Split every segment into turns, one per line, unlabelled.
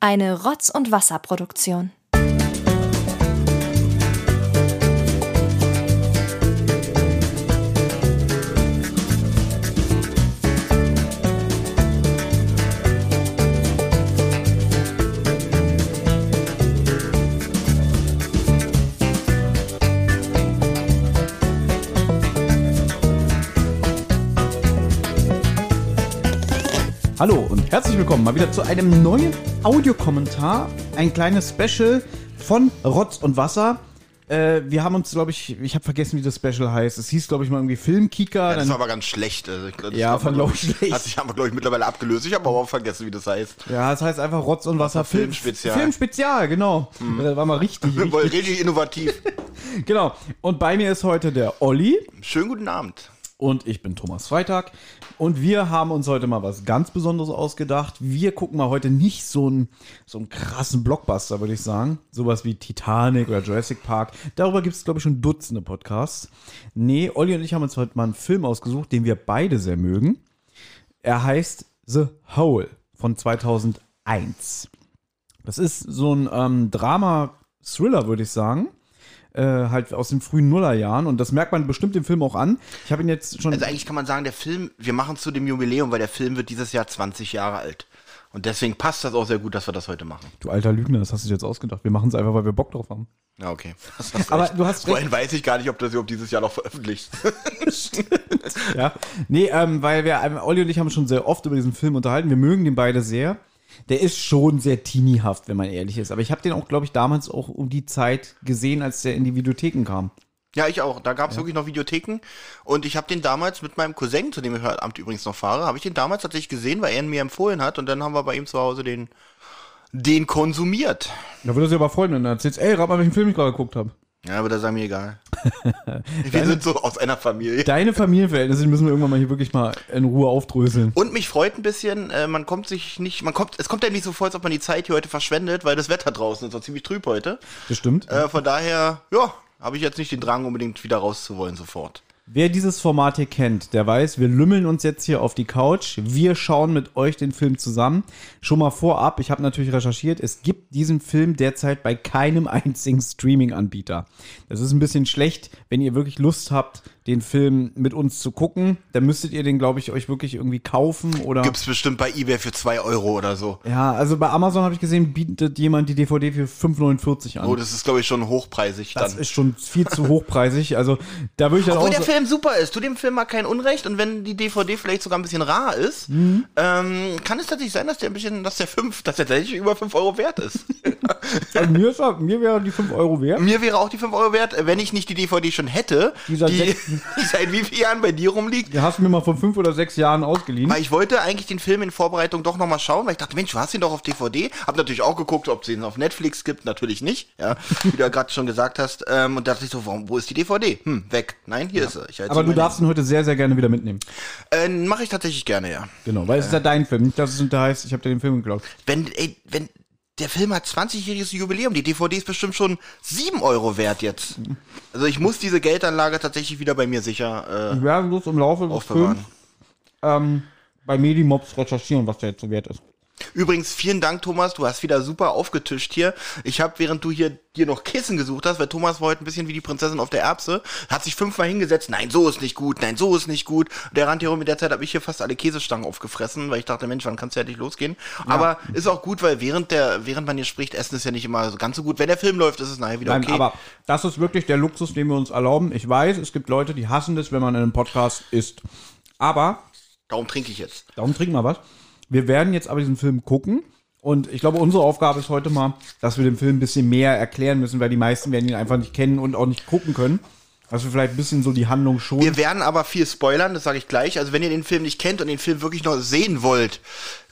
Eine Rotz- und Wasserproduktion.
Hallo und herzlich willkommen mal wieder zu einem neuen Audiokommentar, ein kleines Special von Rotz und Wasser. Äh, wir haben uns, glaube ich, ich habe vergessen, wie das Special heißt. Es hieß, glaube ich, mal irgendwie Filmkicker.
Das
dann-
war aber ganz schlecht. Also ich, das
Ja,
hat man,
fand ich auch
glaub ich,
schlecht.
Hat sich aber, glaube ich, mittlerweile abgelöst. Ich habe aber auch vergessen, wie das heißt.
ja, es heißt einfach Rotz und Wasser Film-
Filmspezial. Hm.
Filmspezial, genau. Äh, war mal richtig.
Weil
richtig.
richtig innovativ.
genau. Und bei mir ist heute der Olli
Schönen guten Abend.
und ich bin Thomas Freitag. Und wir haben uns heute mal was ganz Besonderes ausgedacht. Wir gucken mal heute nicht so einen, so einen krassen Blockbuster, würde ich sagen. Sowas wie Titanic oder Jurassic Park. Darüber gibt es, glaube ich, schon Dutzende Podcasts. Nee, Olli und ich haben uns heute mal einen Film ausgesucht, den wir beide sehr mögen. Er heißt The Hole von 2001. Das ist so ein ähm, Drama-Thriller, würde ich sagen. Äh, halt aus den frühen Nullerjahren. Und das merkt man bestimmt dem Film auch an. Ich habe ihn jetzt schon.
Also eigentlich kann man sagen, der Film, wir machen es zu dem Jubiläum, weil der Film wird dieses Jahr 20 Jahre alt. Und deswegen passt das auch sehr gut, dass wir das heute machen.
du alter Lügner, das hast du dir jetzt ausgedacht. Wir machen es einfach, weil wir Bock drauf haben.
Ja, okay. Das hast
Aber
recht.
du hast recht.
Vorhin weiß ich gar nicht, ob das überhaupt dieses Jahr noch veröffentlicht.
Ja. Nee, ähm, weil wir, ähm, Olli und ich haben schon sehr oft über diesen Film unterhalten. Wir mögen den beide sehr. Der ist schon sehr teeniehaft, wenn man ehrlich ist. Aber ich habe den auch, glaube ich, damals auch um die Zeit gesehen, als der in die Videotheken kam.
Ja, ich auch. Da gab es wirklich noch Videotheken. Und ich habe den damals mit meinem Cousin, zu dem ich heute Abend übrigens noch fahre, habe ich den damals tatsächlich gesehen, weil er ihn mir empfohlen hat. Und dann haben wir bei ihm zu Hause den, den konsumiert.
Da würde es ja aber freuen, wenn du erzählst, ey, rat mal, welchen Film ich gerade geguckt habe.
Ja, aber das ist mir egal. Wir sind so aus einer Familie.
Deine Familienverhältnisse die müssen wir irgendwann mal hier wirklich mal in Ruhe aufdröseln.
Und mich freut ein bisschen, äh, man kommt sich nicht, man kommt, es kommt einem nicht so vor, als ob man die Zeit hier heute verschwendet, weil das Wetter draußen ist so ziemlich trüb heute.
Das stimmt.
Äh, von daher, ja, habe ich jetzt nicht den Drang, unbedingt wieder raus zu wollen sofort.
Wer dieses Format hier kennt, der weiß, wir lümmeln uns jetzt hier auf die Couch. Wir schauen mit euch den Film zusammen. Schon mal vorab, ich habe natürlich recherchiert, es gibt diesen Film derzeit bei keinem einzigen Streaming-Anbieter. Das ist ein bisschen schlecht, wenn ihr wirklich Lust habt, den Film mit uns zu gucken. Dann müsstet ihr den, glaube ich, euch wirklich irgendwie kaufen oder.
Gibt's bestimmt bei eBay für 2 Euro oder so.
Ja, also bei Amazon habe ich gesehen, bietet jemand die DVD für 5,49 an.
Oh, das ist, glaube ich, schon hochpreisig
das
dann.
ist schon viel zu hochpreisig. Also da würde ich dann
Obwohl
auch.
der
so-
Film super ist, tu dem Film mal kein Unrecht und wenn die DVD vielleicht sogar ein bisschen rar ist, ähm, kann es tatsächlich sein, dass der ein bisschen, dass der fünf, dass der tatsächlich über 5 Euro wert ist.
Also mir, ist er- mir wäre die 5 Euro wert.
Mir wäre auch die 5 Euro wert, wenn ich nicht die DVD schon hätte, die,
Die seit
die
sechs-
seit wie vielen Jahren bei dir rumliegt.
Die hast du mir mal vor fünf oder sechs Jahren ausgeliehen.
Weil ich wollte eigentlich den Film in Vorbereitung doch nochmal schauen, weil ich dachte, Mensch, du hast ihn doch auf DVD. Hab natürlich auch geguckt, ob es ihn auf Netflix gibt, natürlich nicht, ja, wie du ja gerade schon gesagt hast. Ähm, und dachte ich so, warum, wo ist die DVD? Hm, weg. Nein, hier ist sie. Ich halte
Aber
sie
du
in meine-
darfst ihn heute sehr, sehr gerne wieder mitnehmen.
Äh, Mache ich tatsächlich gerne, ja.
Genau, weil es ist ja dein Film. Nicht, dass es hinterher heißt, ich habe dir den Film geklaut.
Wenn, ey, wenn, der Film hat 20-jähriges Jubiläum, die DVD ist bestimmt schon 7 Euro wert jetzt. Also ich muss diese Geldanlage tatsächlich wieder bei mir sicher äh,
Wir werden bloß im Laufe des
aufbewahren.
Films ähm, bei Medimobs recherchieren, was der jetzt so wert ist.
Übrigens, vielen Dank, Thomas. Du hast wieder super aufgetischt hier. Ich habe, während du hier dir noch Kissen gesucht hast, weil Thomas war heute ein bisschen wie die Prinzessin auf der Erbse, hat sich fünfmal hingesetzt. Nein, so ist nicht gut. Nein, so ist nicht gut. Der rannte hier rum. In der Zeit habe ich hier fast alle Käsestangen aufgefressen, weil ich dachte, Mensch, wann kannst du endlich losgehen? Aber ist auch gut, weil während der, während man hier spricht, Essen ist ja nicht immer so ganz so gut. Wenn der Film läuft, ist es nachher wieder
Nein,
okay.
Aber das ist wirklich der Luxus, den wir uns erlauben. Ich weiß, es gibt Leute, die hassen das, wenn man in einem Podcast isst. Aber,
Darum trinke ich jetzt.
darum trinken wir was. Wir werden jetzt aber diesen Film gucken. Und ich glaube, unsere Aufgabe ist heute mal, dass wir den Film ein bisschen mehr erklären müssen, weil die meisten werden ihn einfach nicht kennen und auch nicht gucken können. Dass wir vielleicht ein bisschen so die Handlung schon
Wir werden aber viel spoilern, das sage ich gleich. Also wenn ihr den Film nicht kennt und den Film wirklich noch sehen wollt,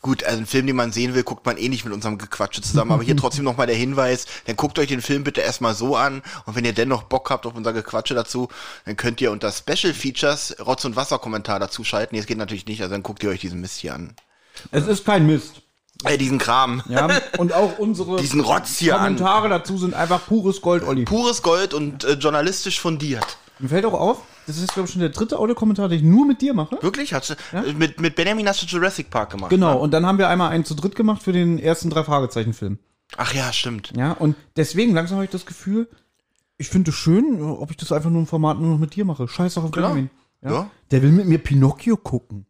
gut, also einen Film, den man sehen will, guckt man eh nicht mit unserem Gequatsche zusammen. Aber hier trotzdem nochmal der Hinweis, dann guckt euch den Film bitte erstmal so an. Und wenn ihr dennoch Bock habt auf unser Gequatsche dazu, dann könnt ihr unter Special Features Rotz- und Wasser-Kommentar dazu schalten. Nee, es geht natürlich nicht, also dann guckt ihr euch diesen Mist hier an.
Es ist kein Mist.
Äh, diesen Kram.
Ja? Und auch unsere
Diesen Rotz hier an.
Kommentare dazu sind einfach pures Gold, Olli.
Pures Gold und äh, journalistisch fundiert.
Mir fällt auch auf, das ist, glaube ich, schon der dritte Audiokommentar, den ich nur mit dir mache.
Wirklich? Hast du, äh, mit, mit Benjamin hast du Jurassic Park gemacht.
Genau, und dann haben wir einmal einen zu dritt gemacht für den ersten Drei-Fragezeichen-Film.
Ach ja, stimmt.
Ja, und deswegen langsam habe ich das Gefühl, ich finde es schön, ob ich das einfach nur im Format nur noch mit dir mache. Scheiß doch auf
Genau.
Benjamin. Ja?
Ja.
Der will mit mir Pinocchio gucken.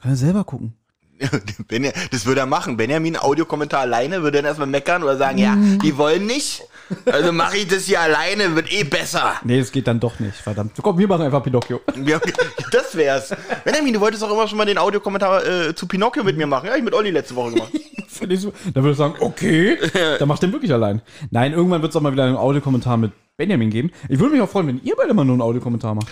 Kann er selber gucken.
Benja- das würde er machen. Benjamin, Audiokommentar alleine, würde dann erstmal meckern oder sagen, ja,
Mhm.
die wollen nicht. Also mache ich das hier alleine, wird eh besser.
Nee, es geht dann doch nicht. Verdammt. Komm, wir machen einfach Pinocchio.
Ja, Das wär's. Benjamin, du wolltest auch immer schon mal den Audiokommentar äh, zu Pinocchio mit mir machen. Ja, hab ich mit Olli letzte Woche gemacht.
Finde ich so. Dann würde ich sagen, okay, dann macht den wirklich allein. Nein, irgendwann wird es auch mal wieder einen Audiokommentar mit Benjamin geben. Ich würde mich auch freuen, wenn ihr beide mal nur einen Audiokommentar macht.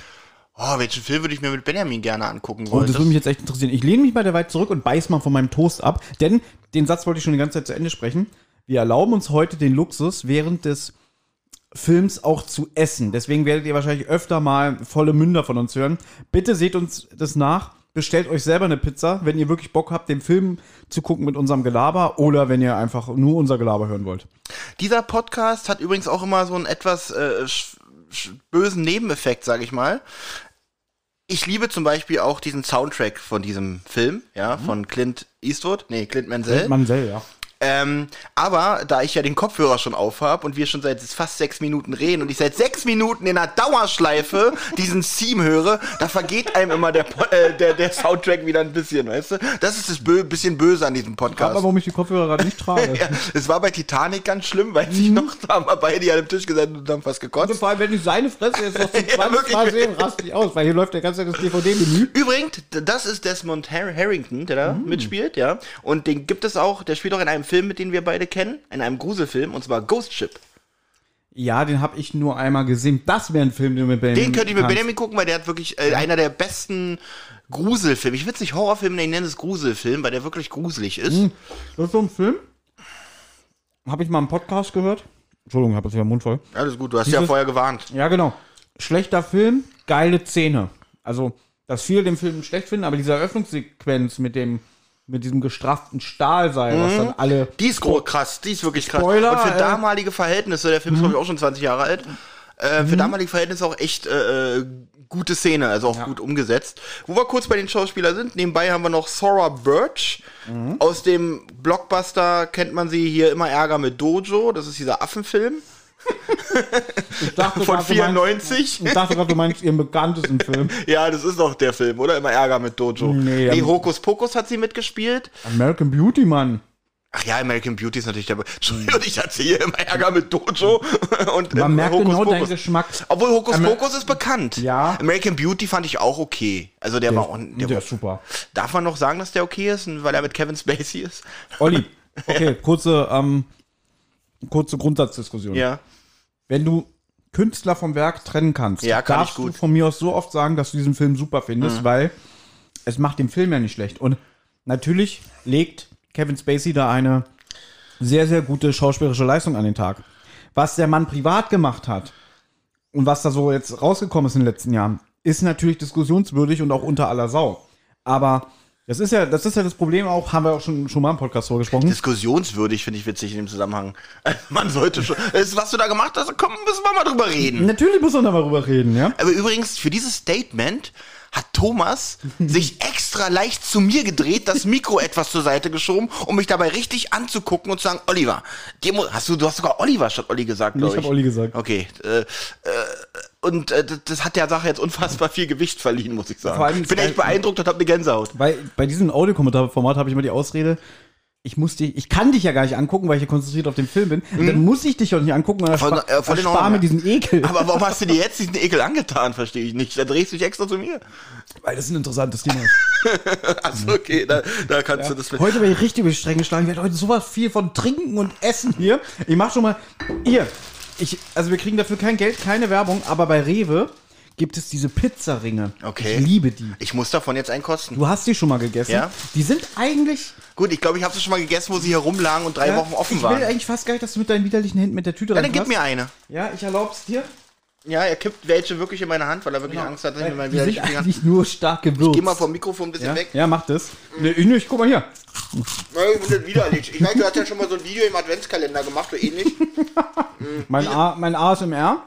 Oh, welchen Film würde ich mir mit Benjamin gerne angucken
Und
wollen?
Oh, das würde mich jetzt echt interessieren. Ich lehne mich mal derweil zurück und beiß mal von meinem Toast ab, denn den Satz wollte ich schon die ganze Zeit zu Ende sprechen. Wir erlauben uns heute den Luxus, während des Films auch zu essen. Deswegen werdet ihr wahrscheinlich öfter mal volle Münder von uns hören. Bitte seht uns das nach. Bestellt euch selber eine Pizza, wenn ihr wirklich Bock habt, den Film zu gucken mit unserem Gelaber oder wenn ihr einfach nur unser Gelaber hören wollt.
Dieser Podcast hat übrigens auch immer so einen etwas äh, sch- sch- bösen Nebeneffekt, sage ich mal. Ich liebe zum Beispiel auch diesen Soundtrack von diesem Film, ja,
Mhm.
von Clint Eastwood, nee, Clint Mansell.
Mansell, ja.
Ähm, aber da ich ja den Kopfhörer schon auf habe und wir schon seit fast sechs Minuten reden und ich seit sechs Minuten in einer Dauerschleife diesen Theme höre, da vergeht einem immer der, Po- äh, der, der Soundtrack wieder ein bisschen, weißt du? Das ist das bö bisschen böse an diesem Podcast.
Aber warum ich die Kopfhörer gerade nicht trage.
Ja, es war bei Titanic ganz schlimm, weil ich noch da haben wir beide an dem Tisch gesessen und haben fast
Mhm. Und
gekotzt.
vor allem, wenn ich seine Fresse jetzt noch zum
Ja,
20.
wirklich.
Mal sehe, raste ich aus, weil hier läuft der ganze Tag das DVD-Menü.
Übrigens, d- das ist Desmond Har Harrington, der
Mhm.
da mitspielt, ja. Und den gibt es auch, der spielt auch in einem Film, mit dem wir beide kennen, in einem Gruselfilm, und zwar Ghost Ship.
Ja, den habe ich nur einmal gesehen. Das wäre ein Film, den du mit Benjamin
Den könnte ich mit
kannst.
Benjamin gucken, weil der hat wirklich äh, einer der besten Gruselfilme. Ich will es nicht Horrorfilm, nennen, ich nenne es Gruselfilm, weil der wirklich gruselig ist.
Das ist so ein Film. Habe ich mal im Podcast gehört. Entschuldigung, habe jetzt wieder den Mund voll.
Alles gut, du hast ja
Dieses-
vorher gewarnt.
Ja, genau. Schlechter Film, geile Szene. Also, dass viele den Film schlecht finden, aber diese Eröffnungssequenz mit dem mit diesem gestrafften Stahlseil, was dann alle
Mhm. Die ist gro- krass, die ist wirklich krass.
Spoiler,
und für
äh,
damalige Verhältnisse, der Film ist glaube ich auch schon 20 Jahre alt, äh, für damalige Verhältnisse auch echt äh, äh, gute Szene, also auch gut umgesetzt. Wo wir kurz bei den Schauspielern sind, nebenbei haben wir noch Sora Birch. Aus dem Blockbuster kennt man sie hier immer Ärger mit Dojo, das ist dieser Affenfilm
ich dachte
von
grad, du meinst-
94.
Ich dachte gerade, du meinst ihren bekanntesten Film.
Ja, das ist doch der Film, oder? Immer Ärger mit Dojo.
Nee,
Nee,
ähm,
Hokus Pokus hat sie mitgespielt.
American Beauty, Mann.
Ach ja, American Beauty ist natürlich der. Be- Entschuldigung, ich hatte hier immer Ärger mit Dojo und
Mhm. Man
ähm,
merkt
Hokus
genau deinen
Pokus.
Geschmack.
Obwohl Hokus
Amer-
Pokus ist bekannt.
Ja.
American Beauty fand ich auch okay. Also der, war auch. Der,
Der ist super.
darf man noch sagen, dass der okay ist, weil er mit Kevin Spacey ist?
Olli, okay, kurze, ähm, kurze Grundsatzdiskussion.
Ja.
Wenn du Künstler vom Werk trennen kannst,
Ja, kann
darfst
ich gut. Mhm.
du von mir aus so oft sagen, dass du diesen Film super findest, weil es macht den Film ja nicht schlecht. Und natürlich legt Kevin Spacey da eine sehr, sehr gute schauspielerische Leistung an den Tag. Was der Mann privat gemacht hat und was da so jetzt rausgekommen ist in den letzten Jahren, ist natürlich diskussionswürdig und auch unter aller Sau. Aber das ist ja, das ist ja das Problem auch, haben wir auch schon, schon mal im Podcast vorgesprochen.
Diskussionswürdig finde ich witzig in dem Zusammenhang. Man sollte schon. Ist, was du da gemacht hast, komm, müssen wir mal drüber reden.
Natürlich muss man darüber reden, ja?
Aber übrigens, für dieses Statement hat Thomas sich extra leicht zu mir gedreht, das Mikro etwas zur Seite geschoben, um mich dabei richtig anzugucken und zu sagen, Oliver, dir mu- hast du, du hast sogar Oliver statt Olli gesagt,
Ich
glaube ich.
habe Olli gesagt.
Okay. Äh, äh, und äh, das- das hat der Sache jetzt unfassbar viel Gewicht verliehen, muss ich sagen.
Vor allem-
ich bin echt beeindruckt und habe eine Gänsehaut.
Bei, bei diesem Audiokommentarformat habe ich immer die Ausrede, ich muss dich, ich kann dich ja gar nicht angucken, weil ich ja konzentriert auf den Film bin. Dann muss ich dich auch nicht angucken, weil
Voll-
erspa
Mhm. äh, voll in
erspar
Ordnung,
mir
ja.
diesen Ekel.
Aber warum hast du dir jetzt diesen Ekel angetan, verstehe ich nicht. Da drehst du dich extra zu mir.
weil das ist ein interessantes Thema.
Achso, okay, da, da kannst du das mit.
heute werde ich richtig über die Stränge geschlagen. Ich werde heute sowas viel von Trinken und Essen hier. Ich mache schon mal, hier, ich, also wir kriegen dafür kein Geld, keine Werbung, aber bei Rewe gibt es diese Pizzaringe.
Okay.
Ich liebe die.
Ich muss davon jetzt einen kosten.
Du hast die schon mal gegessen.
Ja.
Die sind eigentlich
Gut, ich glaube, ich habe sie schon mal gegessen, wo sie hier rumlagen und drei
Ja,
Wochen offen
ich
waren.
will ne? eigentlich fast gar nicht, dass du mit deinen widerlichen Händen mit der Tüte
Ja, dann gib
reinfasst.
mir eine.
Ja, ich erlaub's dir.
Ja, er kippt welche wirklich in meine Hand, weil er wirklich Angst hat, dass ich mir
Genau.
mal
Die
wieder
sind
die Finger...
eigentlich nur stark gewürzt.
Geh mal vom Mikrofon ein bisschen
ja?
weg.
ja, mach das. Nee, ich nicht. Guck mal hier.
Nein, das ist widerlich. Ich weiß, du hast ja schon mal so ein Video im Adventskalender gemacht, so ähnlich.
Mein, A, mein ASMR.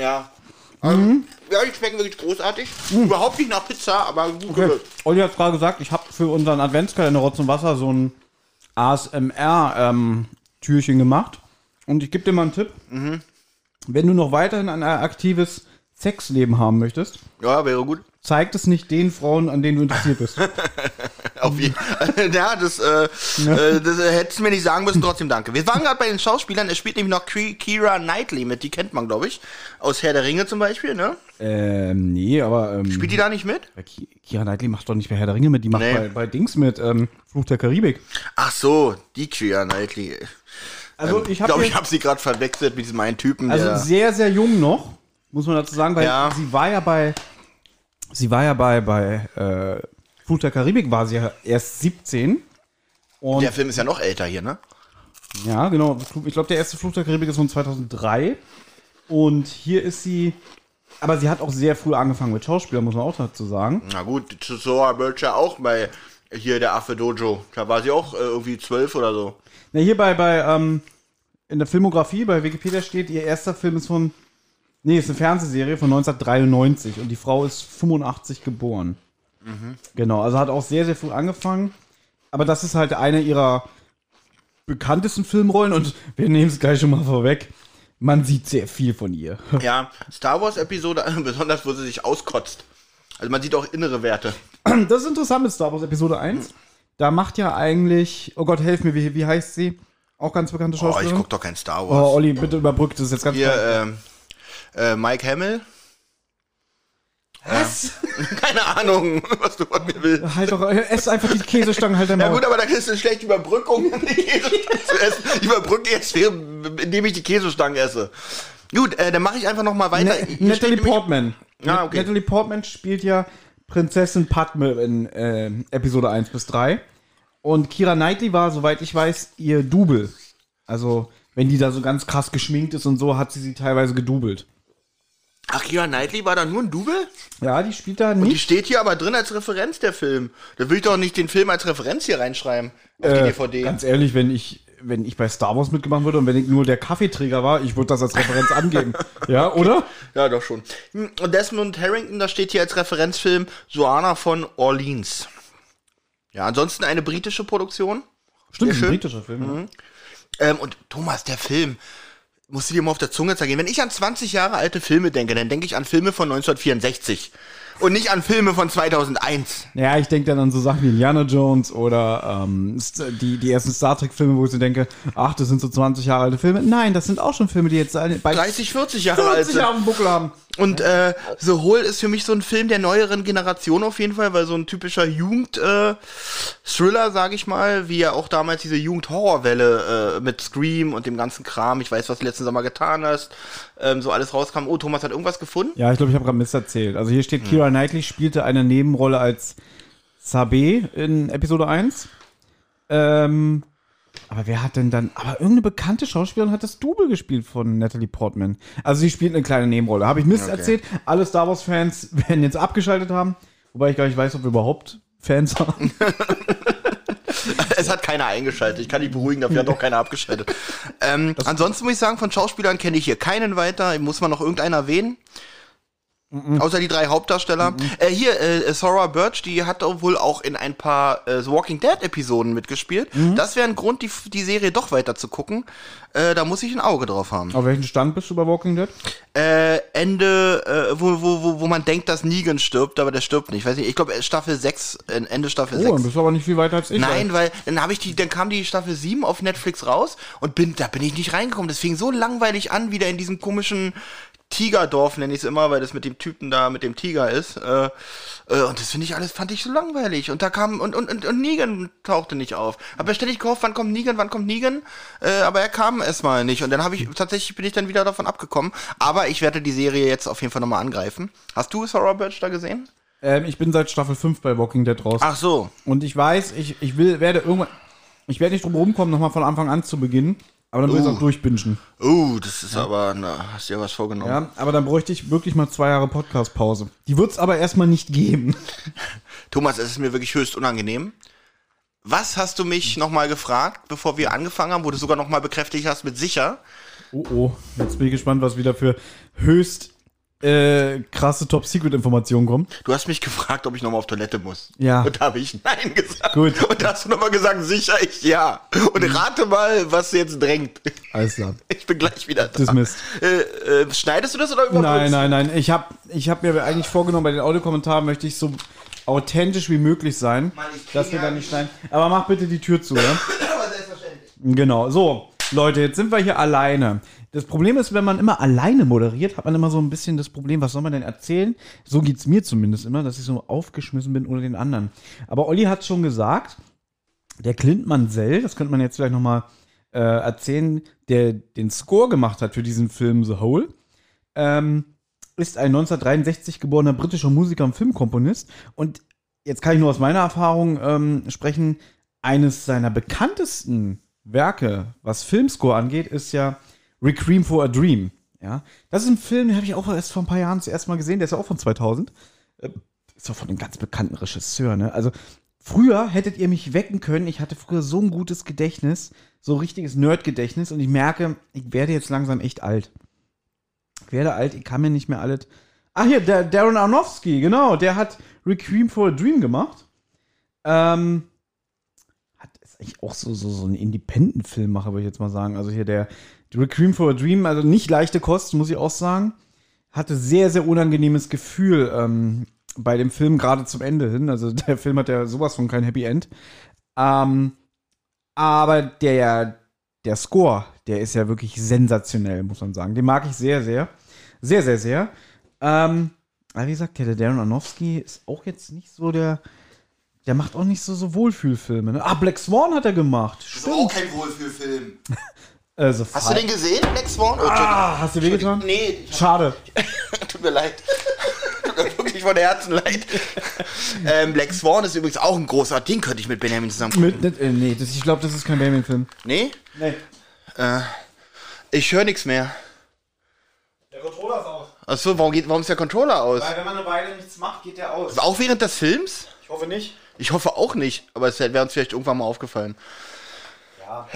Ja. Also, ja, die schmecken wirklich großartig. Überhaupt nicht nach Pizza, aber gut
Mhm. Okay.
gelöst.
Olli hat gerade gesagt, ich habe für unseren Adventskalender Rotz und Wasser so ein ASMR-Türchen ähm, gemacht. Und ich gebe dir mal einen Tipp.
Mhm.
Wenn du noch weiterhin ein aktives Sexleben haben möchtest,
Ja, wäre gut.
zeigt es nicht den Frauen, an denen du interessiert bist. Mhm.
Auf jeden Ja, das, äh, äh, das äh, hättest du mir nicht sagen müssen, trotzdem danke. Wir waren gerade bei den Schauspielern, es spielt nämlich noch Ki- Kira Knightley mit, die kennt man, glaube ich. Aus Herr der Ringe zum Beispiel, ne?
ähm, nee, aber. Ähm,
Spielt die da nicht mit?
Ki- Kira Knightley macht doch nicht mehr Herr der Ringe mit, die macht
Nee.
bei, bei Dings mit, ähm, Fluch der Karibik.
Ach so, die Kira Knightley.
Also
Ich
ich
glaube,
habe
Ähm, ich habe sie gerade verwechselt mit diesem einen Typen,
also
der.
sehr, sehr jung noch, muss man dazu sagen, weil
Ja.
sie war ja bei, sie war ja bei, bei äh, Fluch der Karibik war sie ja erst 17. Und
Der Film ist ja noch älter hier, ne?
ja, genau, ich glaube, der erste Fluch der Karibik ist von 2003. Und hier ist sie, aber sie hat auch sehr früh angefangen mit Schauspieler, muss man auch dazu sagen.
Na gut, Zora Bircher auch bei hier der Affe Dojo. Da war sie auch äh, irgendwie zwölf oder so.
Na, hier bei, bei ähm, in der Filmografie, bei Wikipedia steht, ihr erster Film ist von, nee, ist eine Fernsehserie von 1993 und die Frau ist 85 geboren.
Mhm.
Genau, also hat auch sehr, sehr früh angefangen. Aber das ist halt eine ihrer bekanntesten Filmrollen und wir nehmen es gleich schon mal vorweg. Man sieht sehr viel von ihr.
Ja, Star Wars Episode, besonders wo sie sich auskotzt. Also man sieht auch innere Werte.
Das ist interessant mit Star Wars Episode 1. Da macht ja eigentlich, oh Gott, helf mir, wie, wie heißt sie? Auch ganz bekannte
Oh, ich
Schauspielerin.
guck doch kein Star
Oh,
Wars.
Olli, bitte überbrückt das ist jetzt ganz
Hier,
klar.
ähm, äh, Mike Hamill.
Was?
Keine Ahnung, was du von mir willst.
Halt doch, ess einfach die Käsestangen, halt dein
Ja
Maul.
gut, aber da kriegst du eine schlechte Überbrückung, um die Käsestangen zu essen. Ich überbrücke jetzt, während- indem ich die Käsestangen esse. Gut, äh, dann mache ich einfach noch mal weiter. Hier
Na-
steht
Ne, Natalie
nämlich-
Portman.
Ah, okay.
Natalie Portman spielt ja Prinzessin Padme in äh, Episode 1 bis 3. Und Kira Knightley war, soweit ich weiß, ihr Double. Also, wenn die da so ganz krass geschminkt ist und so, hat sie sie teilweise gedoubelt.
Ach, Kira Knightley war da nur ein Double?
Ja, die spielt da
Die
nicht.
steht hier aber drin als Referenz, der Film. Da will ich doch nicht den Film als Referenz hier reinschreiben. Auf die DVD.
Äh, Ganz ehrlich, wenn ich, wenn ich bei Star Wars mitgemacht würde und wenn ich nur der Kaffeeträger war, ich würde das als Referenz angeben. Ja, oder?
Ja, doch schon. Hm, Und Desmond Harrington, da steht hier als Referenzfilm Joanna von Orleans. Ja, ansonsten eine britische Produktion.
Stimmt,
Sehr schön. Mhm.
britischer Film. ne? ja.
Ähm, und Thomas, der Film, musst du dir mal auf der Zunge zergehen. Wenn ich an 20 Jahre alte Filme denke, dann denke ich an Filme von 1964. Und nicht an Filme von 2001.
Ja, ich denke dann an so Sachen wie Indiana Jones oder ähm, St- die, die ersten Star Trek-Filme, wo ich so denke, ach, das sind so 20 Jahre alte Filme. Nein, das sind auch schon Filme, die jetzt alle- bei
30, 40 Jahre alt
40
sind.
Jahren Buckel haben.
Und äh, The Hole ist für mich so ein Film der neueren Generation auf jeden Fall, weil so ein typischer Jugend-Thriller, sage ich mal, wie ja auch damals diese Jugend-Horrorwelle äh, mit Scream und dem ganzen Kram, ich weiß, was du letzten Sommer getan hast, ähm, so alles rauskam. Oh, Thomas hat irgendwas gefunden?
Ja, ich glaube, ich habe gerade Mist erzählt. Also hier steht, Kira Knightley spielte eine Nebenrolle als Sabe in Episode 1. Ähm, aber wer hat denn dann, aber irgendeine bekannte Schauspielerin hat das Double gespielt von Natalie Portman. Also sie spielt eine kleine Nebenrolle. Habe ich Mist erzählt? Alle Star Wars-Fans werden jetzt abgeschaltet haben. Wobei ich gar nicht weiß, ob wir überhaupt Fans haben.
Es hat keiner eingeschaltet, ich kann dich beruhigen, dafür hat auch keiner abgeschaltet. Ähm, ansonsten muss ich sagen, von Schauspielern kenne ich hier keinen weiter, muss man noch irgendeiner erwähnen? Außer die drei Hauptdarsteller. Äh, hier, äh, Sora Birch, die hat auch wohl auch in ein paar äh, The Walking Dead-Episoden mitgespielt. Das wäre ein Grund, die, die Serie doch weiter zu gucken. Äh, da muss ich ein Auge drauf haben.
Auf welchen Stand bist du bei Walking Dead?
Äh, Ende, äh, wo, wo, wo, wo man denkt, dass Negan stirbt, aber der stirbt nicht. Weiß nicht ich glaube, Staffel 6, äh, Ende Staffel
Oh,
6.
dann bist du aber nicht viel weiter als ich.
Nein, weil dann habe ich die, dann kam die Staffel 7 auf Netflix raus und bin, da bin ich nicht reingekommen. Das fing so langweilig an, wieder in diesem komischen Tigerdorf, nenne ich es immer, weil das mit dem Typen da, mit dem Tiger ist. Äh, äh, und das finde ich alles, fand ich so langweilig. Und da kam, und, und, und, und Negan tauchte nicht auf. Hab ja ständig gehofft, wann kommt Negan, wann kommt Negan, äh, aber er kam erstmal nicht. Und dann habe ich, tatsächlich bin ich dann wieder davon abgekommen. Aber ich werde die Serie jetzt auf jeden Fall nochmal angreifen. Hast du Sarah Birch da gesehen?
Ähm, ich bin seit Staffel 5 bei Walking Dead raus.
Ach so.
Und ich weiß, ich, ich will, werde irgendwann. Ich werde nicht drum rumkommen, nochmal von Anfang an zu beginnen. Aber dann will ich es
Uh.
auch durchbingen.
Uh, das ist aber, na, hast dir was vorgenommen.
Ja, aber dann bräuchte ich wirklich mal zwei Jahre Podcast-Pause. Die wird es aber erstmal nicht geben.
Thomas, es ist mir wirklich höchst unangenehm. Was hast du mich nochmal gefragt, bevor wir angefangen haben, wo du sogar nochmal bekräftigt hast mit sicher?
Oh oh, jetzt bin ich gespannt, was wieder für höchst äh, krasse Top-Secret-Informationen kommt.
Du hast mich gefragt, ob ich nochmal auf Toilette muss.
Ja.
Und da habe ich Nein gesagt.
Gut. Mhm.
Und da hast du nochmal gesagt, sicher ich ja. Und rate mal, was jetzt drängt.
Alles klar.
Ich bin gleich wieder da.
Dismissed.
Äh, äh, schneidest du das oder überholst
Nein, nein, nein. Ich habe ich hab mir eigentlich vorgenommen, bei den Audiokommentaren möchte ich so authentisch wie möglich sein,
Mann, ich krieg
dass wir
ja
da nicht schneiden. Aber mach bitte die Tür zu, ja?
Aber selbstverständlich.
Genau, so. Leute, jetzt sind wir hier alleine. Das Problem ist, wenn man immer alleine moderiert, hat man immer so ein bisschen das Problem, was soll man denn erzählen? So geht's mir zumindest immer, dass ich so aufgeschmissen bin unter den anderen. Aber Olli hat schon gesagt, der Clint Mansell, das könnte man jetzt vielleicht nochmal äh, erzählen, der den Score gemacht hat für diesen Film The Hole, ähm, ist ein 1963 geborener britischer Musiker und Filmkomponist. Und jetzt kann ich nur aus meiner Erfahrung ähm, sprechen, eines seiner bekanntesten Werke, was Filmscore angeht, ist ja Requiem for a Dream. Ja, das ist ein Film, den habe ich auch erst vor ein paar Jahren zuerst mal gesehen, der ist ja auch von 2000. Äh, Ist doch von einem ganz bekannten Regisseur, ne? Also früher hättet ihr mich wecken können, ich hatte früher so ein gutes Gedächtnis, so richtiges Nerd-Gedächtnis und ich merke, ich werde jetzt langsam echt alt. Ich werde alt, ich kann mir nicht mehr alles. Ach hier, der Darren Aronofsky, genau, der hat Requiem for a Dream gemacht. Ähm, hat, ist eigentlich auch so, so, so ein Independent-Filmmacher, würde ich jetzt mal sagen. Also hier der Requiem for a Dream, also nicht leichte Kost, muss ich auch sagen. Hatte sehr, sehr unangenehmes Gefühl ähm, bei dem Film gerade zum Ende hin. Also der Film hat ja sowas von kein Happy End. Ähm, aber der, der Score, der ist ja wirklich sensationell, muss man sagen. Den mag ich sehr, sehr. Sehr, sehr, sehr. Ähm, aber wie gesagt, ja, der Darren Aronofsky ist auch jetzt nicht so der. Der macht auch nicht so, so Wohlfühlfilme. Ne? Ah, Black Swan hat er gemacht.
Das ist auch kein Wohlfühlfilm.
Äh, The
Hast
Fight.
du den gesehen, Black Swan? Oh,
Ah, hast du wehgetan?
Nee,
Schade.
Tut mir leid. Tut mir wirklich von Herzen leid. Ähm, Black Swan ist übrigens auch ein großer Ding, könnte ich mit Benjamin zusammen gucken.
Mit, mit, äh, nee, das, ich glaube, das ist kein Damien-Film.
Nee?
Nee.
Ich höre nichts mehr.
Der Controller ist aus.
Achso, warum, geht, warum ist der Controller aus?
wenn man eine Weile nichts macht, geht der aus.
Auch während des Films?
Ich hoffe nicht.
Ich hoffe auch nicht, aber es wäre uns vielleicht irgendwann mal aufgefallen.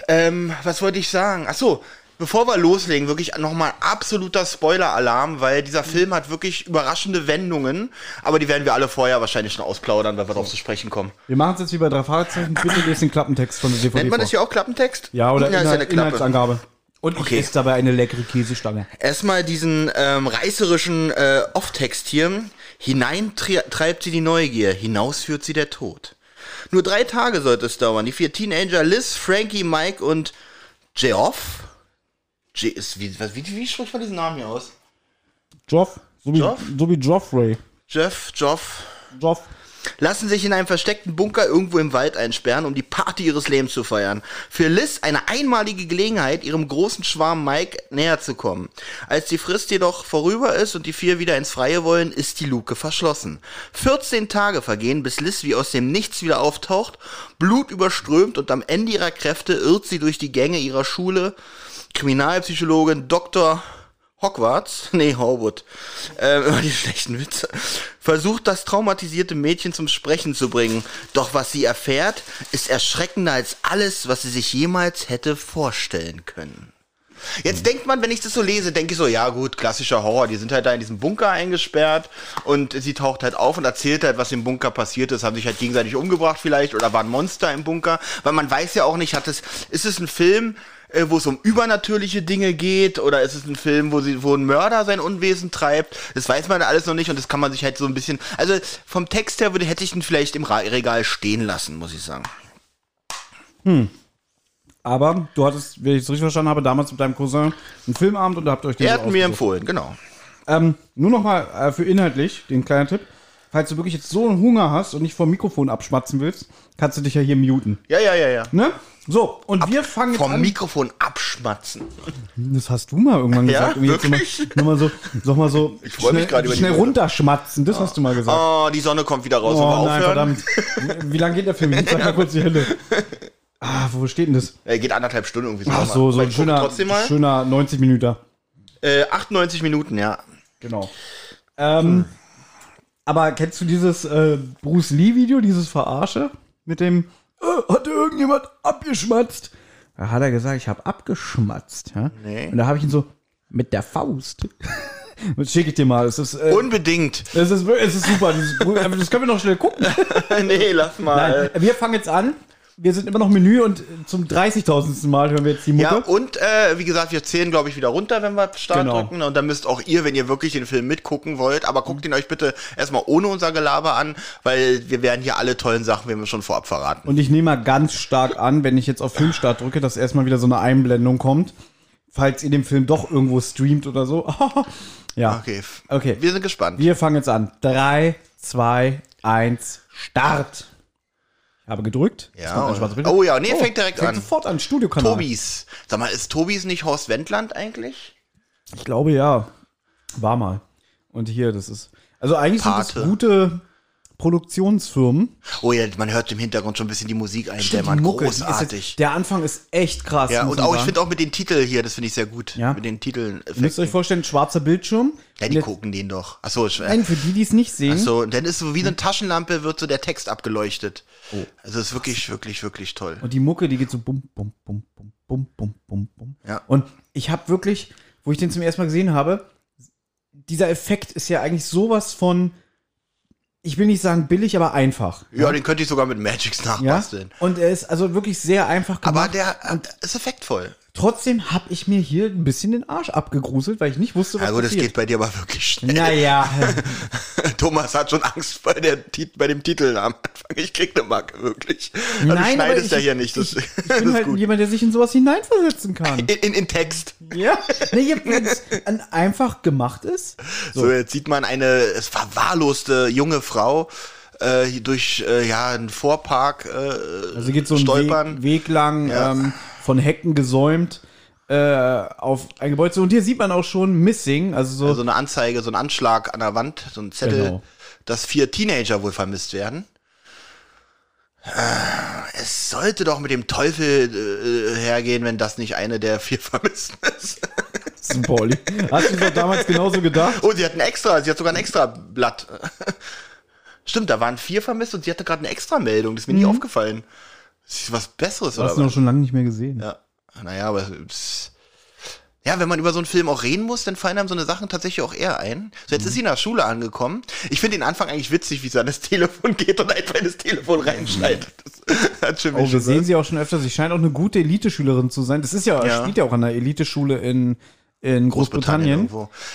Ähm, was wollte ich sagen? Achso, bevor wir loslegen, wirklich nochmal absoluter Spoiler-Alarm, weil dieser Film hat wirklich überraschende Wendungen, aber die werden wir alle vorher wahrscheinlich schon ausplaudern, weil wir drauf zu sprechen kommen.
Wir machen es jetzt wie bei drei Fragezeichen. Bitte lest den Klappentext von der DVD
Nennt man das
vor.
hier auch Klappentext?
Ja, oder
ist ja eine
Inhalt,
Klappe.
Inhaltsangabe. Und ich
Okay.
esse dabei eine leckere Käsestange.
Erstmal diesen ähm, reißerischen äh, Off-Text hier. Hinein tri- treibt sie die Neugier, hinaus führt sie der Tod. Nur drei Tage sollte es dauern. Die vier Teenager Liz, Frankie, Mike und Geoff. Ge ist, wie, was- wie, wie spricht man diesen Namen hier aus?
Joff. So wie,
Joff?
so wie Joffrey.
Jeff, Geoff.
Joff.
lassen sich in einem versteckten Bunker irgendwo im Wald einsperren, um die Party ihres Lebens zu feiern. Für Liz eine einmalige Gelegenheit, ihrem großen Schwarm Mike näher zu kommen. Als die Frist jedoch vorüber ist und die vier wieder ins Freie wollen, ist die Luke verschlossen. 14 Tage vergehen, bis Liz wie aus dem Nichts wieder auftaucht, blutüberströmt und am Ende ihrer Kräfte irrt sie durch die Gänge ihrer Schule. Kriminalpsychologin Dr. Hogwarts, nee, Howard, äh, immer die schlechten Witze, versucht das traumatisierte Mädchen zum Sprechen zu bringen. Doch was sie erfährt, ist erschreckender als alles, was sie sich jemals hätte vorstellen können. Jetzt denkt man, wenn ich das so lese, denke ich so, ja gut, klassischer Horror, die sind halt da in diesem Bunker eingesperrt und sie taucht halt auf und erzählt halt, was im Bunker passiert ist, haben sich halt gegenseitig umgebracht vielleicht oder waren Monster im Bunker, weil man weiß ja auch nicht, hat es, ist es ein Film, äh, wo es um übernatürliche Dinge geht oder ist es ein Film, wo, sie, wo ein Mörder sein Unwesen treibt, das weiß man alles noch nicht und das kann man sich halt so ein bisschen, also vom Text her würde, hätte ich ihn vielleicht im Ra Regal stehen lassen, muss ich sagen.
Aber du hattest, wenn ich es richtig verstanden habe, damals mit deinem Cousin einen Filmabend und da habt ihr euch den
Er
so
hat mir
ausgesucht.
empfohlen, genau.
Ähm, nur nochmal äh, für inhaltlich den kleinen Tipp. Falls du wirklich jetzt so einen Hunger hast und nicht vom Mikrofon abschmatzen willst, kannst du dich ja hier muten.
Ja, ja, ja, ja.
Ne? So, und wir fangen jetzt
Vom
an.
Mikrofon abschmatzen.
Das hast du mal irgendwann
Ja,
gesagt. Und jetzt
wirklich?
Nochmal so, sag mal so,
Ich freu mich
schnell-
gerade über die
Schnell
Worte.
runterschmatzen, das hast du mal gesagt.
Oh, die Sonne kommt wieder raus, wenn wir
Oh nein,
aufhören.
verdammt. Wie lange geht der Film? Ich sag mal kurz die Hände. Ah, wo steht denn das?
Äh, geht anderthalb Stunden irgendwie so.
Ach
Aber
so, so
ich
ein
gucke
schöner,
Trotzdem mal.
schöner 90 Minuten.
Äh, 98 Minuten, ja.
Genau. Ähm, aber kennst du dieses äh, Bruce Lee-Video, dieses Verarsche mit dem, äh, hatte irgendjemand abgeschmatzt? Da hat er gesagt, ich habe abgeschmatzt. Ja?
Nee.
Und da habe ich ihn so, mit der Faust. Schicke ich dir mal. Es ist, äh,
Unbedingt.
es ist, es ist super. Das, ist gut. Aber das können wir noch schnell gucken.
nee, lass
Nein,
mal.
wir fangen jetzt an. Wir sind immer noch im Menü und zum 30.000. Mal hören wir jetzt die Mucke.
Ja, und äh, wie gesagt, wir zählen, glaube ich, wieder runter, wenn wir Start
Genau.
drücken. ne? Und dann müsst auch ihr, wenn ihr wirklich den Film mitgucken wollt, aber guckt ihn euch bitte erstmal ohne unser Gelaber an, weil wir werden hier alle tollen Sachen, wenn wir schon vorab verraten.
Und ich nehme mal ganz stark an, wenn ich jetzt auf Filmstart drücke, dass erstmal wieder so eine Einblendung kommt. Falls ihr den Film doch irgendwo streamt oder so. ja.
Okay. f-
Okay.
Wir sind gespannt.
Wir fangen jetzt an. 3, 2, 1, Start. Ich habe gedrückt.
Ja,
Es kommt ein
und-
schwarzes Bild.
oh ja, nee, fängt direkt an.
sofort an. Studiokanal.
Tobis. Sag mal, ist Tobis nicht Horst Wendland eigentlich?
Ich glaube ja. War mal. Und hier, das ist. Also eigentlich sind
Pate.
das gute Produktionsfirmen.
Oh ja, man hört im Hintergrund schon ein bisschen die Musik
Die
eindämmern.
Mucke, die ist
Großartig.
Jetzt, der Anfang ist echt krass.
Ja,
muss
und
man
auch, ich
sagen.
finde auch mit den Titeln hier, das finde ich sehr gut.
Ja.
Mit den Titeln. äh,
Ihr müsst euch vorstellen, schwarzer Bildschirm.
Ja,
Und
die
jetzt-
gucken den doch. Achso, ich- äh,
Nein, Hm. für die, die es nicht sehen.
so, und dann ist so wie eine Taschenlampe, wird so der Text abgeleuchtet. Also ist wirklich, wirklich, wirklich toll.
Oh. Und die Mucke, die geht so bum, bum, bum, bum, bum, bum, bum, bum.
Ja.
Und ich habe wirklich, wo ich den zum ersten Mal gesehen habe, dieser Effekt ist ja eigentlich sowas von, ich will nicht sagen billig, aber einfach.
Ja, den könnte ich sogar mit Magics
Ja.
nachbasteln.
Und er ist also wirklich sehr einfach gemacht.
Aber der äh, ist effektvoll.
Trotzdem habe ich mir hier ein bisschen den Arsch abgegruselt, weil ich nicht wusste, was
Ja gut, das
passiert. Mhm.
geht
äh,
bei dir aber wirklich schnell.
Naja,
Thomas hat schon Angst bei, der, Tit- bei dem Titel am Anfang. Ich krieg eine Marke, wirklich. Also
Nein,
du
aber
schneidest
ich-
ja hier nicht. Das,
ich
das
bin
ist
halt
gut.
jemand, der sich in sowas hineinversetzen kann.
In, in, in Text.
ja, nee, ihr- wenn's an- einfach gemacht ist.
So. jetzt sieht man eine es verwahrloste junge Frau äh, hier durch äh, ja, einen Vorpark äh,
Also geht so ein
stolpern.
Weg, Weg lang, ähm, von Hecken gesäumt, äh, auf ein Gebäude zu. Und hier sieht man auch schon Missing, also so,
so eine Anzeige, so ein Anschlag an der Wand, so ein Zettel,
Genau.
dass vier Teenager wohl vermisst werden. Äh, Es sollte doch mit dem Teufel äh, hergehen, wenn das nicht eine der vier Vermissten ist. Also-
super, Olli. Hast du das auch damals genauso gedacht?
Oh, sie hat ein extra, sie hat sogar ein extra Blatt. Stimmt, da waren vier vermisst und sie hatte gerade eine extra Meldung. Das ist mir
Mhm.
nie aufgefallen. Ist was Besseres
Das
oder
hast du noch schon lange nicht mehr gesehen.
Ja, naja, aber pss. ja, wenn man über so einen Film auch reden muss, dann fallen einem so eine Sachen tatsächlich auch eher ein. So,
Mhm.
jetzt ist sie in der Schule angekommen. Ich finde den Anfang eigentlich witzig, wie sie an das Telefon geht und einfach in das Telefon reinschneidet. Das hat schon
Oh, wir
schon
sehen sie auch schon öfters. Sie scheint auch eine gute Elite-Schülerin zu sein. Das ist ja,
Ja.
spielt ja auch an der Elite-Schule in, in Großbritannien. Ähm,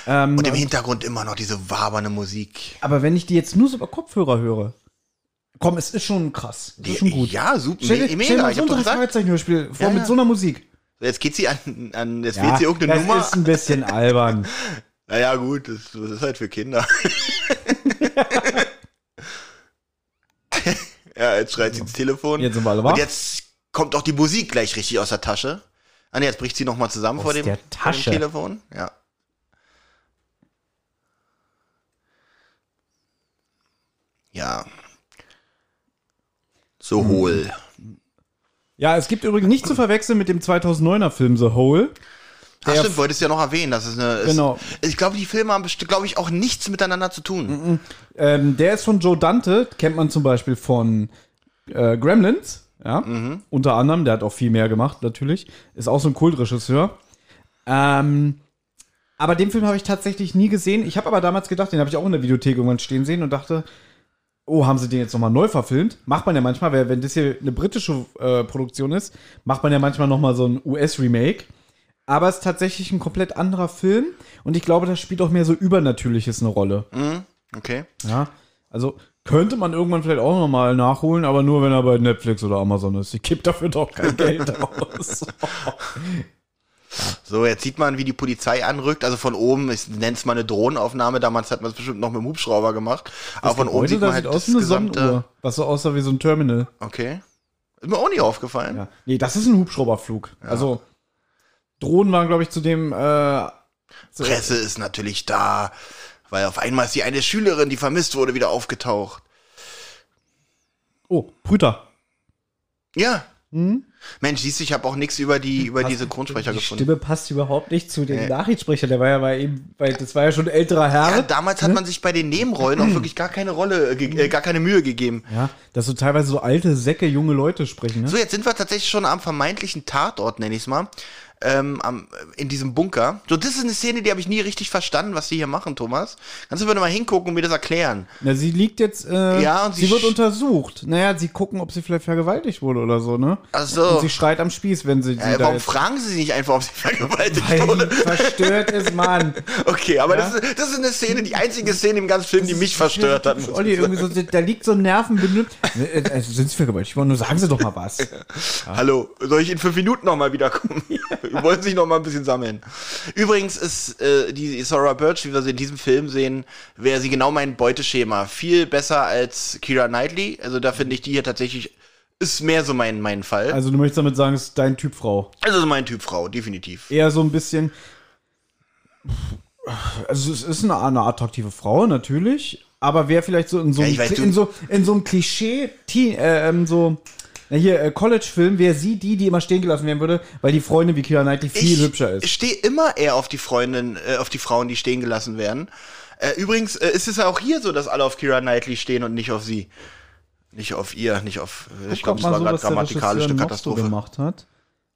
irgendwo. und im Hintergrund immer noch diese wabernde Musik.
Aber wenn ich die jetzt nur so über Kopfhörer höre, komm, es ist schon krass. Es ist schon gut.
Ja, super.
Stell, dir-
mega,
stell dir mal
ich
so
hab
ein
doch gesagt.
Freizeichenhörspiel vor
Ja,
mit
ja.
so einer Musik.
So, Jetzt geht sie an, an jetzt
Ja,
wählt sie irgendeine
das
Nummer.
ist ein bisschen albern.
Naja, gut, das, das ist halt für Kinder. ja, jetzt schreit sie ins Telefon.
Jetzt sind wir alle wach.
Und jetzt kommt auch die Musik gleich richtig aus der Tasche. Ah, nee, jetzt bricht sie nochmal zusammen
Aus
vor dem,
der Tasche.
vor dem Telefon. Ja. Ja. So
Hm.
hohl.
Ja, es gibt übrigens nicht zu verwechseln mit dem 2009er Film The Hole.
Ach,
Der-
stimmt, wolltest du ja noch erwähnen, dass es eine.
Genau.
Ist, ich glaube, die Filme haben, besti- glaube ich, auch nichts miteinander zu tun.
Ähm, der ist von Joe Dante, kennt man zum Beispiel von äh, Gremlins, ja, unter anderem. Der hat auch viel mehr gemacht, natürlich. Ist auch so ein Kultregisseur. Ähm, aber den Film habe ich tatsächlich nie gesehen. Ich habe aber damals gedacht, den habe ich auch in der Videothek irgendwann stehen sehen und dachte, oh, haben sie den jetzt nochmal neu verfilmt? Macht man ja manchmal, weil wenn das hier eine britische äh, Produktion ist, macht man ja manchmal nochmal so ein US-Remake. Aber es ist tatsächlich ein komplett anderer Film und ich glaube, da spielt auch mehr so Übernatürliches eine Rolle.
Okay.
Ja, also könnte man irgendwann vielleicht auch nochmal nachholen, aber nur wenn er bei Netflix oder Amazon ist. Ich gebe dafür doch kein Geld aus.
So, jetzt sieht man, wie die Polizei anrückt. Also von oben, ich nenne es mal eine Drohnenaufnahme. Damals hat man es bestimmt noch mit dem Hubschrauber gemacht. Aber von oben
Heute
sieht
da
man
sieht
halt
aus
das
wie eine
gesamte.
Sonnenuhr, was so aussah wie so ein Terminal.
Okay. Ist mir auch nie aufgefallen.
Ja. Nee, das ist ein Hubschrauberflug. Also Drohnen waren, glaube ich, zu dem äh, zu-
Presse ist natürlich da, weil auf einmal ist die eine Schülerin, die vermisst wurde, wieder aufgetaucht.
Oh, Brüter. Hm?
Ja. Mensch, siehst du, ich habe auch nichts über die über diese Grundsprecher
Die
gefunden.
Stimme passt überhaupt nicht zu dem Nachrichtensprecher. Der war ja bei eben, weil das war ja schon älterer Herr.
Ja, damals
Hm?
hat man sich bei den Nebenrollen auch wirklich gar keine Rolle, ge- äh, gar keine Mühe gegeben.
Ja, dass so teilweise so alte Säcke junge Leute sprechen. Ne?
So, jetzt sind wir tatsächlich schon am vermeintlichen Tatort, nenne ich es mal. ähm, am, in diesem Bunker. So, das ist eine Szene, die habe ich nie richtig verstanden, was sie hier machen, Thomas. Kannst du bitte mal hingucken und mir das erklären?
Na, sie liegt jetzt, äh,
Ja, und
sie,
sie
wird
sch-
untersucht. Naja, sie gucken, ob sie vielleicht vergewaltigt wurde oder so, ne?
Ach so.
Und sie schreit am Spieß, wenn sie, sie
Äh,
Hm, da
warum
jetzt...
fragen sie sich nicht einfach, ob sie vergewaltigt
Weil
wurde?
die verstört ist, Mann.
Okay, aber
Ja.
das, ist, das ist eine Szene, die einzige Szene im ganzen Film, die mich verstört hat.
Olli, irgendwie so, da liegt so ein Nervenbündel. Äh, äh, Sind sie vergewaltigt worden? Nur sagen sie doch mal was.
Hallo, soll ich in fünf Minuten nochmal wiederkommen? Wir wollen sich nochmal ein bisschen sammeln. Übrigens ist äh, die Sora Birch, wie wir sie in diesem Film sehen, wäre sie genau mein Beuteschema. Viel besser als Kira Knightley. Also da finde ich die hier tatsächlich, ist mehr so mein, mein Fall. Also,
Also du möchtest damit sagen, es ist dein Typ Frau.
so mein Typ Frau, definitiv.
Eher so ein bisschen... Also es ist eine, eine attraktive Frau, natürlich. Aber wer vielleicht so in so
Ja,
einem,
ich weiß, du-
in so, in so einem Klischee, Teen, äh, ähm, so... Na hier, äh, College-Film, wäre sie die, die immer stehen gelassen werden würde, weil die Freundin wie Kira Knightley viel hübscher ist.
Ich stehe immer eher auf die Freundin, äh, auf die Frauen, die stehen gelassen werden. Äh, übrigens äh, ist es ja auch hier so, dass alle auf Kira Knightley stehen und nicht auf sie. Nicht auf ihr, nicht auf. äh, Ich
Guck
glaube, es war
so,
gerade
was der
grammatikalisch eine
Regisseur noch So
Katastrophe.
gemacht hat.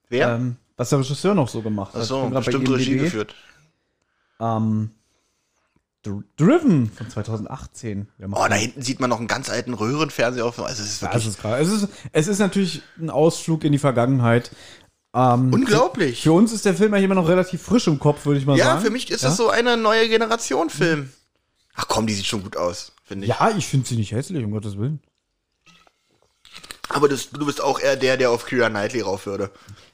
Wer?
Ähm, was der Regisseur noch so gemacht hat. Ich
Achso,
bin grad bei
bestimmt
IMDb.
Regie geführt.
Ähm, Dr- Driven von 2018. Wer macht
Oh,
das?
da hinten sieht man noch einen ganz alten Röhrenfernseher auf. Also es ist
Ja,
wirklich
es ist krass. Es ist, es ist natürlich ein Ausflug in die Vergangenheit. Ähm,
unglaublich.
Für uns ist der Film eigentlich immer noch relativ frisch im Kopf, würde ich mal sagen.
ja, für mich ist das so eine neue Generation Film. Ach komm, die sieht schon gut aus, finde ich.
Ja, ich finde sie nicht hässlich, um Gottes Willen.
Aber das, du bist auch eher der, der auf Kira Knightley rauf würde.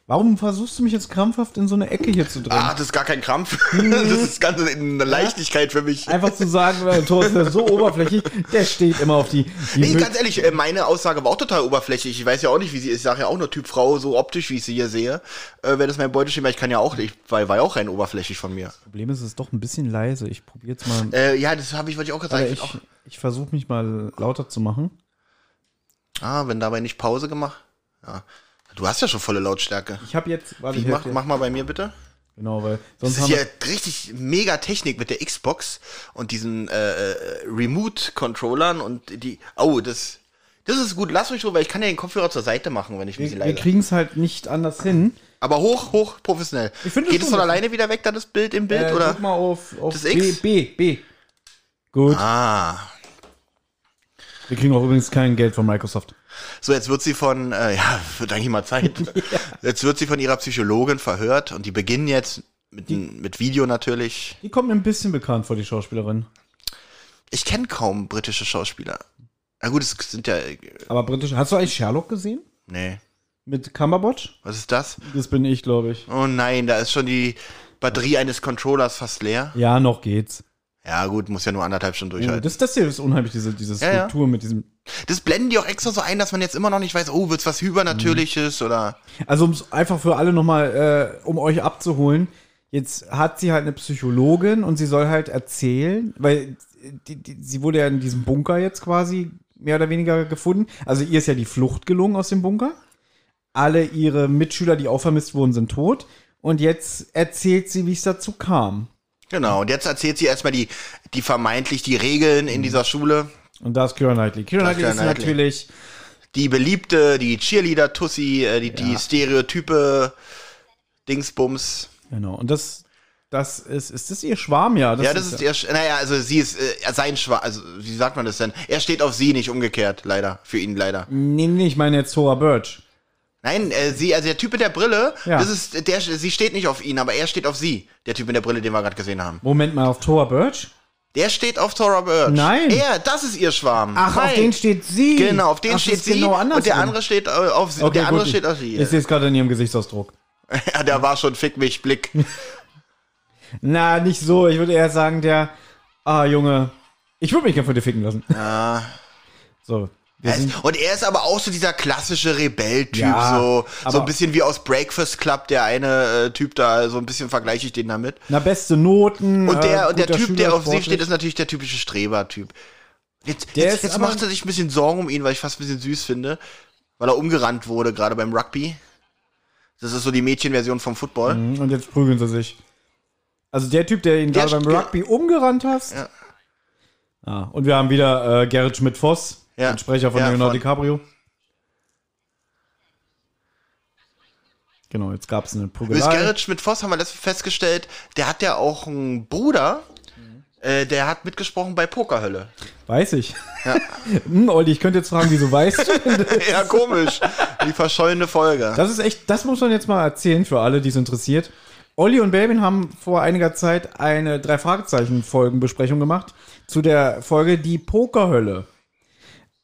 Warum versuchst du mich jetzt krampfhaft in so eine Ecke hier zu drängen?
Ah, das ist gar kein Krampf.
Mhm.
das ist ganz eine Leichtigkeit für mich.
Einfach zu sagen, äh, Thorsten ist so oberflächlich, der steht immer auf die. die
Nee,
Mü-
ganz ehrlich, äh, meine Aussage war auch total oberflächlich. Ich weiß ja auch nicht, wie sie ist. Ich sage ja auch nur Typ Frau, so optisch, wie ich sie hier sehe. Äh, Wäre das mein Beuteschema, ich kann ja auch nicht, weil war ja auch rein oberflächlich von mir.
Problem ist, es ist doch ein bisschen leise. Ich probiere jetzt mal.
Äh, ja, das habe ich, wollte ich auch gesagt.
Alter,
Ich
ich
find auch,
ich versuche mich mal lauter zu machen.
ah, wenn dabei nicht Pause gemacht. Ja. Du hast ja schon volle Lautstärke.
Ich habe jetzt. Warte,
Wie,
ich
mach,
helf dir.
mach mal bei mir bitte.
Genau, weil sonst
Das ist
haben
ja
wir.
richtig mega Technik mit der Xbox und diesen äh, äh, Remote-Controllern und die. Oh, das. Das ist gut, lass mich so, weil ich kann ja den Kopfhörer zur Seite machen, wenn ich ein bisschen
Wir
leise.
kriegen es halt nicht anders hin.
Aber hoch, hoch professionell.
Ich finde
Geht
das
es von
schon-
alleine wieder weg, dann das Bild im Bild?
Äh,
oder?
Guck mal auf, auf
Das
B,
X?
B, B. Gut.
Ah.
Wir kriegen auch übrigens kein Geld von Microsoft.
So, jetzt wird sie von, äh, ja, wird eigentlich mal Zeit. Jetzt wird sie von ihrer Psychologin verhört und die beginnen jetzt mit, mit Video natürlich.
Die kommt mir ein bisschen bekannt vor, die Schauspielerin.
Ich kenne kaum britische Schauspieler. Na gut, es sind ja. äh,
Aber britisch. Hast du eigentlich Sherlock gesehen?
Nee.
Mit Cumberbatch?
Was ist das?
Das bin ich, glaube ich.
Oh nein, da ist schon die Batterie eines Controllers fast leer.
Ja, noch geht's.
Ja, gut, muss ja nur anderthalb Stunden
Oh,
durchhalten.
das, das hier ist unheimlich, diese, diese
Ja, ja.
Struktur mit diesem.
Das blenden die auch extra so ein, dass man jetzt immer noch nicht weiß, oh, wird's was Übernatürliches oder.
Also um es einfach für alle nochmal, äh, um euch abzuholen, jetzt hat sie halt eine Psychologin und sie soll halt erzählen, weil die, die, sie wurde ja in diesem Bunker jetzt quasi mehr oder weniger gefunden. Also ihr ist ja die Flucht gelungen aus dem Bunker. Alle ihre Mitschüler, die auch vermisst wurden, sind tot. Und jetzt erzählt sie, wie es dazu kam.
Genau, und jetzt erzählt sie erstmal die, die vermeintlich die Regeln in dieser Schule.
Und da ist Kira Knightley. Kira
Da ist
Knightley ist
Keira Knightley.
natürlich
Die beliebte, die Cheerleader-Tussi, äh, die, die Stereotype Dingsbums.
Genau, und das, das ist, ist das ihr Schwarm, ja?
ja, das ist ihr, Sch- naja, also sie ist äh, er- sein Schwarm, also wie sagt man das denn? Er steht auf sie, nicht umgekehrt, leider, für ihn leider.
Nee, nee, ich meine jetzt Thora Birch.
Nein, äh, sie, also der Typ mit der Brille,
Ja.
das ist, äh, der, sie steht nicht auf ihn, aber er steht auf sie, der Typ mit der Brille, den wir gerade gesehen haben.
Moment mal, auf Thora Birch?
Der steht auf Thora Birch.
Nein.
Er, das ist ihr Schwarm.
Ach,
Nein.
auf den steht sie.
Genau, auf den
Ach,
steht
das ist
sie
Genau
und der
andersrum.
andere steht äh, auf sie,
Okay,
der andere
gut,
steht auf
Ich
sie.
sehe es gerade in ihrem Gesichtsausdruck.
Ja, der war schon fick mich Blick.
Na, nicht so. Ich würde eher sagen, der. Ah, Junge. Ich würde mich gerne von dir ficken lassen.
Ah.
So. Wir
Er
sind,
ist- Und er ist aber auch so dieser klassische Rebell-Typ,
Ja,
so, so
aber-
ein bisschen wie aus Breakfast Club, der eine äh, Typ da, so ein bisschen vergleiche ich den damit.
na, beste Noten.
Und der,
äh,
und der
guter
Typ,
Schüler,
der auf sie
sportlich.
steht, ist natürlich der typische Streber-Typ. Jetzt,
Der
jetzt,
ist
jetzt
aber-
macht er sich ein bisschen Sorgen um ihn, weil ich fast ein bisschen süß finde, weil er umgerannt wurde, gerade beim Rugby. Das ist so die Mädchenversion vom Football.
Hm, Und jetzt prügeln sie sich. Also der Typ, der ihn
Der
gerade beim
st-
Rugby umgerannt hast.
Ja.
Ah, und wir haben wieder äh, Gerrit Schmidt-Voss,
Ja.
den Sprecher von
Ja,
Leonardo
von-
DiCaprio. Genau, jetzt gab es eine
Miss
Prügelei.
Gerrit Schmidt-Voss haben wir letztens festgestellt, der hat ja auch einen Bruder, äh, der hat mitgesprochen bei Pokerhölle.
Weiß ich. hm, Olli, ich könnte jetzt fragen, wieso weißt du?
ja, komisch. Die verschollene Folge.
Das ist echt, das muss man jetzt mal erzählen für alle, die es interessiert. Olli und Belbin haben vor einiger Zeit eine drei Fragezeichen Folgenbesprechung gemacht zu der Folge die Pokerhölle.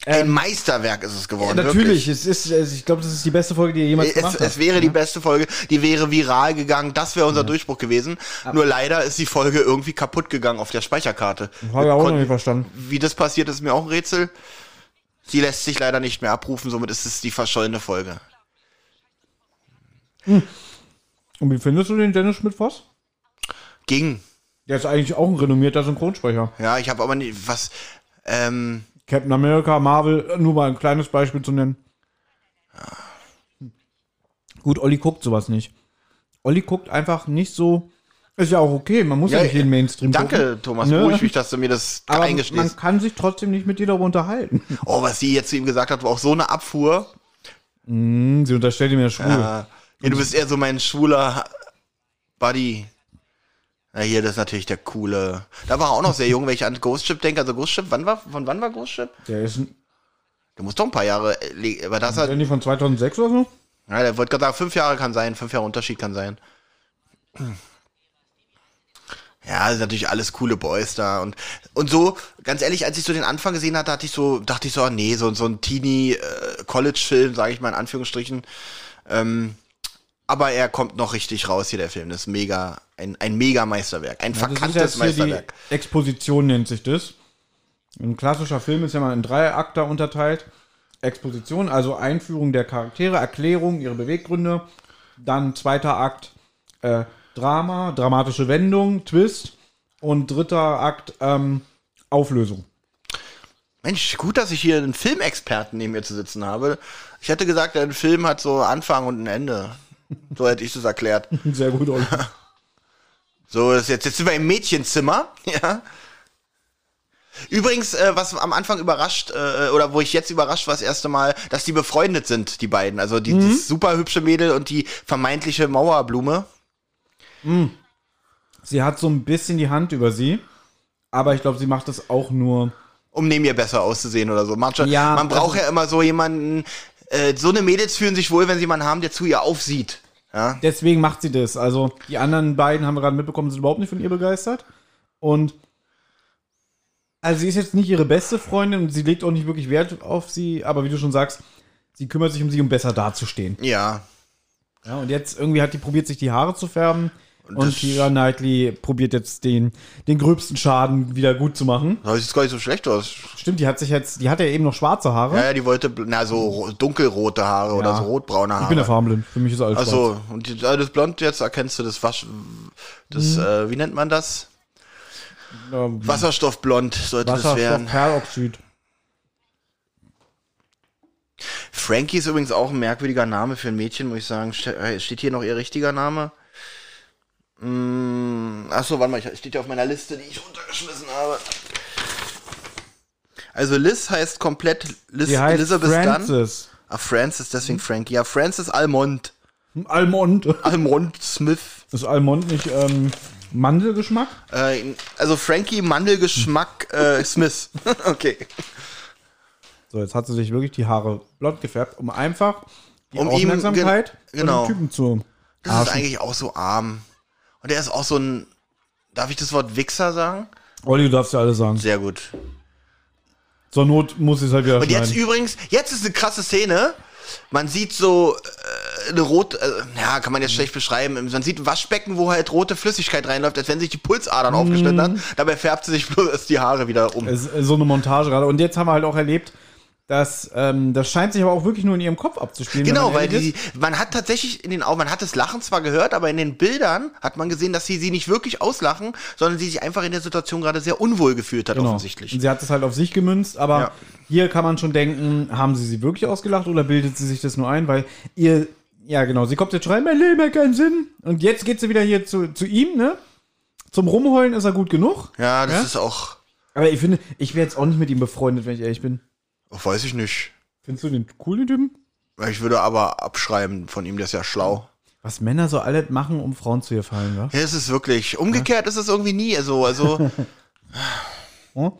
Ein Meisterwerk ist es geworden.
Ähm, Natürlich, es ist es- ich glaube, das ist die beste Folge, die ihr jemals
Wirklich.
gemacht
Es,
habt.
es wäre die beste Folge, die wäre viral gegangen, das wäre unser Durchbruch gewesen. Nur leider ist die Folge irgendwie kaputt gegangen auf der Speicherkarte.
Habe ich auch noch
Konnten-
nicht verstanden.
Wie das passiert, ist mir auch ein Rätsel. Sie lässt sich leider nicht mehr abrufen, somit ist es die verschollene Folge.
Und wie findest du den Dennis Schmidt-Voss?
Ging.
Der ist eigentlich auch ein renommierter Synchronsprecher.
Ja, ich habe aber nicht, was, ähm,
Captain America, Marvel, nur mal ein kleines Beispiel zu nennen. Hm. Gut, Olli guckt sowas nicht. Olli guckt einfach nicht so. Ist ja auch okay, man muss ja,
Ja,
nicht jeden Mainstream
Danke,
gucken.
Thomas.
Ne?
Beruhig mich, dass du mir das
Aber man
eingestehst.
kann sich trotzdem nicht mit dir darüber unterhalten.
Oh, was sie jetzt zu ihm gesagt hat, war auch so eine Abfuhr.
Hm, Sie unterstellt ihm ja schwul.
Äh, ja, du bist eher so mein schwuler Buddy. Na, hier, das ist natürlich der coole. Da war er auch noch sehr jung, wenn ich an Ghost Ship denke. Also Ghost Ship, wann war, von wann war Ghost Ship?
Der ist ein-
Du musst doch ein paar Jahre, äh, le- aber das hat,
wenn die von 2006 oder so.
ja, der wollte gerade sagen, fünf Jahre kann sein, fünf Jahre Unterschied kann sein. Ja, das sind natürlich alles coole Boys da und und so, ganz ehrlich, als ich so den Anfang gesehen hatte, hatte ich so, dachte ich so, ah, nee, so, so ein Teenie äh, College Film, sage ich mal in Anführungsstrichen. Ähm, aber er kommt noch richtig raus hier der Film, das ist mega ein ein mega Meisterwerk, ein verkanntes
Also jetzt hier
Meisterwerk.
die Exposition nennt sich das. Ein klassischer Film ist ja mal in drei Akter unterteilt. Exposition, also Einführung der Charaktere, Erklärung, ihre Beweggründe. Dann zweiter Akt äh, Drama, dramatische Wendung, Twist. Und dritter Akt ähm, Auflösung.
Mensch, gut, dass ich hier einen Filmexperten neben mir zu sitzen habe. Ich hätte gesagt, ein Film hat so einen Anfang und ein Ende. So hätte ich das erklärt.
Sehr gut, Olli.
So, das ist jetzt, jetzt sind wir im Mädchenzimmer. Ja. Übrigens, äh, was am Anfang überrascht, äh, oder wo ich jetzt überrascht war, das erste Mal, dass die befreundet sind, die beiden. Also die,
Mhm.
dieses super hübsche Mädel und die vermeintliche Mauerblume.
Sie hat so ein bisschen die Hand über sie. Aber ich glaube, sie macht das auch nur.
um neben ihr besser auszusehen oder so. Manche,
Ja,
man braucht
also-
ja immer so jemanden, äh, so eine Mädels fühlen sich wohl, wenn sie jemanden haben, der zu ihr aufsieht. Ja.
Deswegen macht sie das. Also die anderen beiden haben wir gerade mitbekommen, sind überhaupt nicht von ihr begeistert. Und also sie ist jetzt nicht ihre beste Freundin und sie legt auch nicht wirklich Wert auf sie, aber wie du schon sagst, sie kümmert sich um sie, um besser dazustehen.
Ja.
Ja, und jetzt irgendwie hat die probiert, sich die Haare zu färben. Und, Kira Knightley probiert jetzt den, den gröbsten Schaden wieder gut zu machen.
Aber sieht gar nicht so schlecht aus.
Stimmt, die hat sich jetzt, die hat ja eben noch schwarze Haare.
Ja, ja, die wollte, bl- na, so ro- dunkelrote Haare oder so rotbraune Haare.
ich bin erfahrenblind, für mich ist alles schwarz.
Achso, und die, ah, das Blond jetzt erkennst du das Wasch. Das, äh, wie nennt man das?
Ähm,
Wasserstoffblond sollte das werden.
Wasserstoffperoxid.
Frankie ist übrigens auch ein merkwürdiger Name für ein Mädchen, muss ich sagen. Ste- äh, Steht hier noch ihr richtiger Name? Mm, achso, warte mal, ich- steht ja auf meiner Liste, die ich runtergeschmissen habe. Also Liz heißt komplett Liz
Die heißt
Elizabeth Dunn.
Francis.
Ah, Francis, deswegen Frankie. Ja, Francis Almond.
Almond.
Almond Smith.
Ist Almond nicht ähm, Mandelgeschmack?
Äh, also Frankie Mandelgeschmack äh, Smith. okay.
So, jetzt hat sie sich wirklich die Haare blond gefärbt, um einfach die
Um ihm
Aufmerksamkeit
gen- genau.
von den Typen zu.
Das ist eigentlich auch so arm. Und er ist auch so ein. Darf ich das Wort Wichser sagen?
Olli, du darfst ja alles sagen.
Sehr gut.
Zur Not muss ich es halt wieder
Und jetzt
schneiden.
übrigens, jetzt ist eine krasse Szene. Man sieht so äh, eine rote, äh, ja, kann man
Mhm.
jetzt schlecht beschreiben. Man sieht ein Waschbecken, wo halt rote Flüssigkeit reinläuft, als wenn sich die Pulsadern aufgeschnitten hat. Dabei färbt sie sich bloß erst die Haare wieder um.
Mhm. Es ist so eine Montage gerade. Und jetzt haben wir halt auch erlebt, dass ähm, das scheint sich aber auch wirklich nur in ihrem Kopf abzuspielen. wenn
Genau,
man
weil
ehrlich
die,
ist.
man hat tatsächlich in den Augen, man hat das Lachen zwar gehört, aber in den Bildern hat man gesehen, dass sie sie nicht wirklich auslachen, sondern sie sich einfach in der Situation gerade sehr unwohl gefühlt hat,
Genau.
offensichtlich.
Und sie hat es halt auf sich gemünzt, aber
Ja.
hier kann man schon denken, haben sie sie wirklich ausgelacht oder bildet sie sich das nur ein, weil ihr, ja genau, sie kommt jetzt schreien, mein Leben hat keinen Sinn. Und jetzt geht sie wieder hier zu, zu ihm, ne? Zum Rumheulen ist er gut genug.
Ja, das
Ja?
ist auch,
Aber ich finde, ich wäre jetzt auch nicht mit ihm befreundet, wenn ich ehrlich bin.
oh, weiß ich nicht.
Findest du den coolen Typen?
Ich würde aber abschreiben von ihm, der ist ja schlau.
Was Männer so alles machen, um Frauen zu gefallen, wa?
Ja, es ist wirklich. Umgekehrt ist es irgendwie nie so. Also,
Hm?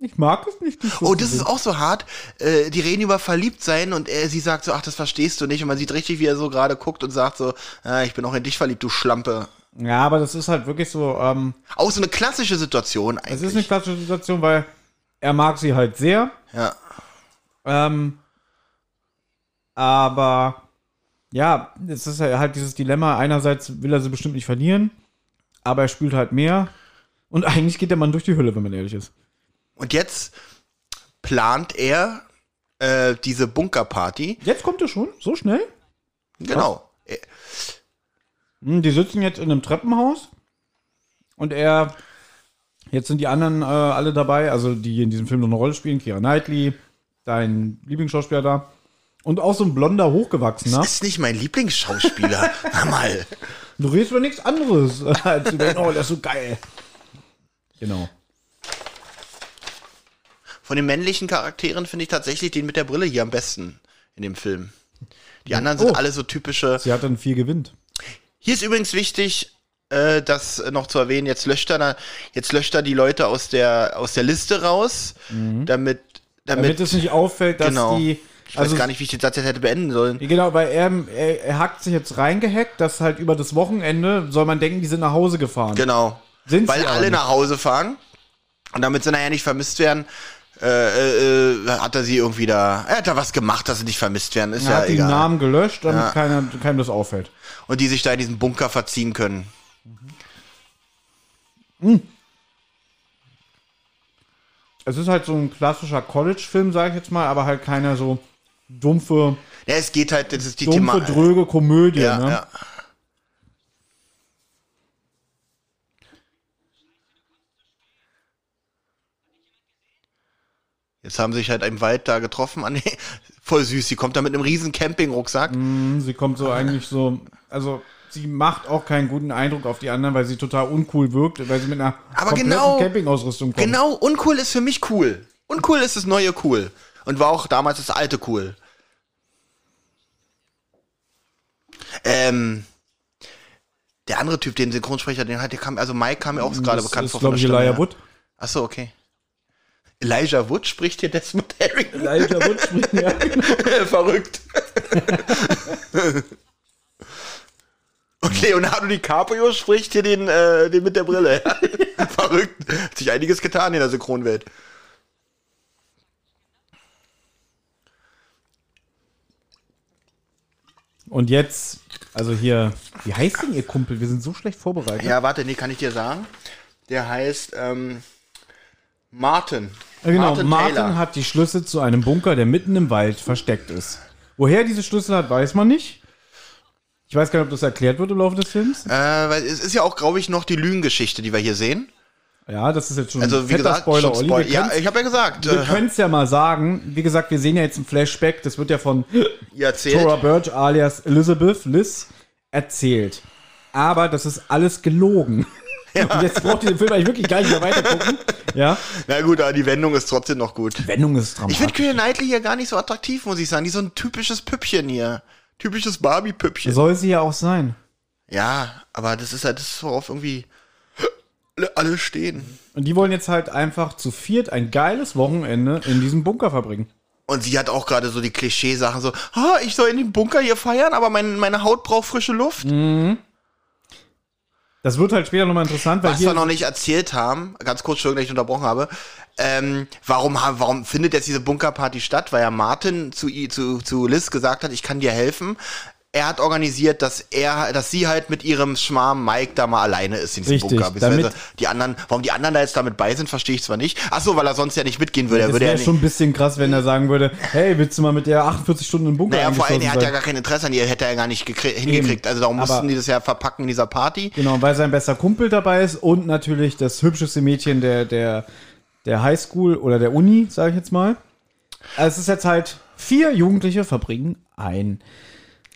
Ich mag es nicht. dich so
oh,
zu
das
sehen.
ist auch so hart. Äh, die reden über verliebt sein und er, sie sagt so, ach, das verstehst du nicht. Und man sieht richtig, wie er so gerade guckt und sagt so, ah, ich bin auch in dich verliebt, du Schlampe.
Ja, aber das ist halt wirklich so, ähm,
Auch so eine klassische Situation
es
eigentlich.
ist eine klassische Situation, weil er mag sie halt sehr,
ja.
ähm, aber ja, es ist halt halt dieses Dilemma, einerseits will er sie bestimmt nicht verlieren, aber er spült halt mehr und eigentlich geht der Mann durch die Hülle, wenn man ehrlich ist.
Und jetzt plant er äh, diese Bunkerparty.
Jetzt kommt er schon, so schnell?
Genau. Äh,
Hm, Die sitzen jetzt in einem Treppenhaus und er. Jetzt sind die anderen äh, alle dabei, also die in diesem Film noch eine Rolle spielen. Kira Knightley, dein Lieblingsschauspieler da. Und auch so ein blonder Hochgewachsener.
Ist nicht mein Lieblingsschauspieler. Hör mal.
Du redest über nichts anderes, als über, ihn, oh, der ist so geil. Genau.
Von den männlichen Charakteren finde ich tatsächlich den mit der Brille hier am besten in dem Film. Die anderen sind
Oh.
alle so typische.
Sie hat dann viel gewinnt.
Hier ist übrigens wichtig, äh, das noch zu erwähnen. Jetzt löscht er, na- jetzt löscht er die Leute aus der, aus der Liste raus, damit, damit,
Mhm. Damit es nicht auffällt, dass
Genau.
die.
ich weiß
Also,
gar nicht, wie ich den Satz jetzt hätte beenden sollen.
Genau, weil er, er, er hackt sich jetzt reingehackt, dass halt über das Wochenende soll man denken, die sind nach Hause gefahren.
Genau.
Sind sie
Weil
aber
alle
nicht.
nach Hause fahren und damit sie nachher nicht vermisst werden, äh, äh, äh, hat er sie irgendwie da, er hat da was gemacht, dass sie nicht vermisst werden, ist
Er
ja
hat die
egal.
Namen gelöscht, damit keiner, keinem das auffällt.
Und die sich da in diesen Bunker verziehen können.
Es ist halt so ein klassischer College-Film, sage ich jetzt mal, aber halt keiner so dumpfe,
Ja, es geht halt, das ist die
dumpfe
Thematik.
dröge Komödie.
Ja,
ne?
ja. Jetzt haben sich halt im Wald da getroffen. Ah, nee, Voll süß. Sie kommt da mit einem riesen Campingrucksack.
Sie kommt so eigentlich so, also sie macht auch keinen guten Eindruck auf die anderen, weil sie total uncool wirkt, weil sie mit einer
Aber
kompletten
genau-
Campingausrüstung kommt.
Genau, uncool ist für mich cool. Uncool ist das neue cool. Und war auch damals das alte cool. Ähm, der andere Typ, den Synchronsprecher, den hat, der kam, also Mike kam mir auch gerade bekannt
das ist,
von
glaube ich,
der Stimme
Elijah
her.
Wood.
Achso, okay. Elijah Wood spricht hier Desmond Harrington.
Elijah Wood spricht, ja.
Verrückt. Und Leonardo DiCaprio spricht hier den, äh, den mit der Brille. Verrückt. Hat sich einiges getan in der Synchronwelt.
Und jetzt, also hier, wie heißt denn ihr Kumpel? Wir sind so schlecht vorbereitet.
Ja, warte, nee, kann ich dir sagen. Der heißt ähm, Martin.
Genau, Martin,
Taylor.
hat die Schlüssel zu einem Bunker, der mitten im Wald versteckt ist. Woher diese Schlüssel hat, weiß man nicht. Ich weiß gar nicht, ob das erklärt wird im Laufe des Films.
Äh, weil es ist ja auch, glaube ich, noch die Lügengeschichte, die wir hier sehen.
Ja, das ist jetzt schon
Also, wie gesagt,
Spoiler,
schon
Olli.
Spoil-
Wir
ja,
können's-
ich habe ja gesagt,
Wir
äh,
können es ja mal sagen. Wie gesagt, wir sehen ja jetzt ein Flashback. Das wird ja von
ihr erzählt.
Tora Birch alias Elizabeth Liz erzählt. Aber das ist alles gelogen. Und jetzt braucht ihr den Film eigentlich wirklich gar nicht mehr weitergucken. Ja.
Na gut, aber die Wendung ist trotzdem noch gut.
Wendung ist
Ich finde Keira Knightley hier gar nicht so attraktiv, muss ich sagen. Die ist so ein typisches Püppchen hier. Typisches Barbie-Püppchen.
Soll sie ja auch sein.
Ja, aber das ist halt das, worauf irgendwie alle stehen.
Und die wollen jetzt halt einfach zu viert ein geiles Wochenende in diesem Bunker verbringen.
Und sie hat auch gerade so die Klischeesachen so, ah, ich soll in den Bunker hier feiern, aber mein, meine Haut braucht frische Luft.
Das wird halt später nochmal interessant, weil
Was wir
hier
noch nicht erzählt haben, ganz kurz, Entschuldigung, dass ich unterbrochen habe, ähm, warum, ha- warum findet jetzt diese Bunkerparty statt? Weil ja Martin zu, i- zu, zu Liz gesagt hat, ich kann dir helfen. Er hat organisiert, dass er, dass sie halt mit ihrem Schmarm Mike da mal alleine ist in diesem
Richtig,
Bunker. Beziehungsweise
damit-
die anderen, warum die anderen da jetzt damit bei sind, verstehe ich zwar nicht. Ach so, weil er sonst ja nicht mitgehen würde. Er
das
würde ja
wäre
nicht.
schon ein bisschen krass, wenn er sagen würde, hey, willst du mal mit der 48 Stunden im Bunker
Naja, vor allem,
eingeschlossen
er hat ja
sein?
gar kein Interesse an ihr, hätte er ja gar nicht gekrie- hingekriegt. Also darum
Aber-
mussten die das ja verpacken in dieser Party.
Genau, weil sein bester Kumpel dabei ist und natürlich das hübscheste Mädchen der, der, der Highschool oder der Uni, sage ich jetzt mal. Also es ist jetzt halt, vier Jugendliche verbringen ein.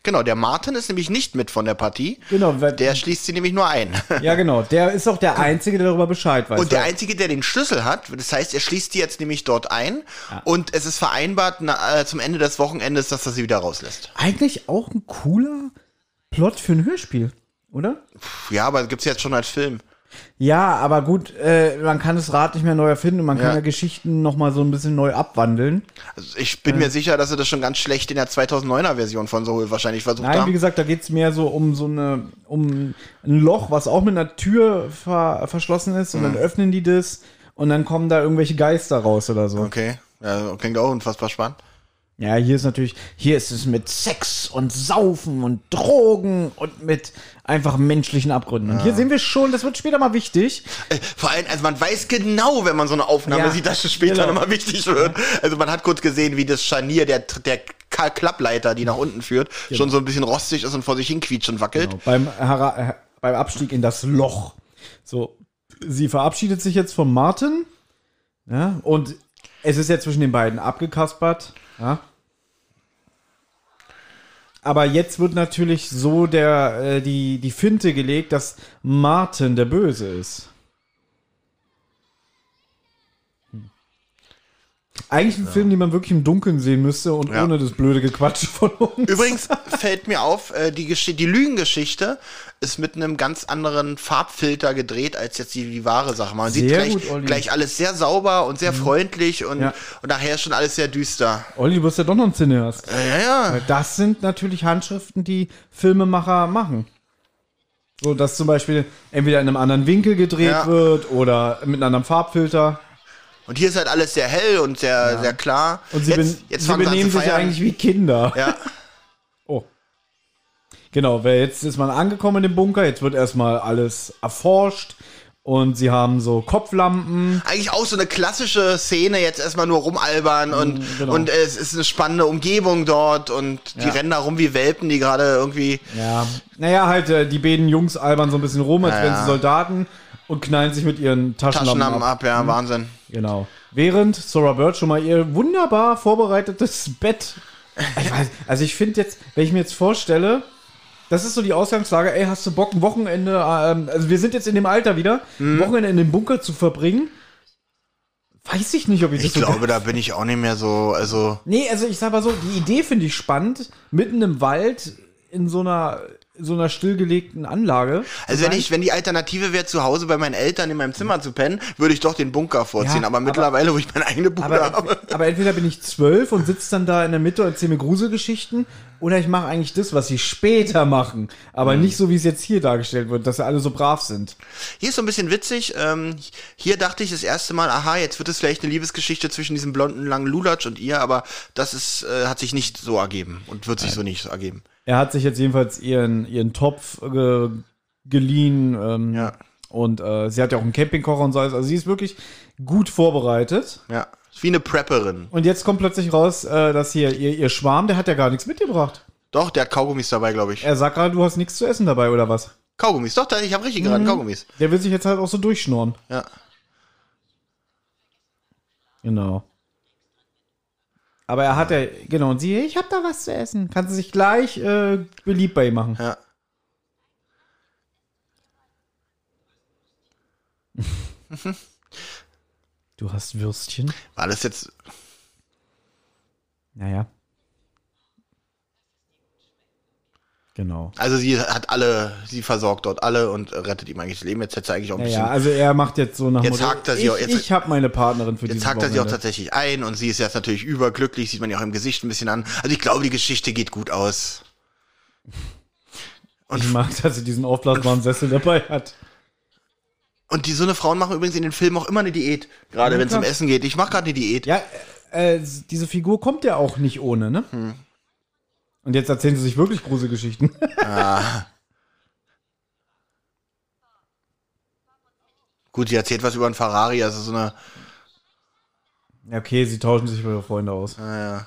Genau, der Martin ist nämlich nicht mit von der Partie.
Genau, weil,
Der schließt sie nämlich nur ein.
ja genau, der ist auch der Einzige, der darüber Bescheid weiß.
Und der
Weil-
Einzige, der den Schlüssel hat, das heißt, er schließt die jetzt nämlich dort ein und es ist vereinbart na, äh, zum Ende des Wochenendes, dass er sie wieder rauslässt.
eigentlich auch ein cooler Plot für ein Hörspiel, oder?
Ja, aber gibt's jetzt schon als Film.
Ja, aber gut, äh, man kann das Rad nicht mehr neu erfinden und man kann
Ja.
ja Geschichten nochmal so ein bisschen neu abwandeln.
Also ich bin mir sicher, dass sie das schon ganz schlecht in der 2009er Version von Soul wahrscheinlich versucht
Nein, wie
haben.
gesagt, da geht's mehr so um so eine, um ein Loch, was auch mit einer Tür ver verschlossen ist und dann öffnen die das und dann kommen da irgendwelche Geister raus oder so.
Okay, ja, klingt auch unfassbar spannend.
Ja, hier ist natürlich, hier ist es mit Sex und Saufen und Drogen und mit einfach menschlichen Abgründen. Und hier sehen wir schon, das wird später mal wichtig.
Äh, Vor allem, also man weiß genau, wenn man so eine Aufnahme
Ja,
sieht, dass es später
genau.
nochmal wichtig wird. Also man hat kurz gesehen, wie das Scharnier der, der Ka- Klappleiter, die nach unten führt,
Genau.
schon so ein bisschen rostig ist und vor sich hinquietscht und wackelt.
Beim, Hara- äh, beim Abstieg in das Loch. So, sie verabschiedet sich jetzt von Martin. Ja, und es ist ja zwischen den beiden abgekaspert. Ja. Aber jetzt wird natürlich so der, äh, die, die Finte gelegt, dass Martin der Böse ist. Hm. Eigentlich ein Film, den man wirklich im Dunkeln sehen müsste und
Ja.
ohne das blöde Gequatsche von uns.
Übrigens fällt mir auf, äh, die, Gesch- die Lügengeschichte ist mit einem ganz anderen Farbfilter gedreht als jetzt die, die wahre Sache. Man sieht
Sehr
gleich,
gut, Olli. Mhm.
gleich alles sehr sauber und sehr freundlich und,
Ja.
und nachher schon alles sehr düster.
Olli, du bist ja doch noch ein Cineast.
Äh, Ja, ja.
Das sind natürlich Handschriften, die Filmemacher machen. So, dass zum Beispiel entweder in einem anderen Winkel gedreht
Ja.
wird oder mit einem anderen Farbfilter.
Und hier ist halt alles sehr hell und sehr, sehr klar.
Und sie, ben
jetzt
sie
fangen an
benehmen
zu
sich
feiern.
eigentlich wie Kinder.
Ja.
Oh. Genau, weil jetzt ist man angekommen im Bunker, jetzt wird erstmal alles erforscht und sie haben so Kopflampen.
eigentlich auch so eine klassische Szene, jetzt erstmal nur rumalbern und,
genau.
und es ist eine spannende Umgebung dort und die
Ja.
rennen da rum wie Welpen, die gerade irgendwie.
Ja. Naja, halt, äh, die beiden Jungs albern so ein bisschen rum, als
Ja,
wären
ja.
sie Soldaten und knallen sich mit ihren Taschenlampen,
Taschenlampen
ab. Mhm.
ab, ja, Wahnsinn.
Genau. Während Sora Bird schon mal ihr wunderbar vorbereitetes Bett. Ich weiß, also ich finde jetzt, wenn ich mir jetzt vorstelle, das ist so die Ausgangslage, ey, hast du Bock, ein Wochenende, ähm, also wir sind jetzt in dem Alter wieder,
Mhm.
ein Wochenende in dem Bunker zu verbringen? Weiß ich nicht, ob ich,
Ich
das so
glaube, da bin ich auch nicht mehr so, also.
Nee, also ich sag mal so, die Idee finde ich spannend, mitten im Wald in so einer in so einer stillgelegten Anlage.
Also wenn ich, wenn die Alternative wäre, zu Hause bei meinen Eltern in meinem Zimmer zu pennen, würde ich doch den Bunker vorziehen.
Ja,
aber
aber-
mittlerweile, wo ich meine eigene Bude
Aber,
habe.
aber entweder bin ich zwölf und sitze dann da in der Mitte und erzähle mir Gruselgeschichten oder ich mache eigentlich das, was sie später machen. Aber nicht so, wie es jetzt hier dargestellt wird, dass sie alle so brav sind.
Hier ist so ein bisschen witzig. Ähm, hier dachte ich das erste Mal, aha, jetzt wird es vielleicht eine Liebesgeschichte zwischen diesem blonden langen Lulatsch und ihr, aber das ist, äh, hat sich nicht so ergeben und wird sich so nicht so ergeben.
Er hat sich jetzt jedenfalls ihren, ihren Topf äh, geliehen ähm,
Ja.
und äh, sie hat ja auch einen Campingkocher und so. alles. Also sie ist wirklich gut vorbereitet.
Ja. Ist wie eine Prepperin.
Und jetzt kommt plötzlich raus, äh, dass hier ihr, ihr Schwarm, der hat ja gar nichts mitgebracht.
Doch, der hat Kaugummis dabei, glaube ich.
Er sagt gerade, du hast nichts zu essen dabei oder was?
Kaugummis, doch, da- ich habe richtig
Mhm.
geraten, Kaugummis.
Der will sich jetzt halt auch so durchschnorren.
Ja.
Genau. Aber er hat ja, genau, und sie, ich hab da was zu essen. Kannst du sich gleich äh, beliebt bei ihm machen.
ja.
Du hast Würstchen?
War das jetzt.
Naja. Genau.
Also sie hat alle, sie versorgt dort alle und rettet ihm eigentlich das Leben. Jetzt hätte sie eigentlich auch ein
Naja, also
bisschen.
er macht jetzt so nach
Jetzt hakt er sie
ich,
auch- jetzt-
ich hab meine Partnerin für
Jetzt
dieses
hakt er sie auch
Wochenende.
tatsächlich ein und sie ist jetzt natürlich überglücklich, sieht man ja auch im Gesicht ein bisschen an. Also ich glaube, die Geschichte geht gut aus.
Ich mag, dass sie diesen aufblasbaren Sessel dabei hat.
Und die so eine Frauen machen übrigens in den Filmen auch immer eine Diät. Gerade
Ja,
wenn es um
klar.
Essen geht. Ich mache gerade eine Diät.
Ja, äh, äh, diese Figur kommt ja auch nicht ohne, ne?
Hm.
Und jetzt erzählen sie sich wirklich Gruselgeschichten.
Gut, sie erzählt was über einen Ferrari, also so eine.
Ja, okay, sie tauschen sich über ihre Freunde aus.
Naja.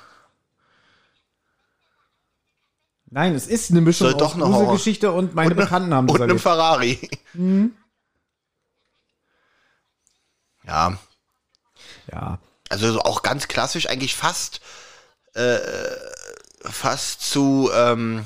Nein, es ist eine Mischung
Soll doch
aus
eine Horror-
Gruselgeschichte und meine
ne-
Bekannten haben Mhm.
Und einem
gesagt.
Ferrari. Ja,
Ja.
also so auch ganz klassisch eigentlich fast äh, fast zu ähm,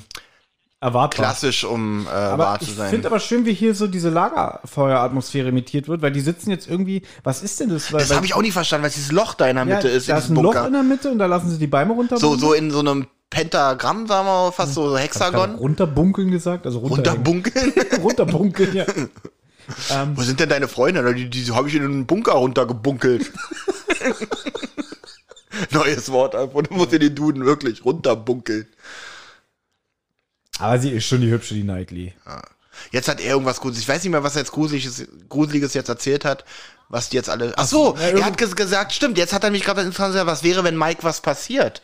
Erwartbar.
klassisch, um äh,
aber
wahr
ich
zu sein.
finde aber schön, wie hier so diese Lagerfeueratmosphäre imitiert wird, weil die sitzen jetzt irgendwie. Was ist denn das? Weil,
das habe ich auch nicht verstanden, weil dieses Loch da in der Mitte ist,
Da
in
ist ein
diesem
Loch
Bunker.
in der Mitte und da lassen sie die Beine runter.
So, so in so einem Pentagramm, sagen wir mal, fast so Hexagon.
Runterbunkeln gesagt? Also runter
Runterbunkeln.
runterbunkeln, ja.
Wo sind denn deine Freunde? Na, Die, die habe ich in einen Bunker runtergebunkelt. Neues Wort, einfach. Du musst dir den Duden wirklich runterbunkeln.
Aber sie ist schon die hübsche, die Knightley.
Jetzt hat er irgendwas Gruseliges. Ich weiß nicht mehr, was er jetzt Gruseliges, Gruseliges jetzt erzählt hat, was die jetzt alle. Ach so,
Ja,
er hat ges gesagt, stimmt, jetzt hat er mich gerade interessant gesagt, was wäre, wenn Mike was passiert?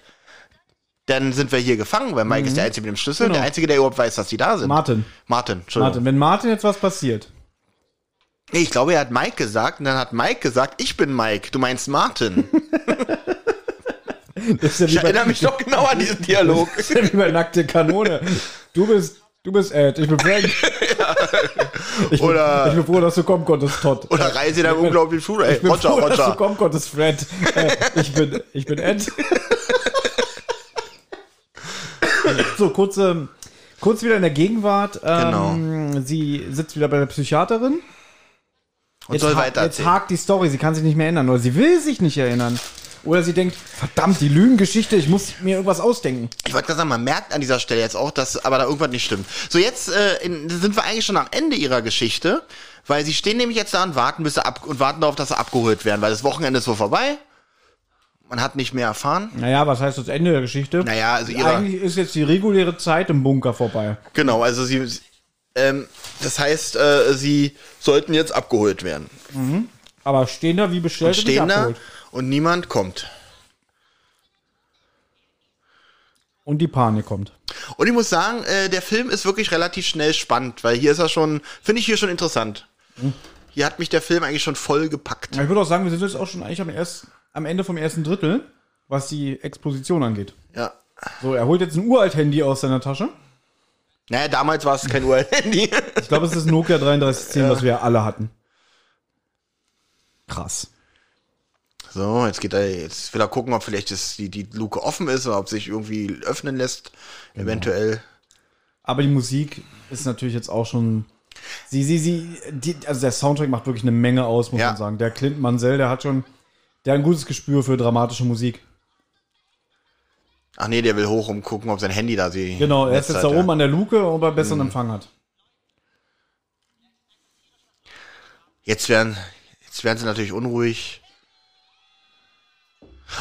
Dann sind wir hier gefangen, weil Mike ist der Einzige mit dem Schlüssel und
Genau.
der Einzige, der überhaupt weiß, dass die da sind.
Martin.
Martin, Entschuldigung.
Martin, wenn Martin jetzt was passiert.
Nee, Ich glaube, er hat Mike gesagt und dann hat Mike gesagt, ich bin Mike, du meinst Martin.
Ist ja wie
Ich
bei,
erinnere mich doch genau an diesen Dialog.
ist ja wie bei nackte Kanone. Du bist, du bist Ed, ich bin Frank. ich, bin,
Oder-
ich bin froh, dass du kommen konntest, Todd.
Oder reise in einem unglaublichen Schuh. Ey,
ich bin
Roger,
froh, dass du
Roger.
kommen konntest, Fred. Äh, ich, bin, ich bin Ed. so, kurz, ähm, kurz wieder in der Gegenwart. Ähm, genau. Sie sitzt wieder bei der Psychiaterin.
Und soll
ha-
weiter
jetzt
erzählen.
hakt die Story, sie kann sich nicht mehr erinnern oder sie will sich nicht erinnern. Oder sie denkt, verdammt, die Lügengeschichte, ich muss mir irgendwas ausdenken.
Ich wollte gerade sagen, man merkt an dieser Stelle jetzt auch, dass aber da irgendwas nicht stimmt. So, jetzt äh, in, sind wir eigentlich schon am Ende ihrer Geschichte, weil sie stehen nämlich jetzt da und warten, bis sie ab und warten darauf, dass sie abgeholt werden, weil das Wochenende ist wohl vorbei. Man hat nicht mehr erfahren.
Naja, was heißt das Ende der Geschichte?
Naja, also ihre-
Eigentlich ist jetzt die reguläre Zeit im Bunker vorbei.
Genau, also sie. sie- Ähm, das heißt, äh, sie sollten jetzt abgeholt werden.
Aber stehen da wie bestellt und
Stehen
nicht
da
abgeholt.
und niemand kommt.
Und die Panik kommt.
Und ich muss sagen, äh, der Film ist wirklich relativ schnell spannend, weil hier ist er schon, finde ich hier schon interessant.
Hm.
Hier hat mich der Film eigentlich schon voll gepackt.
Ja, Ich würde auch sagen, wir sind jetzt auch schon eigentlich am, erst, am Ende vom ersten Drittel, was die Exposition angeht.
Ja.
So, er holt jetzt ein uralt Handy aus seiner Tasche.
Naja, damals war es kein URL-Handy.
Ich glaube, es ist ein Nokia 3310, was wir ja alle hatten. Krass.
So, jetzt geht er, jetzt will er gucken, ob vielleicht das, die, die Luke offen ist oder ob sich irgendwie öffnen lässt. Genau. Eventuell.
Aber die Musik ist natürlich jetzt auch schon. Sie, sie, sie, die, also der Soundtrack macht wirklich eine Menge aus, muss
Ja.
man sagen. Der Clint Mansell, der hat schon, der hat ein gutes Gespür für dramatische Musik.
Ach nee, der will hoch, um gucken, ob sein Handy da sie.
Genau, er ist
Netz
jetzt
hat,
da
ja. Mhm.
oben an der Luke, ob er besseren Empfang hat.
Jetzt werden, jetzt werden sie natürlich unruhig.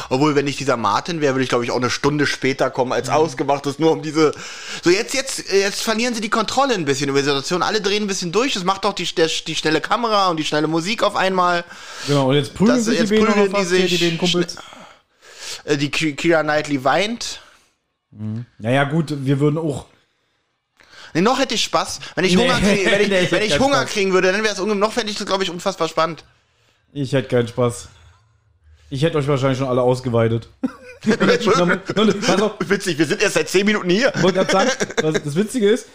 Obwohl, wenn ich dieser Martin wäre, würde ich, glaube ich, auch eine Stunde später kommen,
Mhm.
als ausgemacht ist, nur um diese. So, jetzt, jetzt, äh, jetzt verlieren sie die Kontrolle ein bisschen über die Situation. Alle drehen ein bisschen durch. Das macht doch die, der, die schnelle Kamera und die schnelle Musik auf einmal.
Genau, und jetzt prügeln
Das-
sich
jetzt
die beiden
prügeln
noch fast
die
hier, die
sich
beiden Kumpels.
Äh, Die Ki- Kira Knightley weint.
Naja, gut, wir würden auch.
Nee, noch hätte ich Spaß. Wenn ich
Nee,
Hunger, kriege, wenn ich,
nee, ich
wenn
hätte
ich
keinen
Hunger
Spaß.
kriegen würde, dann wäre es irgendwie- noch fände ich das, glaube ich, unfassbar spannend.
Ich hätte keinen Spaß. Ich hätte euch wahrscheinlich schon alle ausgeweidet. Pass auf,
Witzig, wir sind erst seit 10 Minuten hier.
wollte gerade sagen, was, das Witzige ist,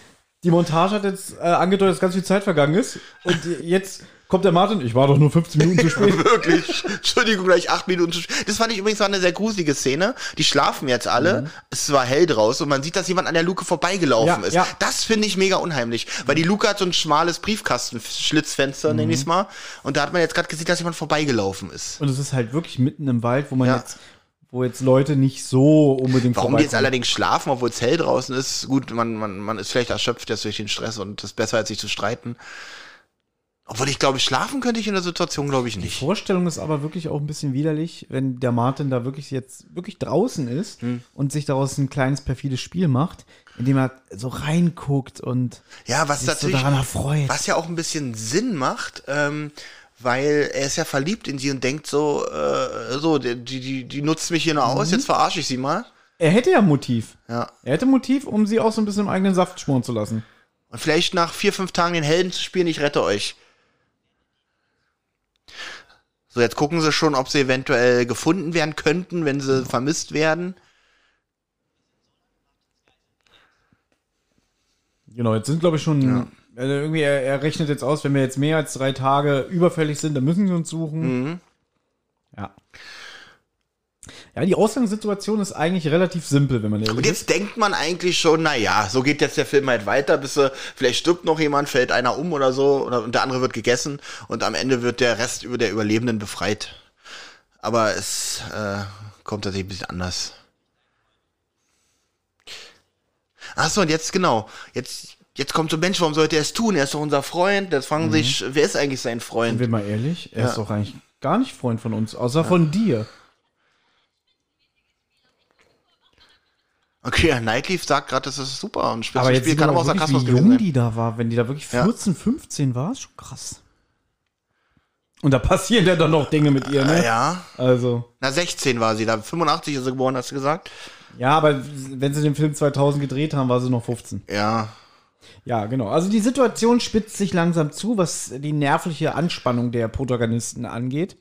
die Montage hat jetzt äh, angedeutet, dass ganz viel Zeit vergangen ist. Und jetzt kommt der Martin, ich war doch nur 15 Minuten zu spät.
Wirklich. Entschuldigung, gleich acht Minuten zu spät. Das fand ich übrigens war eine sehr gruselige Szene. Die schlafen jetzt alle. Es war hell draußen und man sieht, dass jemand an der Luke vorbeigelaufen
Mhm. Ja,
ist.
ja.
Das finde ich mega unheimlich, weil die Luke hat so ein schmales Briefkastenschlitzfenster, nenn ich
Mhm.
es mal. Und da hat man jetzt gerade gesehen, dass jemand vorbeigelaufen ist.
Und es ist halt wirklich mitten im Wald, wo man
Ja.
jetzt, wo jetzt Leute nicht so unbedingt
Warum die jetzt
vorbeikommen.
allerdings schlafen, obwohl es hell draußen ist, gut, man, man, man ist vielleicht erschöpft jetzt durch den Stress und es ist besser, als sich zu streiten. Obwohl ich glaube, schlafen könnte ich in der Situation, glaube ich,
Die
nicht.
Vorstellung ist aber wirklich auch ein bisschen widerlich, wenn der Martin da wirklich jetzt wirklich draußen ist
Hm.
und sich daraus ein kleines perfides Spiel macht, indem er so reinguckt und
Ja, was
sich so
natürlich.
daran erfreut.
Was ja auch ein bisschen Sinn macht, ähm, weil er ist ja verliebt in sie und denkt so, äh, so, die, die, die nutzt mich hier nur
Mhm.
aus, jetzt verarsche ich sie mal.
Er hätte ja ein Motiv.
Ja.
Er hätte ein Motiv, um sie auch so ein bisschen im eigenen Saft schmoren zu lassen.
Und vielleicht nach vier, fünf Tagen den Helden zu spielen, ich rette euch. So, jetzt gucken sie schon, ob sie eventuell gefunden werden könnten, wenn sie vermisst werden.
Genau, jetzt sind glaube ich schon. Also irgendwie, er, er rechnet jetzt aus, wenn wir jetzt mehr als drei Tage überfällig sind, dann müssen sie uns suchen.
Mhm.
Ja. Ja, die Ausgangssituation ist eigentlich relativ simpel, wenn man ehrlich
Und
ist.
jetzt denkt man eigentlich schon, naja, so geht jetzt der Film halt weiter, bis äh, vielleicht stirbt noch jemand, fällt einer um oder so, oder, und der andere wird gegessen und am Ende wird der Rest über der Überlebenden befreit. Aber es äh, kommt tatsächlich ein bisschen anders. Achso, und jetzt genau. Jetzt, jetzt kommt so ein Mensch, warum sollte er es tun? Er ist doch unser Freund. Jetzt fragen sich, wer ist eigentlich sein
Sind Mhm. wir
Freund?
mal ehrlich, er ist doch eigentlich gar nicht Freund von uns, außer von dir.
Okay, ja, Nightleaf sagt gerade, das ist super. Und
Aber jetzt
Spitzenspiel
sieht
kann
man auch
aber auch
wirklich,
Sarkasmus
wie
gewesen
jung
sein.
die da war. Wenn die da wirklich
Ja.
14, 15 war, ist schon krass. Und da passieren ja dann noch Dinge mit ihr, ne?
Ja.
Also.
Na, 16 war sie da. 85 ist sie geboren, hast du gesagt?
Ja, aber wenn sie den Film 2000 gedreht haben, war sie noch 15.
Ja.
Ja, genau. Also die Situation spitzt sich langsam zu, was die nervliche Anspannung der Protagonisten angeht.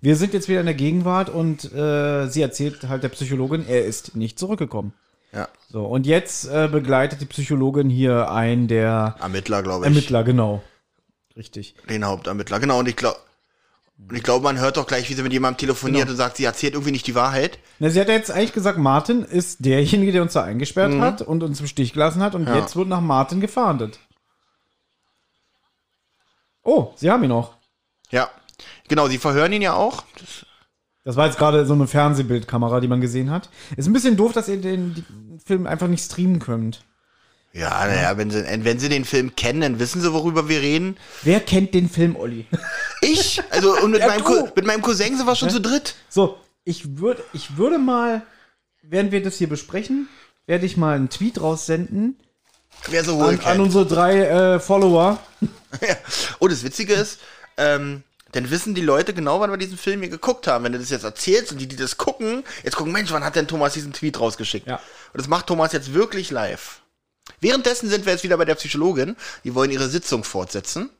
Wir sind jetzt wieder in der Gegenwart und äh, sie erzählt halt der Psychologin, er ist nicht zurückgekommen.
Ja.
So, und jetzt äh, begleitet die Psychologin hier einen der
Ermittler, glaube ich.
Ermittler, genau. Richtig.
Den Hauptermittler, genau. Und ich glaube. Und ich glaube, man hört doch gleich, wie sie mit jemandem telefoniert
Genau.
und sagt, sie erzählt irgendwie nicht die Wahrheit.
Na, sie hat ja jetzt eigentlich gesagt, Martin ist derjenige, der uns da eingesperrt hat und uns im Stich gelassen hat und jetzt wird nach Martin gefahndet. Oh, sie haben ihn auch.
Ja. Genau, sie verhören ihn ja auch.
Das war jetzt gerade so eine Fernsehbildkamera, die man gesehen hat. Ist ein bisschen doof, dass ihr den die- Film einfach nicht streamen könnt.
Ja, naja, wenn sie, wenn sie den Film kennen, dann wissen sie, worüber wir reden.
Wer kennt den Film, Olli?
Ich? Also, und mit,
Ja,
meinem,
du.
Co mit meinem Cousin sind wir schon zu dritt.
So, ich, würd, ich würde mal, während wir das hier besprechen, werde ich mal einen Tweet raussenden
Wer so
an,
holt.
an unsere drei äh, Follower.
Und das Witzige ist, ähm, dann wissen die Leute genau, wann wir diesen Film hier geguckt haben. Wenn du das jetzt erzählst und die, die das gucken, jetzt gucken, Mensch, wann hat denn Thomas diesen Tweet rausgeschickt?
Ja.
Und das macht Thomas jetzt wirklich live. Währenddessen sind wir jetzt wieder bei der Psychologin. Die wollen ihre Sitzung fortsetzen.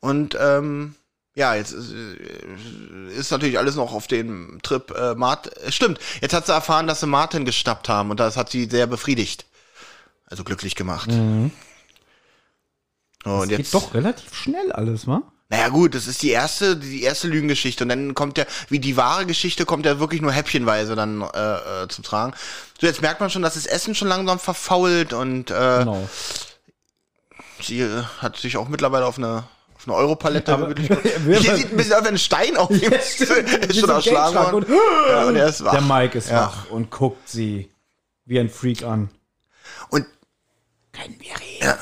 Und ähm, ja, jetzt ist, äh, ist natürlich alles noch auf dem Trip äh, Mart. äh, Stimmt, jetzt hat sie erfahren, dass sie Martin gestappt haben und das hat sie sehr befriedigt. Also glücklich gemacht. Und
Mhm. Das geht doch relativ schnell alles, wa?
naja gut, das ist die erste, die erste Lügengeschichte. Und dann kommt ja, wie die wahre Geschichte, kommt ja wirklich nur häppchenweise dann äh, äh, zum Tragen. So, jetzt merkt man schon, dass das Essen schon langsam verfault und äh,
Genau.
sie äh, hat sich auch mittlerweile auf eine, auf eine Europalette
Aber-
wirklich.
Wir-
Hier sieht ein bisschen aus wie ein Stein auf ihm. ist schon erschlagen. worden. Ja, und er ist wach.
Der Mike ist
Ja.
wach und guckt sie wie ein Freak an.
Und
Können wir reden?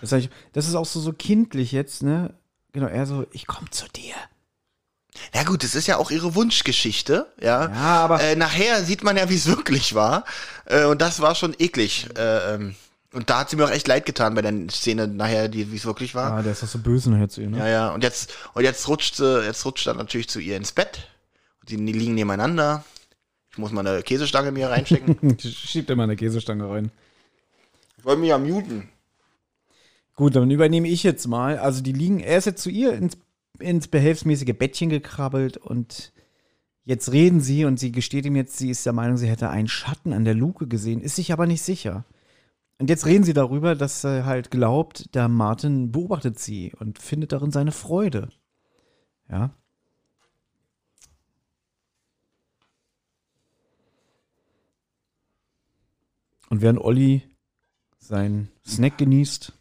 Das, sag ich, das ist auch so, so kindlich jetzt, ne? Genau, er so, ich komm zu dir.
na gut, das ist ja auch ihre Wunschgeschichte, ja.
Ja, aber-
äh, nachher sieht man ja, wie es wirklich war. Äh, und das war schon eklig. Äh, ähm, und da hat sie mir auch echt leid getan bei der Szene nachher, die- wie es wirklich war.
Ah, der ist doch so böse nachher zu ihr, ne?
Ja, ja. Und jetzt, und jetzt rutscht sie, jetzt rutscht er natürlich zu ihr ins Bett. Und die liegen nebeneinander. Ich muss mal eine Käsestange mir reinstecken.
Schiebt immer eine Käsestange rein.
ich wollte mich ja muten.
Gut, dann übernehme ich jetzt mal. Also die liegen, er ist jetzt zu ihr ins, ins behelfsmäßige Bettchen gekrabbelt und jetzt reden sie und sie gesteht ihm jetzt, sie ist der Meinung, sie hätte einen Schatten an der Luke gesehen, ist sich aber nicht sicher. Und jetzt reden sie darüber, dass er halt glaubt, der Martin beobachtet sie und findet darin seine Freude. Ja. Und während Olli seinen Snack genießt,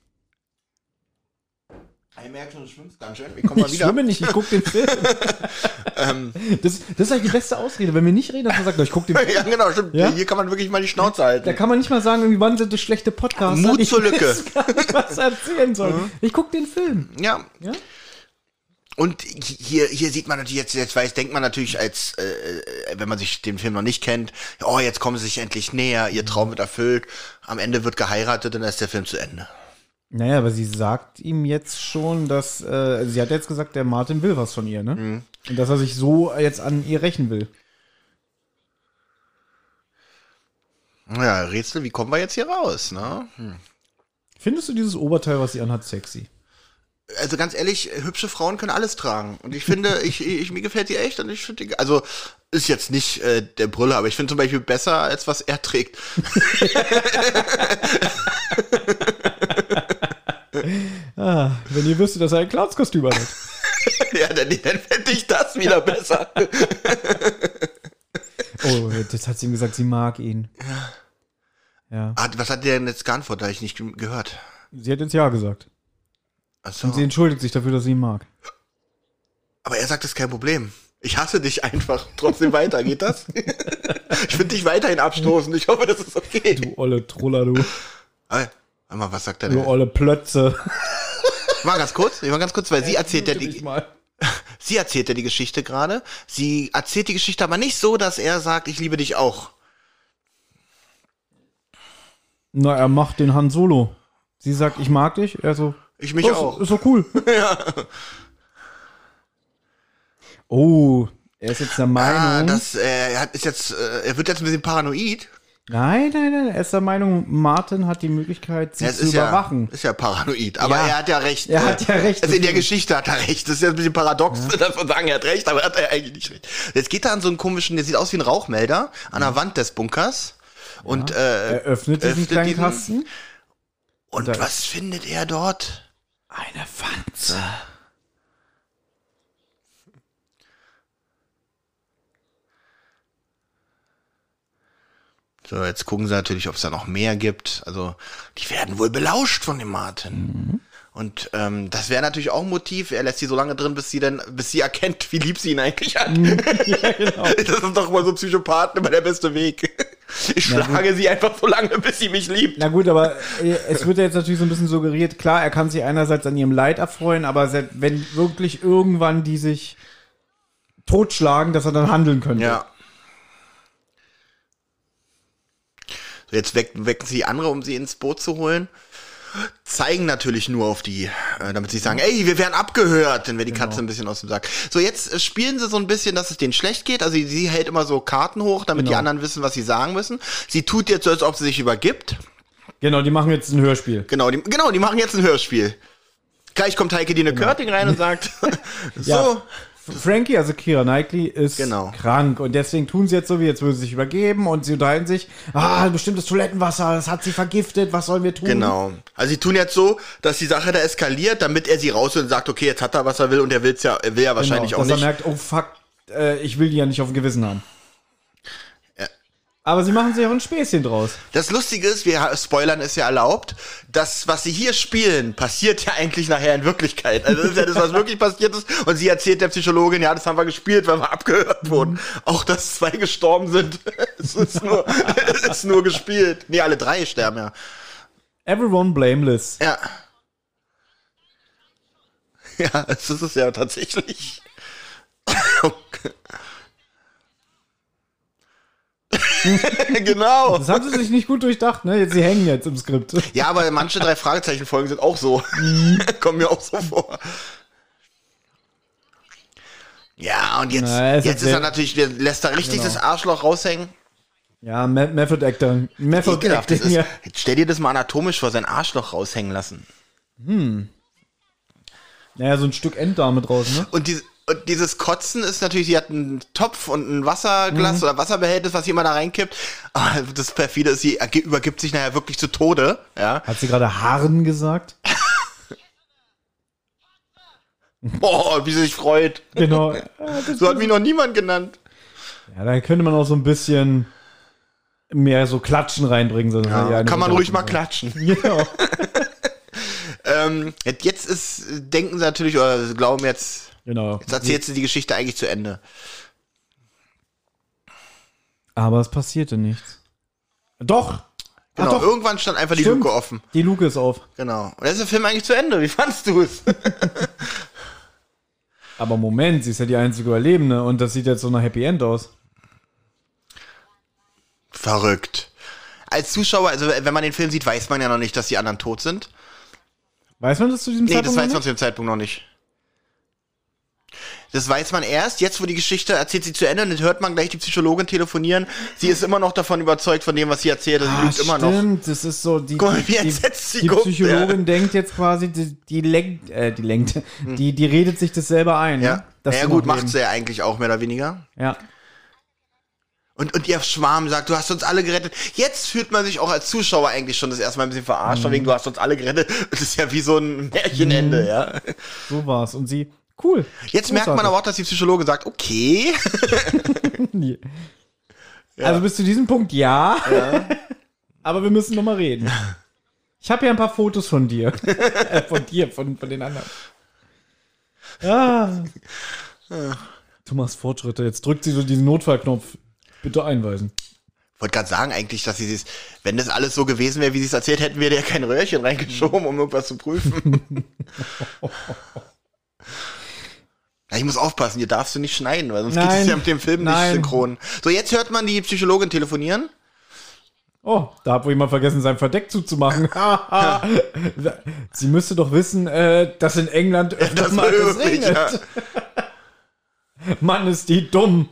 Ich merke schon, du schwimmst ganz schön. Ich komme mal
ich
wieder. Ähm.
schwimme nicht, ich gucke den Film. das, das ist eigentlich die beste Ausrede, wenn wir nicht reden, dass man sagt, ich gucke den Film.
ja, genau, stimmt.
Ja?
Hier kann man wirklich mal die Schnauze
Da
halten.
kann man nicht mal sagen, irgendwie wann sind das schlechte Podcasts.
Mut
ich
zur Lücke. Mhm.
weiß gar nicht, was er erzählen soll. Ich gucke den Film.
Ja.
Ja?
Und hier, hier sieht man natürlich jetzt, jetzt weiß, denkt man natürlich als, äh, äh, wenn man sich den Film noch nicht kennt, oh, jetzt kommen sie sich endlich näher, ihr Traum wird erfüllt, am Ende wird geheiratet und dann ist der Film zu Ende.
Naja, aber sie sagt ihm jetzt schon, dass äh, sie hat jetzt gesagt, der Martin will was von ihr, ne?
Mhm.
Und dass er sich so jetzt an ihr rächen will.
Ja, Rätsel, wie kommen wir jetzt hier raus, ne?
Findest du dieses Oberteil, was sie anhat, sexy?
also ganz ehrlich, hübsche Frauen können alles tragen. Und ich finde, ich, ich, mir gefällt die echt und ich finde, die- also ist jetzt nicht äh, der Brille, aber ich finde zum Beispiel besser, als was er trägt.
Ah, wenn ihr wüsstet, dass er ein Clownskostüm hat.
ja, dann, dann fände ich das wieder besser.
Oh, jetzt hat sie ihm gesagt, sie mag ihn. Ja.
Hat, Ah, was hat der denn jetzt geantwortet? Habe ich nicht ge- gehört.
Sie hat jetzt Ja gesagt.
Achso.
Sie entschuldigt sich dafür, dass sie ihn mag.
Aber er sagt, das ist kein Problem. Ich hasse dich einfach. Trotzdem weiter. Geht das? ich finde dich weiterhin abstoßend. Ich hoffe, das ist okay.
Olle Troller, du.
Aber, warte mal, was sagt er denn?
Du olle Plötze.
Ich Mal ganz kurz. Ich Mal ganz kurz, weil sie erzählt ja die,
Mich Äh, mal.
sie erzählt ja die Geschichte gerade. Sie erzählt die Geschichte aber nicht so, dass er sagt, ich liebe dich auch.
Na, er macht den Han Solo. Sie sagt, ich mag dich. Er so,
Ich mich
"Oh, ist-
auch.
Ist so cool. Oh, er ist jetzt der
Ah,
Meinung.
das äh, er hat- ist jetzt, äh, er wird jetzt ein bisschen paranoid.
nein, nein, nein. Er ist der Meinung, Martin hat die Möglichkeit, sie
Ja,
zu überwachen.
Ja, ist ja paranoid. Aber
Ja.
er hat ja recht.
Er hat ja recht,
Also in der
natürlich.
Geschichte hat er recht. Das ist ja ein bisschen paradox, dass man sagen, er hat recht, aber hat er eigentlich nicht recht. Jetzt geht er an so einen komischen, der sieht aus wie ein Rauchmelder an der Wand des Bunkers. Und,
er
äh,
öffnet diesen
öffnet
kleinen
diesen-
Kasten.
und
da-
was findet er dort?
Eine Wanze.
So, jetzt gucken sie natürlich, ob es da noch mehr gibt. Also, die werden wohl belauscht von dem Martin. Und ähm, das wäre natürlich auch ein Motiv. Er lässt sie so lange drin, bis sie dann, bis sie erkennt, wie lieb sie ihn eigentlich hat. Das ist doch mal so Psychopathen immer der beste Weg. Ich schlage sie einfach so lange, bis sie mich liebt.
Na gut, aber äh, es wird ja jetzt natürlich so ein bisschen suggeriert, klar, er kann sich einerseits an ihrem Leid erfreuen, aber se- wenn wirklich irgendwann die sich totschlagen, dass er dann handeln könnte.
Ja. So, jetzt wecken, wecken sie andere, um sie ins Boot zu holen. Zeigen natürlich nur auf die, äh, damit sie sagen, ey, wir werden abgehört, dann wäre die
Genau.
Katze ein bisschen aus dem Sack. So, jetzt äh, spielen sie so ein bisschen, dass es denen schlecht geht. Also sie- sie hält immer so Karten hoch, damit die
Genau.
anderen wissen, was sie sagen müssen. Sie tut jetzt so, als ob sie sich übergibt.
Genau, die machen jetzt ein Hörspiel.
Genau, die, genau, die machen jetzt ein Hörspiel. Gleich kommt Heike Dine Körting rein und sagt, so,
Genau. Ja. Frankie, also Kira Knightley, ist
Genau.
krank und deswegen tun sie jetzt so, wie jetzt würden sie sich übergeben und sie unterhalten sich, ah, ein bestimmtes Toilettenwasser, das hat sie vergiftet, was sollen wir tun?
Genau. Also sie tun jetzt so, dass die Sache da eskaliert, damit er sie raus und sagt, okay, jetzt hat er, was er will und er will's ja, er will ja wahrscheinlich
genau,
auch
dass
nicht.
er merkt, oh fuck, äh, ich will die ja nicht auf dem Gewissen haben.
Ja.
Aber sie machen sich auch ein Späßchen draus.
Das Lustige ist, wir spoilern ist ja erlaubt, das, was sie hier spielen, passiert ja eigentlich nachher in Wirklichkeit. Also das ist ja das, was wirklich passiert ist. Und sie erzählt der Psychologin, ja, das haben wir gespielt, weil wir
Mhm.
abgehört wurden. Auch dass zwei gestorben sind. es, ist nur, es ist nur gespielt. Nee, alle drei sterben ja.
Everyone blameless.
Ja. Ja, das ist es ja tatsächlich. Okay. genau.
Das haben sie sich nicht gut durchdacht, ne? Jetzt, sie hängen jetzt im Skript.
Ja, aber manche drei Fragezeichen-Folgen sind auch so. Kommen mir auch so vor. Ja, und jetzt,
Na, es ist
jetzt ist er
sehr-
natürlich, der Genau. lässt er richtig das Arschloch raushängen.
Ja, Me Method Actor. Method
Ekelhaft das
Acting,
ist.
ja.
Jetzt stell dir das mal anatomisch vor, sein Arschloch raushängen lassen.
Naja, so ein Stück Enddarme draus, ne?
Und, diese, und dieses Kotzen ist natürlich, sie hat einen Topf und ein Wasserglas oder Wasserbehältnis, was sie immer da reinkippt. Aber das perfide ist, sie erge- übergibt sich nachher wirklich zu Tode. Ja.
Hat sie gerade Haaren gesagt?
Boah, wie sie sich freut.
Genau.
So hat mich noch niemand genannt.
Ja, dann könnte man auch so ein bisschen mehr so Klatschen reinbringen. So
Ja, kann man ruhig mal klatschen.
Genau.
Ähm, jetzt ist, denken sie natürlich, oder sie glauben jetzt,
genau.
jetzt erzählt sie die Geschichte eigentlich zu Ende.
Aber es passierte nichts. Doch!
Genau,
doch.
irgendwann stand einfach die
Stimmt.
Luke offen.
Die Luke ist auf.
Genau. Und dann ist der Film eigentlich zu Ende. Wie fandst du es?
Aber Moment, sie ist ja die einzige Überlebende und das sieht jetzt so nach Happy End aus.
Verrückt. Als Zuschauer, also wenn man den Film sieht, weiß man ja noch nicht, dass die anderen tot sind.
Weiß man das zu diesem
Nee, das
Zeitpunkt?
weiß
noch
man zu dem Zeitpunkt noch nicht. Das weiß man erst, jetzt wo die Geschichte erzählt sie zu Ende, und dann hört man gleich die Psychologin telefonieren. Sie ist immer noch davon überzeugt von dem, was sie erzählt, und sie lügt immer noch.
Ah, Stimmt, das ist so die,
Guck mal, wie
die,
entsetzt sie
die
guckt,
Psychologin denkt jetzt quasi, die, die lenkt, äh, die lenkt, die, die redet sich das selber ein.
Hm. Ja,
ne? Dass
naja,
sie noch
gut,
leben.
macht sie ja eigentlich auch, mehr oder weniger.
Ja.
Und, und ihr Schwarm sagt, du hast uns alle gerettet. Jetzt fühlt man sich auch als Zuschauer eigentlich schon das erstmal ein bisschen verarscht,
Mhm.
von wegen, du hast uns alle gerettet. Das ist ja wie so ein Märchenende, ja.
So war's. Und sie, cool.
Jetzt merkt man aber auch, dass die Psychologe sagt, okay,
Nee. Also bis zu diesem Punkt ja. aber wir müssen noch mal reden. Ich habe ja ein paar Fotos von dir. Äh, von dir, von, von den anderen. Ah. Thomas Fortschritte. Jetzt drückt sie so diesen Notfallknopf. Bitte einweisen.
wollte gerade sagen eigentlich, dass sie es, wenn das alles so gewesen wäre, wie sie es erzählt, hätten wir da ja kein Röhrchen reingeschoben, um irgendwas zu prüfen. Ja, ich muss aufpassen, hier darfst du nicht schneiden, weil sonst geht es
Nein.
ja mit dem Film
Nein.
nicht synchron. So, jetzt hört man die Psychologin telefonieren.
Oh, da hat wohl jemand vergessen, sein Verdeck zuzumachen. sie müsste doch wissen, äh, dass in England öfter
Das
mal es
üblich,
regnet.
ja.
Mann, ist die dumm.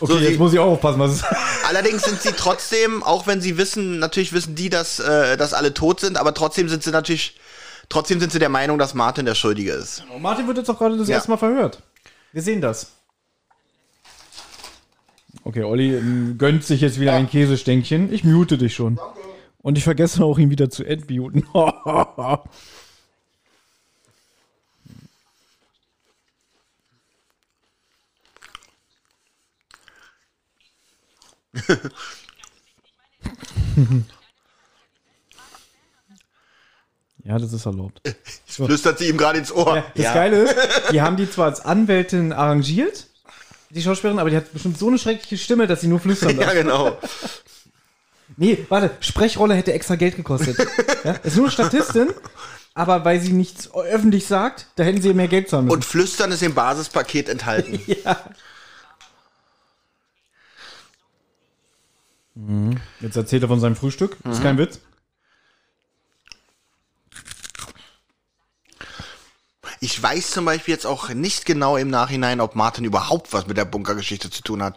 Okay,
So, sie-
jetzt muss ich auch aufpassen, was ist.
Allerdings sind sie trotzdem, auch wenn sie wissen, natürlich wissen die, dass, äh, dass alle tot sind, aber trotzdem sind sie natürlich, trotzdem sind sie der Meinung, dass Martin der Schuldige ist.
Martin wird jetzt auch gerade das
Ja.
erste Mal verhört. Wir sehen das. Okay, Olli ähm, gönnt sich jetzt wieder ein Käsestänkchen. Ich mute dich schon. Und ich vergesse auch, ihn wieder zu entmuten. ja, das ist erlaubt.
Flüstert sie ihm gerade ins Ohr.
Das Geile ist, die haben die zwar als Anwältin arrangiert, die Schauspielerin, aber die hat bestimmt so eine schreckliche Stimme, dass sie nur flüstern darf.
Ja, genau.
Nee, warte, Sprechrolle hätte extra Geld gekostet. ja, ist nur eine Statistin, aber weil sie nichts öffentlich sagt, da hätten sie mehr Geld zahlen müssen.
Und Flüstern ist im Basispaket enthalten.
jetzt erzählt er von seinem Frühstück. Ist kein Witz.
Ich weiß zum Beispiel jetzt auch nicht genau im Nachhinein, ob Martin überhaupt was mit der Bunkergeschichte zu tun hat.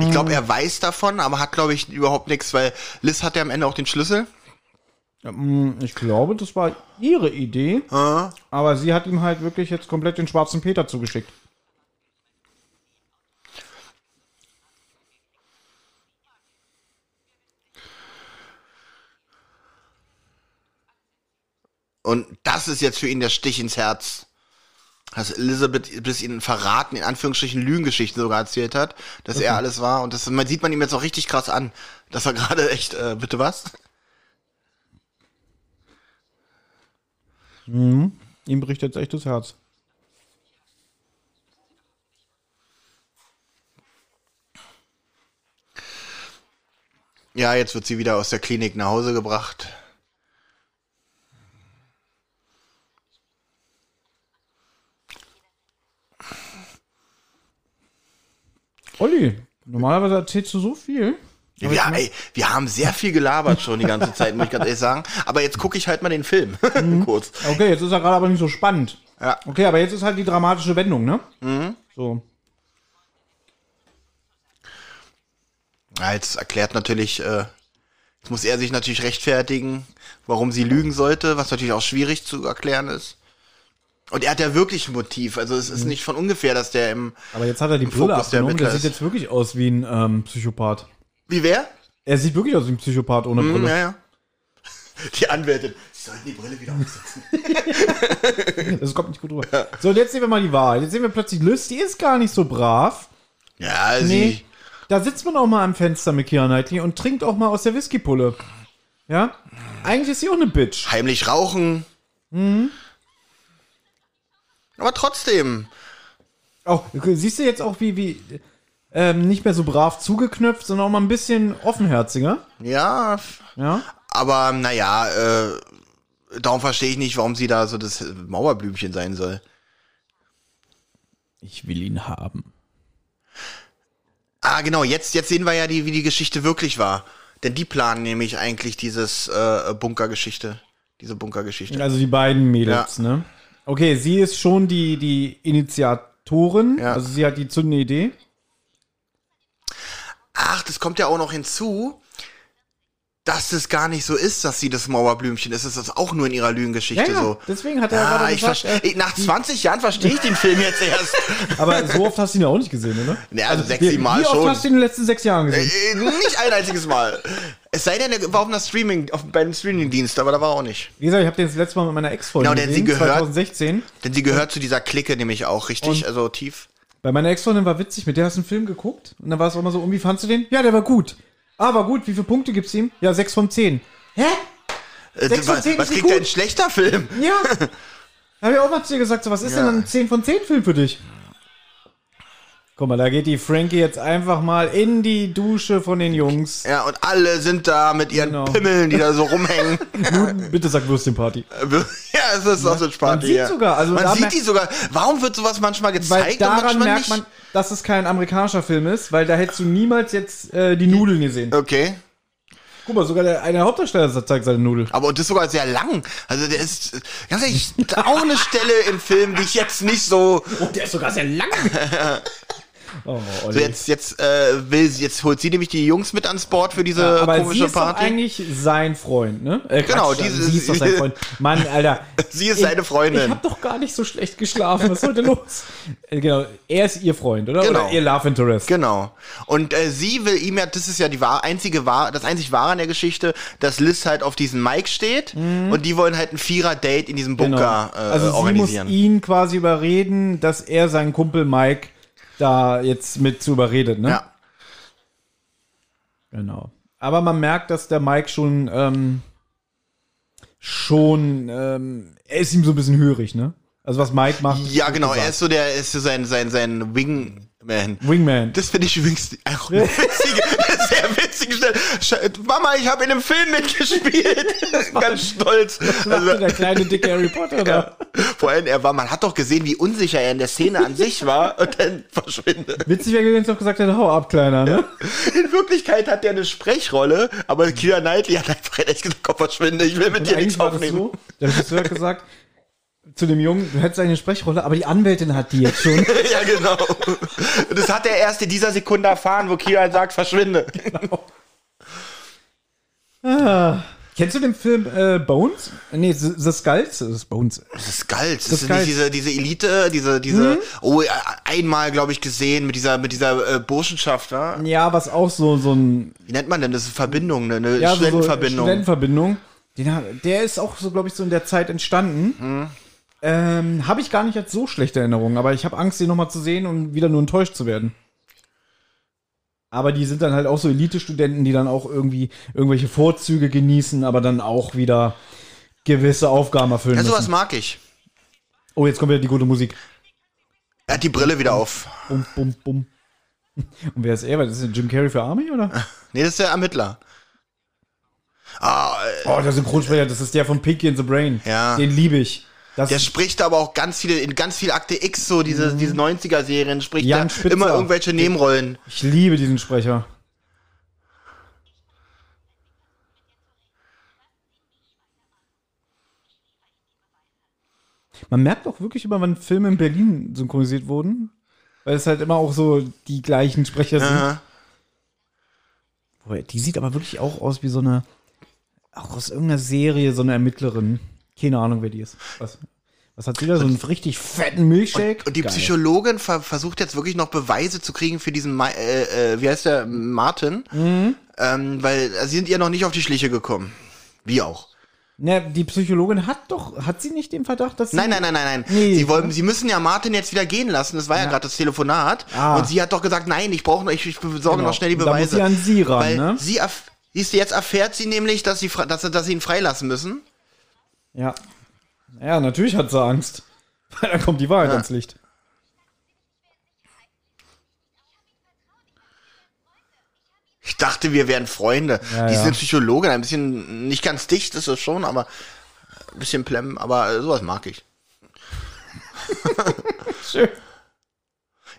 Ich glaube, er weiß davon, aber hat, glaube ich, überhaupt nichts, weil Liz hat ja am Ende auch den Schlüssel.
Ich glaube, das war ihre Idee, aber sie hat ihm halt wirklich jetzt komplett den schwarzen Peter zugeschickt.
Und das ist jetzt für ihn der Stich ins Herz. Dass Elizabeth bis ihn verraten, in Anführungsstrichen Lügengeschichten sogar erzählt hat, dass er alles war. Und das man sieht man ihm jetzt auch richtig krass an. Dass er gerade echt, äh, bitte was?
Ihm bricht jetzt echt das Herz.
Ja, jetzt wird sie wieder aus der Klinik nach Hause gebracht.
Olli, normalerweise erzählst du so viel.
Ja, ey, wir haben sehr viel gelabert schon die ganze Zeit, muss ich ganz ehrlich sagen. Aber jetzt gucke ich halt mal den Film. Kurz.
Okay, jetzt ist er gerade aber nicht so spannend.
Ja.
Okay, aber jetzt ist halt die dramatische Wendung, ne? Mhm. So.
Ja, jetzt erklärt natürlich, äh, jetzt muss er sich natürlich rechtfertigen, warum sie lügen sollte, was natürlich auch schwierig zu erklären ist. Und er hat ja wirklich ein Motiv. Also es ist nicht von ungefähr, dass der im.
Aber jetzt hat er die
Im
Brille
Fokus der
abgenommen. Der,
Ermittler
sieht
ist.
jetzt wirklich aus wie ein ähm, Psychopath.
Wie wer?
Er sieht wirklich aus wie ein Psychopath ohne Brille.
Hm, ja, ja. Die Anwältin. Sie sollten die Brille wieder aufsetzen.
Das kommt nicht gut rüber. So, und jetzt sehen wir mal die Wahrheit. Jetzt sehen wir plötzlich Liz, die ist gar nicht so brav.
Ja, sie.
Nee. Da sitzt man auch mal am Fenster mit Keira Knightley und trinkt auch mal aus der Whiskypulle. Ja? Eigentlich ist sie auch eine Bitch.
Heimlich rauchen. Aber trotzdem.
Auch, siehst du jetzt auch, wie, wie ähm, nicht mehr so brav zugeknöpft, sondern auch mal ein bisschen offenherziger.
Ja,
Ja?
Aber naja, äh, darum verstehe ich nicht, warum sie da so das Mauerblümchen sein soll.
Ich will ihn haben.
Ah, genau, jetzt, jetzt sehen wir ja, die, wie die Geschichte wirklich war. Denn die planen nämlich eigentlich dieses äh, Bunkergeschichte. Diese Bunkergeschichte.
Also die beiden Mädels, ne? Okay, sie ist schon die, die Initiatorin.
Ja.
Also sie hat die zündende Idee.
Ach, das kommt ja auch noch hinzu, dass es gar nicht so ist, dass sie das Mauerblümchen ist. Es ist auch nur in ihrer Lügengeschichte so.
deswegen hat er
Ah,
gerade
ich
gesagt.
verste-
äh,
eh, Nach 20 Jahren verstehe ich den Film jetzt erst.
aber so oft hast du ihn ja auch nicht gesehen, oder?
Ja, also
wie-
sechsmal
Wie oft
schon.
hast du ihn in den letzten sechs Jahren gesehen?
Äh, nicht ein einziges Mal. Es sei denn, er war auf einer Streaming, auf, bei einem Streamingdienst, aber da war er auch nicht.
Wie gesagt, ich habe den das letzte Mal mit meiner Ex-Freundin
äh. Genau, der hat sie
gesehen,
gehört.
2016.
Denn sie gehört zu dieser Clique nämlich auch, richtig? also tief.
Bei meiner Ex-Freundin war witzig, mit der hast du einen Film geguckt und dann war es auch immer so, um wie fandst du den? Ja, der war gut. Ah, war gut, wie viele Punkte gibt's ihm? Ja, sechs von zehn. Hä?
Äh,
Sechs von
was
zehn
was
ist sie
kriegt denn
gut.
ein schlechter Film?
Ja. Hab ich auch mal zu dir gesagt, so, was ist
Ja.
denn ein 10 von 10 Film für dich? Guck mal, da geht die Frankie jetzt einfach mal in die Dusche von den Jungs.
Ja, und alle sind da mit ihren
Genau.
Pimmeln, die da so rumhängen.
Nun, bitte sag Würstchenparty.
ja, es ist auch so ein Spaß.
Man sieht sogar, also da
man
mer-
sieht die sogar. Warum wird sowas manchmal
Weil
gezeigt und
daran
manchmal
merkt
nicht?
man, dass es kein amerikanischer Film ist, weil da hättest du niemals jetzt äh, die Nudeln gesehen.
Okay.
Guck mal, sogar der, einer der Hauptdarsteller zeigt seine Nudel.
Aber und das sogar sehr lang. Also der ist äh, ganz ehrlich auch eine Stelle im Film, die ich jetzt nicht so
der ist sogar sehr lang. oh, Olli.
so jetzt jetzt äh, will sie- jetzt holt sie nämlich die Jungs mit ans Board für diese
aber sie
äh, komische
ist doch
Party.
eigentlich sein Freund, ne? Äh,
Genau,
Quatsch,
diese-
sie ist doch sein Freund. Mann, Alter.
Sie ist seine Freundin.
Ich hab doch gar nicht so schlecht geschlafen. Was ist heute los? Äh, genau, er ist ihr Freund, oder?
Genau.
Oder ihr Love Interest.
Genau. Und äh, sie will ihm ja, das ist ja die wahr, einzige wahr, das einzig wahre an der Geschichte, dass Liz halt auf diesem Mike steht und die wollen halt ein Vierer-Date in diesem
Mhm. Genau.
Bunker äh,
also sie muss
organisieren.
ihn quasi überreden, dass er seinen Kumpel Mike da jetzt mit zu überredet, ne?
ja.
Genau. Aber man merkt, dass der Mike schon, ähm, schon, ähm, er ist ihm so ein bisschen hörig, ne? Also was Mike macht.
ja, genau. Er ist so der, ist so sein, sein, sein Wingman.
Wingman.
Das finde ich übrigens die- auch eine witzige, eine sehr witzige Stelle. Sche- Mama, ich habe in einem Film mitgespielt. Ganz stolz.
Ach,
Also,
der kleine dicke Harry Potter da.
vor allem, er war, man hat doch gesehen, wie unsicher er in der Szene an sich war und dann verschwindet.
Witzig wäre gewesen, wenn er gesagt hätte, hau ab, Kleiner, ne?
In Wirklichkeit hat der eine Sprechrolle, aber Kira Knightley hat einfach ehrlich gesagt, komm, verschwinde, ich will mit dir nichts
Eigentlich war das
aufnehmen.
so, der Regisseur hat gesagt, zu dem Jungen, du hättest eine Sprechrolle, aber die Anwältin hat die jetzt schon.
ja, genau. Das hat er erst in dieser Sekunde erfahren, wo Kira sagt, verschwinde.
Ah. Kennst du den Film äh, Bones? Nee, The The Skulls? Das ist Bones.
Das ist geil. Das,
ist Hm?
sind
geil.
nicht diese, diese Elite, diese, diese, oh, ja, einmal, glaube ich, gesehen mit dieser, mit dieser äh, Burschenschaft, ne?
Ja, was auch so, so ein
Wie nennt man denn das? Eine Verbindung, ne? Eine
ja, so- äh,
Studentenverbindung.
So Studentenverbindung. Den, hat- der ist auch so, glaube ich, so in der Zeit entstanden. Ähm, habe ich gar nicht als so schlechte Erinnerungen, aber ich habe Angst, den nochmal zu sehen und wieder nur enttäuscht zu werden. Aber die sind dann halt auch so Elite-Studenten, die dann auch irgendwie irgendwelche Vorzüge genießen, aber dann auch wieder gewisse Aufgaben erfüllen
ja, sowas
müssen.
mag ich.
Oh, jetzt kommt wieder die gute Musik.
Er hat die Brille wieder auf.
Bum, bum, bum. Und wer ist er? Was Ist das Jim Carrey für Army, oder?
Nee, das ist der Ermittler. Ah, äh,
Oh, der Synchronsprecher, das ist der von Pinky and the Brain.
Ja.
Den liebe ich. Das
der
ist
spricht aber auch ganz viele, in ganz viel Akte X, so diese, diese 90er-Serien, spricht
Mhm. Jan
er
Spitzer.
immer irgendwelche Nebenrollen.
Ich liebe diesen Sprecher. Man merkt auch wirklich immer, wann Filme in Berlin synchronisiert wurden, weil es halt immer auch so die gleichen Sprecher sind.
Aha.
Boah, die sieht aber wirklich auch aus wie so eine, auch aus irgendeiner Serie, so eine Ermittlerin. Keine Ahnung, wer die ist. Was, was hat sie da? So einen richtig fetten Milchshake?
Und die
Geil.
Psychologin ver versucht jetzt wirklich noch Beweise zu kriegen für diesen, Ma äh, äh, wie heißt der, Martin.
Mhm.
Ähm, weil äh, sie sind ihr noch nicht auf die Schliche gekommen. Wie auch.
Na, die Psychologin hat doch, hat sie nicht den Verdacht, dass sie
Nein, nein, nein, nein, nein.
Nee,
sie, wollen, sie müssen ja Martin jetzt wieder gehen lassen. Das war ja, gerade das Telefonat.
Ah.
Und sie hat doch gesagt, nein, ich brauche noch, ich, ich besorge
Genau.
noch schnell die
Und da muss
Beweise.
sie an sie ran,
weil
ne?
sie erf- siehst du, jetzt erfährt sie nämlich, dass sie, fra- dass, sie- dass sie ihn freilassen müssen.
Ja. Ja, natürlich hat sie Angst. Weil dann kommt die Wahrheit ans Licht.
Ich dachte, wir wären Freunde.
Ja,
die
ja.
sind Psychologin, ein bisschen, nicht ganz dicht ist es schon, aber ein bisschen plem, aber sowas mag ich.
Schön.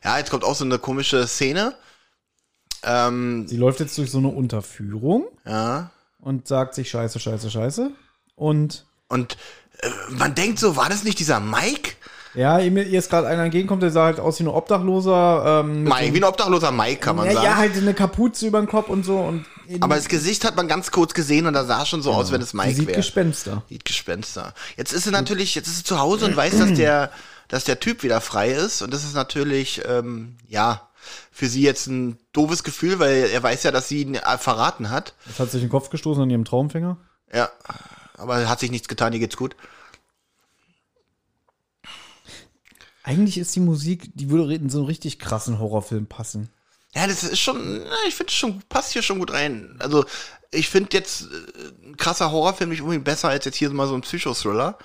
Ja, jetzt kommt auch so eine komische Szene. Ähm,
Sie läuft jetzt durch so eine Unterführung
ja.
und sagt sich Scheiße, Scheiße, Scheiße. Und
Und äh, man denkt so, war das nicht dieser Mike?
ja, ihm- ihr ist gerade einer entgegenkommt, der sah halt aus wie ein Obdachloser. Ähm, mit
Mike, wie ein obdachloser Mike, kann
so,
man
ja,
sagen.
ja, halt eine Kapuze über den Kopf und so. Und
Aber das Gesicht hat man ganz kurz gesehen und da sah schon so aus, wenn es
sie
Mike
sieht
wäre.
Gespenster.
Sieht Gespenster. Jetzt ist sie natürlich, jetzt ist sie zu Hause und weiß, dass der, dass der Typ wieder frei ist. Und das ist natürlich, ähm, ja, für sie jetzt ein doofes Gefühl, weil er weiß ja, dass sie ihn äh, verraten hat.
Das hat sich in den Kopf gestoßen an ihrem Traumfänger.
Ja. Aber hat sich nichts getan, ihr geht's gut.
Eigentlich ist die Musik, die würde in so einen richtig krassen Horrorfilm passen.
Ja, das ist schon, na, ich finde schon, passt hier schon gut rein. Also, ich finde jetzt äh, ein krasser Horrorfilm nicht unbedingt besser als jetzt hier mal so ein Psychothriller.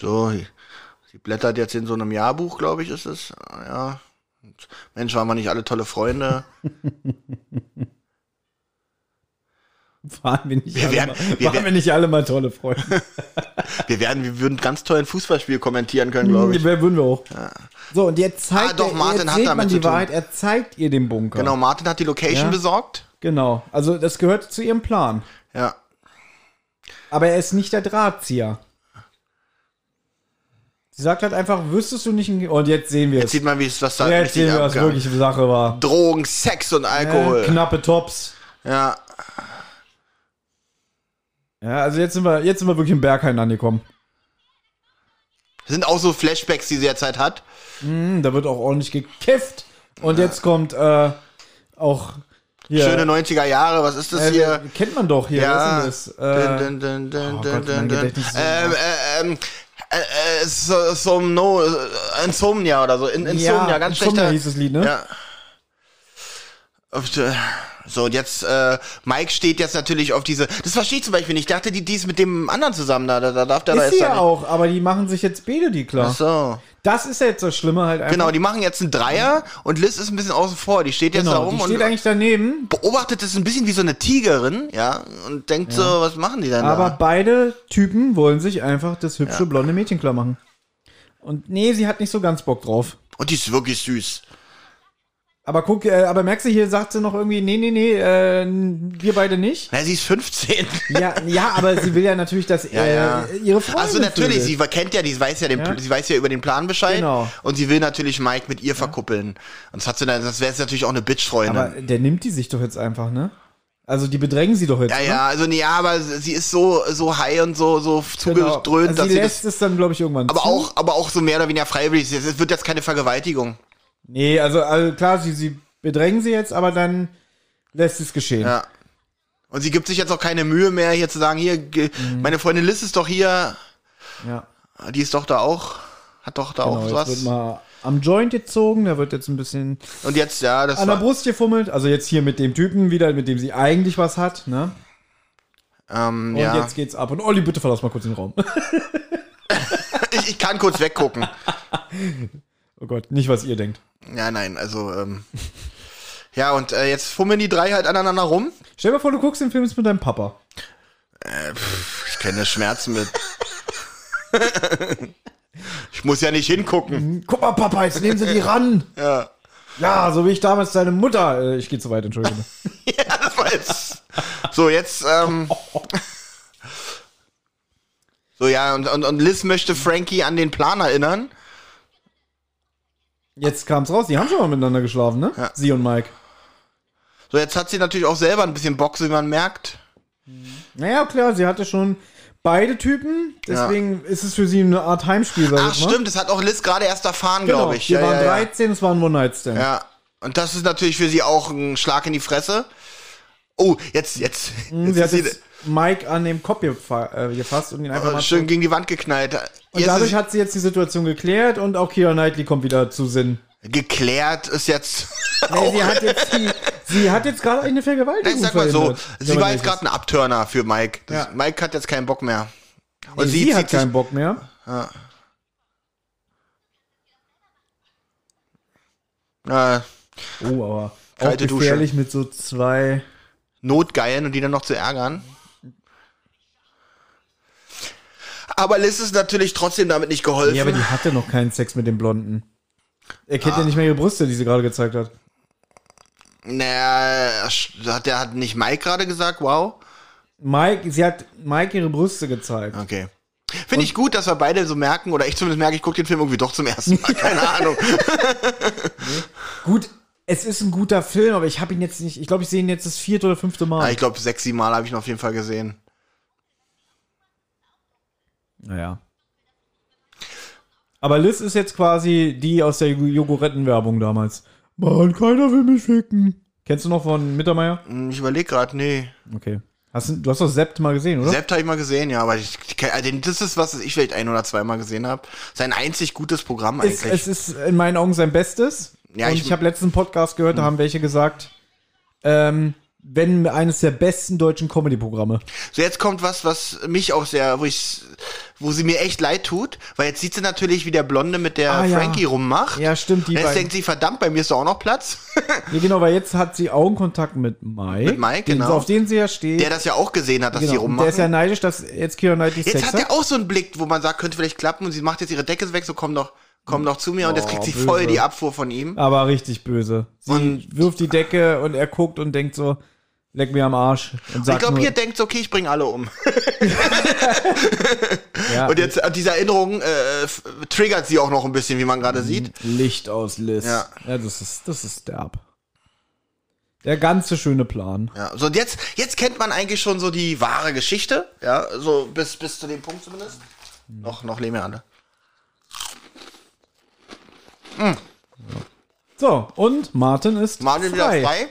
So, Die blättert jetzt in so einem Jahrbuch, glaube ich, ist es. Ja. Und Mensch, waren wir nicht alle tolle Freunde?
Waren wir nicht,
Wir
alle,
werden-
mal,
wir
waren wir
werden-
nicht alle mal tolle Freunde?
Wir werden, wir würden ganz toll ein Fußballspiel kommentieren können, glaube ich.
Wer würden wir auch. So, und jetzt zeigt
Ah, doch,
er,
Martin
jetzt
hat
sieht
damit
man
zu
die
tun.
Wahrheit, er zeigt ihr den Bunker.
Genau, Martin hat die Location
Ja.
besorgt.
Genau. Also das gehört zu ihrem Plan.
Ja.
Aber er ist nicht der Drahtzieher. Sie sagt halt einfach, wüsstest du nicht... ein- Und jetzt sehen wir
Jetzt
es.
sieht man, wie es was da
Jetzt
richtig
sehen wir, was
abgegangen
wirklich Sache war.
Drogen, Sex und
Äh,
Alkohol.
knappe Tops.
Ja.
Ja, also jetzt sind wir, jetzt sind wir wirklich im Berghain angekommen.
Das sind auch so Flashbacks, die sie derzeit hat.
Hm, da wird auch ordentlich gekifft. Und jetzt kommt äh, auch hier.
Schöne 90er Jahre, was ist das
äh,
hier?
Kennt man doch hier.
Ja.
Was ist denn das? Äh,
Dun, dun, dun,
oh
dun,
Gott,
dun,
mein
dun.
Gedächtnis ist so
Ähm, äh, ähm, äh, äh, so, so, no, äh, Insomnia oder so. In, Insomnia, ganz
Äh, Insomnia
schlechter.
hieß das Lied, ne?
Ja. Auf der- So, und jetzt, äh, Mike steht jetzt natürlich auf diese. Das verstehe ich zum Beispiel nicht. Ich dachte, die, die ist mit dem anderen zusammen. Da, da, da darf der da
Ist
jetzt
sie
da
ja
nicht.
auch, aber die machen sich jetzt Bede, die klar.
Ach so.
Das ist ja jetzt das Schlimme halt einfach.
Genau, die machen jetzt einen Dreier und Liz ist ein bisschen außen vor. Die steht jetzt da
Genau,
rum
die steht
und
eigentlich daneben,
beobachtet es ein bisschen wie so eine Tigerin, ja, und denkt so, was machen die denn
aber
da?
beide Typen wollen sich einfach das hübsche blonde Mädchen klar machen. Und nee, sie hat nicht so ganz Bock drauf.
Und die ist wirklich süß.
Aber guck, äh, aber merkst du, hier sagt sie noch irgendwie, nee, nee, nee, äh, wir beide nicht.
Na, sie ist 15.
Ja, ja, aber sie will ja natürlich, dass
Ja,
äh,
ja.
ihre Freundin.
Also natürlich, sie
vögelt.
kennt ja, die weiß ja, den,
Ja.
sie weiß ja über den Plan Bescheid
Genau.
und sie will natürlich Mike mit ihr verkuppeln. Und das hat sie dann, das wäre jetzt natürlich auch eine
Aber
Bitch-Freundin.
der nimmt die sich doch jetzt einfach, ne? Also die bedrängen sie doch jetzt.
Ja, ja, also nee, ja, aber sie ist so so high und so so
ne? Genau.
zugedröhnt,
Also
dass
sie
sie das
lässt es dann, glaube ich, irgendwann.
aber
zu.
auch aber auch so mehr oder weniger freiwillig. Es wird jetzt keine Vergewaltigung.
Nee, also, also klar, sie, sie bedrängen sie jetzt, aber dann lässt es geschehen.
Ja. Und sie gibt sich jetzt auch keine Mühe mehr, hier zu sagen, hier, ge-
Mhm.
meine Freundin Liz ist doch hier,
ja.
die ist doch da auch, hat doch da
Genau,
auch
jetzt wird
was.
mal am Joint gezogen, da wird jetzt ein bisschen
Und jetzt, ja, das
an der
war,
Brust gefummelt. Also jetzt hier mit dem Typen wieder, mit dem sie eigentlich was hat, ne?
ähm,
Und
ja.
jetzt geht's ab. Und Olli, bitte verlass mal kurz den Raum.
Ich, ich kann kurz weggucken.
Oh Gott, nicht, was ihr denkt.
ja, nein, also, ähm, ja, und äh, jetzt fummeln die drei halt aneinander rum.
Stell dir mal vor, du guckst den Film jetzt mit deinem Papa.
Ich kenne Schmerzen mit. ich muss ja nicht hingucken.
Guck mal, Papa, jetzt nehmen sie die ran.
Ja.
Ja, so wie ich damals deine Mutter. Äh, Ich gehe zu weit, entschuldige.
ja, das war jetzt. So, jetzt, ähm. So, ja, und, und, und Liz möchte Frankie an den Plan erinnern.
Jetzt kam's raus, die haben schon mal miteinander geschlafen, ne? Sie und Mike.
So, jetzt hat sie natürlich auch selber ein bisschen Bock, so wie man merkt.
Naja, klar, sie hatte schon beide Typen. Deswegen ist es für sie eine Art Heimspiel, sag
Ach,
ich mal.
stimmt, das hat auch Liz gerade erst erfahren,
genau.
glaube ich.
Wir
Ja,
waren
ja,
13, es war ein One-Night-Stand.
ja. ja. Und das ist natürlich für sie auch ein Schlag in die Fresse. Oh, jetzt, jetzt.
Und
jetzt
Sie hat
ist sie
Hm, jetzt Mike an dem Kopf gefa äh, gefasst und ihn einfach
äh,
mal.
schön gegen die Wand geknallt.
und
Jetzt ist
dadurch
sie
hat sie jetzt die Situation geklärt und auch Kira Knightley kommt wieder zu Sinn.
geklärt ist jetzt.
Nee, sie hat jetzt, die, sie hat jetzt gerade eine
Ich
Vergewaltigung
sag mal so,
Uh, verhindert, wenn
sie
man
war jetzt
ehrlich
gerade ein Abturner für Mike. Das,
Ja.
Mike hat jetzt keinen Bock mehr.
Nee,
Und
sie,
zieht
hat
sich-
keinen Bock mehr.
Äh,
Oh, aber auch
Kalte Dusche.
gefährlich mit so zwei.
Notgeilen und die dann noch zu ärgern. Aber Liz ist natürlich trotzdem damit nicht geholfen.
Ja, aber die hatte noch keinen Sex mit dem Blonden. Er kennt
Ah.
ja nicht mehr ihre Brüste, die sie gerade gezeigt hat.
naja, hat der hat nicht Mike gerade gesagt, wow.
Mike, sie hat Mike ihre Brüste gezeigt.
Okay. Finde ich gut, dass wir beide so merken, oder ich zumindest merke, ich gucke den Film irgendwie doch zum ersten Mal. Keine Ahnung.
Gut, es ist ein guter Film, aber ich habe ihn jetzt nicht. Ich glaube, ich sehe ihn jetzt das vierte oder fünfte
Ah,
Mal.
Ich glaube, sechs, sieben Mal habe ich ihn auf jeden Fall gesehen.
Naja. Aber Liz ist jetzt quasi die aus der Jogorettenwerbung damals. Mann, keiner will mich ficken. Kennst du noch von Mittermeier?
Hm, Ich überlege gerade, nee.
Okay. Hast du, du hast doch Sept mal gesehen, oder?
Selbst habe ich mal gesehen, ja, aber ich, ich, also das ist was, was ich vielleicht ein oder zweimal gesehen habe. Sein einzig gutes Programm
ist,
eigentlich.
es ist in meinen Augen sein Bestes.
Ja,
und ich, Hm.
ich-
habe letzten Podcast gehört, da haben welche gesagt, ähm, wenn eines der besten deutschen Comedy-Programme.
so, jetzt kommt was, was mich auch sehr, wo ich, wo sie mir echt leid tut, weil jetzt sieht sie natürlich, wie der Blonde mit der
Ah, ja.
Frankie rummacht.
Ja, stimmt, die
die Jetzt
beiden.
denkt sie, verdammt, bei mir ist doch auch noch Platz.
Ja, genau, weil jetzt hat sie Augenkontakt mit Mike.
Mit Mike,
den,
genau.
Auf den sie ja steht.
der das ja auch gesehen hat, dass die
genau. Und
rummachen.
der ist ja neidisch, dass jetzt Kira Knightley
Jetzt
Sex
hat
hat.
er auch so einen Blick, wo man sagt, könnte vielleicht klappen und sie macht jetzt ihre Decke weg, so komm doch, komm doch zu mir und jetzt kriegt sie
böse.
voll die Abfuhr von ihm.
Aber richtig böse. Sie
Und-
wirft die Decke und er guckt und denkt so, leck mir am Arsch. Und
Ich
sagt
glaube,
nur,
ihr denkt, so, okay, ich bringe alle um.
ja,
Und jetzt äh, diese Erinnerung äh, f- triggert sie auch noch ein bisschen, wie man
Mhm.
gerade sieht.
Licht aus Liz.
Ja.
ja das, ist, das ist derb. Der ganze schöne Plan.
Ja, so und jetzt, jetzt kennt man eigentlich schon so die wahre Geschichte, ja, so bis, bis zu dem Punkt zumindest. Noch, noch leben ja alle.
So, und Martin ist
Marvin wieder
frei.
frei,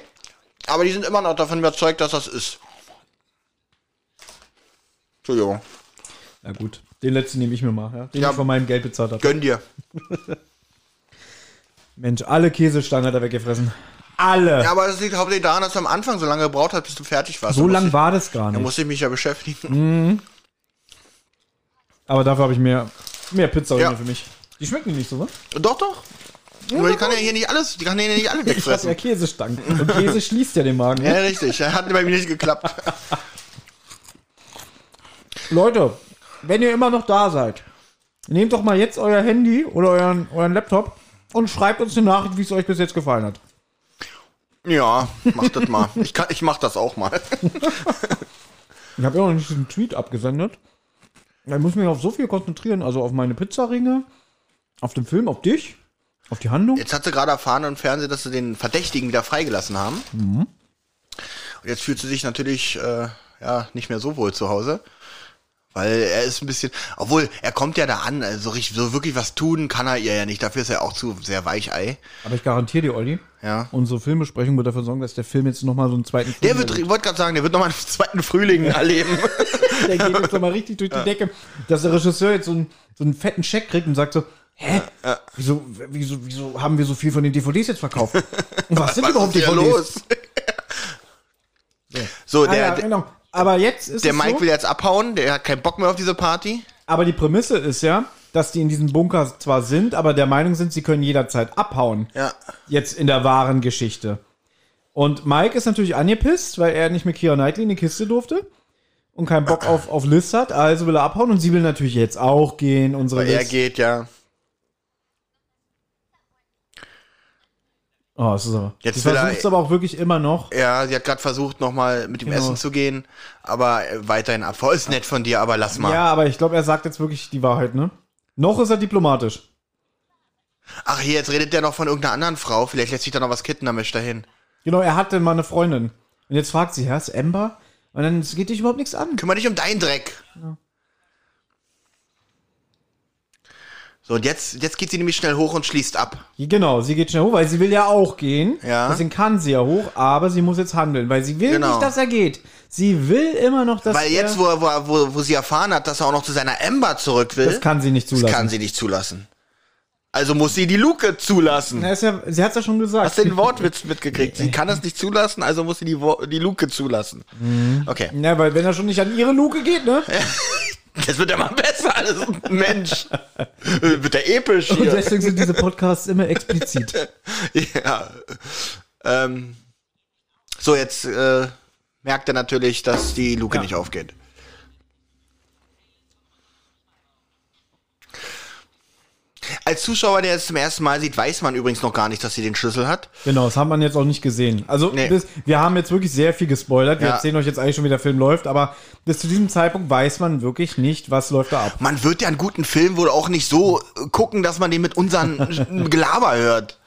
aber die sind immer noch davon überzeugt, dass das ist. Entschuldigung,
Na gut, den letzten nehme ich mir mal, ja? den
Ja.
ich von meinem Geld bezahlt habe.
gönn dir.
Mensch, alle Käsestangen hat er weggefressen. Alle.
Ja, aber das liegt hauptsächlich daran, dass du am Anfang so lange gebraucht hast, bis du fertig warst.
so
Da
lang
musste
war Mhm. das gar
ich, da
nicht.
musste ich mich ja beschäftigen.
Aber dafür habe ich mehr, mehr Pizza
Ja.
ja. für mich. Die schmecken nicht so, ne? was?
Doch, doch. Nur die kann ja hier nicht alles, die kann ja hier nicht
Ich
alle
hatte ja
wegfressen.
Käsestangen. Und Käse schließt ja den Magen.
Ja, richtig. Hat bei mir nicht geklappt.
Leute, wenn ihr immer noch da seid, nehmt doch mal jetzt euer Handy oder euren, euren Laptop und schreibt uns eine Nachricht, wie es euch bis jetzt gefallen hat.
Ja, mach das mal. Ich, kann, ich mach das auch mal.
Ich habe ja noch nicht diesen Tweet abgesendet. Ich muss mich auf so viel konzentrieren, also auf meine Pizzaringe, auf den Film, auf dich, auf die Handlung.
Jetzt hat sie gerade erfahren im Fernsehen, dass sie den Verdächtigen wieder freigelassen haben.
Mhm.
Und jetzt fühlt sie sich natürlich äh, ja, nicht mehr so wohl zu Hause. Weil er ist ein bisschen, obwohl er kommt ja da an, also richtig, so wirklich was tun kann er ihr ja nicht. Dafür ist er auch zu sehr weichei.
Aber ich garantiere dir, Olli,
Ja.
unsere Filmbesprechung wird dafür sorgen, dass der Film jetzt nochmal so einen zweiten Film
Der wird, ich wollte gerade sagen, der wird nochmal einen zweiten Frühling erleben.
Der geht jetzt nochmal richtig durch die Decke, dass der Regisseur jetzt so einen, so einen fetten Scheck kriegt und sagt so, hä? Wieso, wieso, wieso haben wir so viel von den DVDs jetzt verkauft? Und was sind überhaupt
hier
DVDs?
So,
Ah,
der,
ja, genau. Aber jetzt ist
der
es
Mike
so,
will jetzt abhauen, der hat keinen Bock mehr auf diese Party.
aber die Prämisse ist ja, dass die in diesem Bunker zwar sind, aber der Meinung sind, sie können jederzeit abhauen.
Ja.
Jetzt in der wahren Geschichte. Und Mike ist natürlich angepisst, weil er nicht mit Kira Knightley in die Kiste durfte und keinen Bock auf, auf Liz hat, also will er abhauen und sie will natürlich jetzt auch gehen, unsere
Weil er
Liz.
geht, ja.
Oh, es ist aber.
Jetzt
Jetzt
will er-
versucht es aber auch wirklich immer noch.
Ja, sie hat gerade versucht, nochmal mit ihm
Genau.
essen zu gehen, aber äh, weiterhin Abfall. Ist nett von dir, aber lass mal.
Ja, aber ich glaube, er sagt jetzt wirklich die Wahrheit, ne? Noch ist er diplomatisch.
Ach, hier, jetzt redet der noch von irgendeiner anderen Frau. Vielleicht lässt sich da noch was kitten, dann möchte er hin.
Genau, er hatte mal eine Freundin. Und jetzt fragt sie, ja, ist Amber? Und dann es geht dich überhaupt nichts an.
Kümmer dich um deinen Dreck. So, und jetzt, jetzt geht sie nämlich schnell hoch und schließt ab.
Genau, sie geht schnell hoch, weil sie will ja auch gehen.
Ja.
Deswegen kann sie ja hoch, aber sie muss jetzt handeln, weil sie will
Genau.
nicht, dass er geht. Sie will immer noch, dass
Weil jetzt,
er...
wo, er- wo, er- wo, wo sie erfahren hat, dass er auch noch zu seiner Amber zurück will,
Das kann sie nicht
das
zulassen.
kann sie nicht zulassen. Also muss sie die Luke zulassen.
Na, ist ja, sie hat's ja schon gesagt.
Hast du den Wortwitz mitgekriegt? Sie kann es nicht zulassen, also muss sie die, Wo- die Luke zulassen.
Mhm.
Okay.
Na, weil wenn er schon nicht an ihre Luke geht, ne?
Das wird ja mal besser, alles Mensch. Äh, wird ja episch
Und
hier.
deswegen sind diese Podcasts immer explizit.
ja. Ähm. So, jetzt äh, merkt er natürlich, dass die Luke nicht aufgeht. Als Zuschauer, der es zum ersten Mal sieht, weiß man übrigens noch gar nicht, dass sie den Schlüssel hat.
Genau, das hat man jetzt auch nicht gesehen. Also,
Nee.
das, wir haben jetzt wirklich sehr viel gespoilert. Wir
Ja.
erzählen euch jetzt eigentlich schon, wie der Film läuft, aber bis zu diesem Zeitpunkt weiß man wirklich nicht, was läuft da ab.
Man wird ja einen guten Film wohl auch nicht so äh, gucken, dass man den mit unseren Gelaber hört.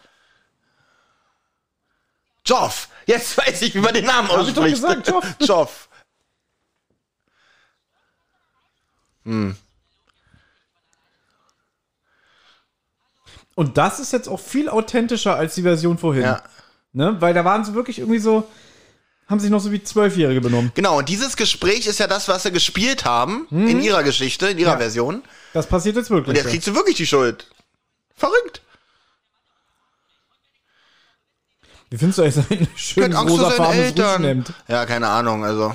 Joff. Jetzt weiß ich, wie man den Namen
Hab ich doch
ausspricht.
gesagt, Joff.
Joff.
Und das ist jetzt auch viel authentischer als die Version vorhin.
Ja.
Ne? Weil da waren sie wirklich irgendwie so, haben sich noch so wie Zwölfjährige benommen.
Genau, und dieses Gespräch ist ja das, was sie gespielt haben in ihrer Geschichte, in ihrer
Ja.
Version.
Das passiert jetzt
Und
wirklich.
jetzt kriegst du wirklich die Schuld. Verrückt.
Wie findest du eigentlich sein schönes
Gehört Angst vor seinen
rosafarbenes
Eltern.
Rutschenhemd?
Ja, keine Ahnung, also.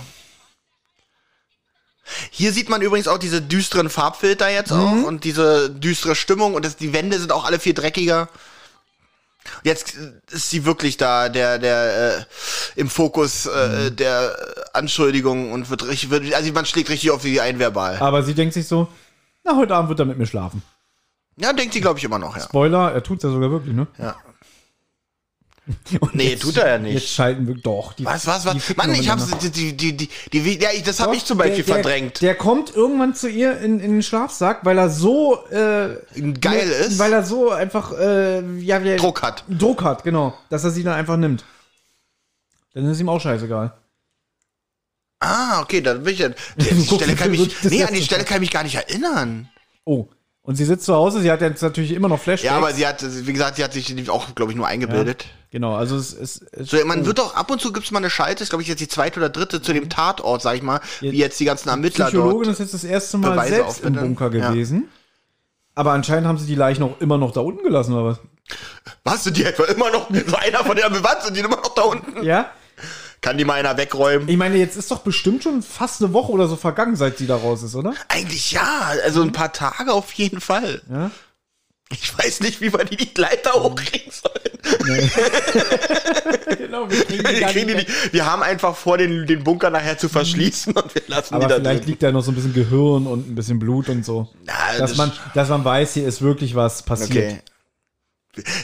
Hier sieht man übrigens auch diese düsteren Farbfilter jetzt auch und diese düstere Stimmung und das, die Wände sind auch alle viel dreckiger. Jetzt ist sie wirklich da, der, der, äh, im Fokus äh, der Anschuldigungen und wird richtig, wird, also man schlägt richtig auf sie ein verbal.
Aber sie denkt sich so, na, heute Abend wird er mit mir schlafen.
Ja, denkt sie, glaube ich, immer noch, ja.
Spoiler, er tut's ja sogar wirklich, ne?
ja.
Und
Nee, tut er ja nicht.
Jetzt schalten wir doch die.
Was, was, was?
die
Mann, ich
miteinander.
hab's, die, die, die, die, die ja, ich, das habe ich zum
Doch,
Beispiel
der, der,
verdrängt.
Der kommt irgendwann zu ihr in, in den Schlafsack, weil er so äh,
Geil ist.
Weil er so einfach äh, ja, wie er-
Druck hat.
Druck hat, genau. Dass er sie dann einfach nimmt. Dann ist ihm auch scheißegal.
Ah, okay, dann bin ich ja. Die
guckst
Stelle kann
du
ich mich,
so das
nee, an
letzte
die Stelle kann ich mich gar nicht erinnern.
Oh. Und sie sitzt zu Hause, sie hat jetzt natürlich immer noch Flashbacks.
Ja, aber sie hat, wie gesagt, sie hat sich auch, glaube ich, nur eingebildet.
Genau, also es ist.
So, man wird auch ab und zu gibt's mal eine Schalte, ist glaube ich jetzt die zweite oder dritte zu
Mhm.
dem Tatort, sag ich mal, wie jetzt die ganzen Ermittler dort.
Psychologin ist jetzt das erste Mal
Beweise
selbst im
aufbinden.
Bunker
Ja.
gewesen. Aber anscheinend haben sie die Leichen auch immer noch da unten gelassen, oder was?
Hast du die etwa immer noch? So einer von der Bewand sind die immer noch da unten.
Ja?
Kann die mal einer wegräumen?
Ich meine, jetzt ist doch bestimmt schon fast eine Woche oder so vergangen, seit sie da raus ist, oder?
Eigentlich ja, also ein paar Tage auf jeden Fall.
Ja.
Ich weiß nicht, wie wir die, die Leiter
Mhm.
hochkriegen sollen.
genau, wir kriegen
Wir, kriegen die, nicht- wir haben einfach vor, den, den Bunker nachher zu verschließen und wir lassen
Aber
die da
vielleicht
drin.
liegt da noch so ein bisschen Gehirn und ein bisschen Blut und so.
Na,
dass,
das-
man, dass man weiß, hier ist wirklich was passiert.
Okay.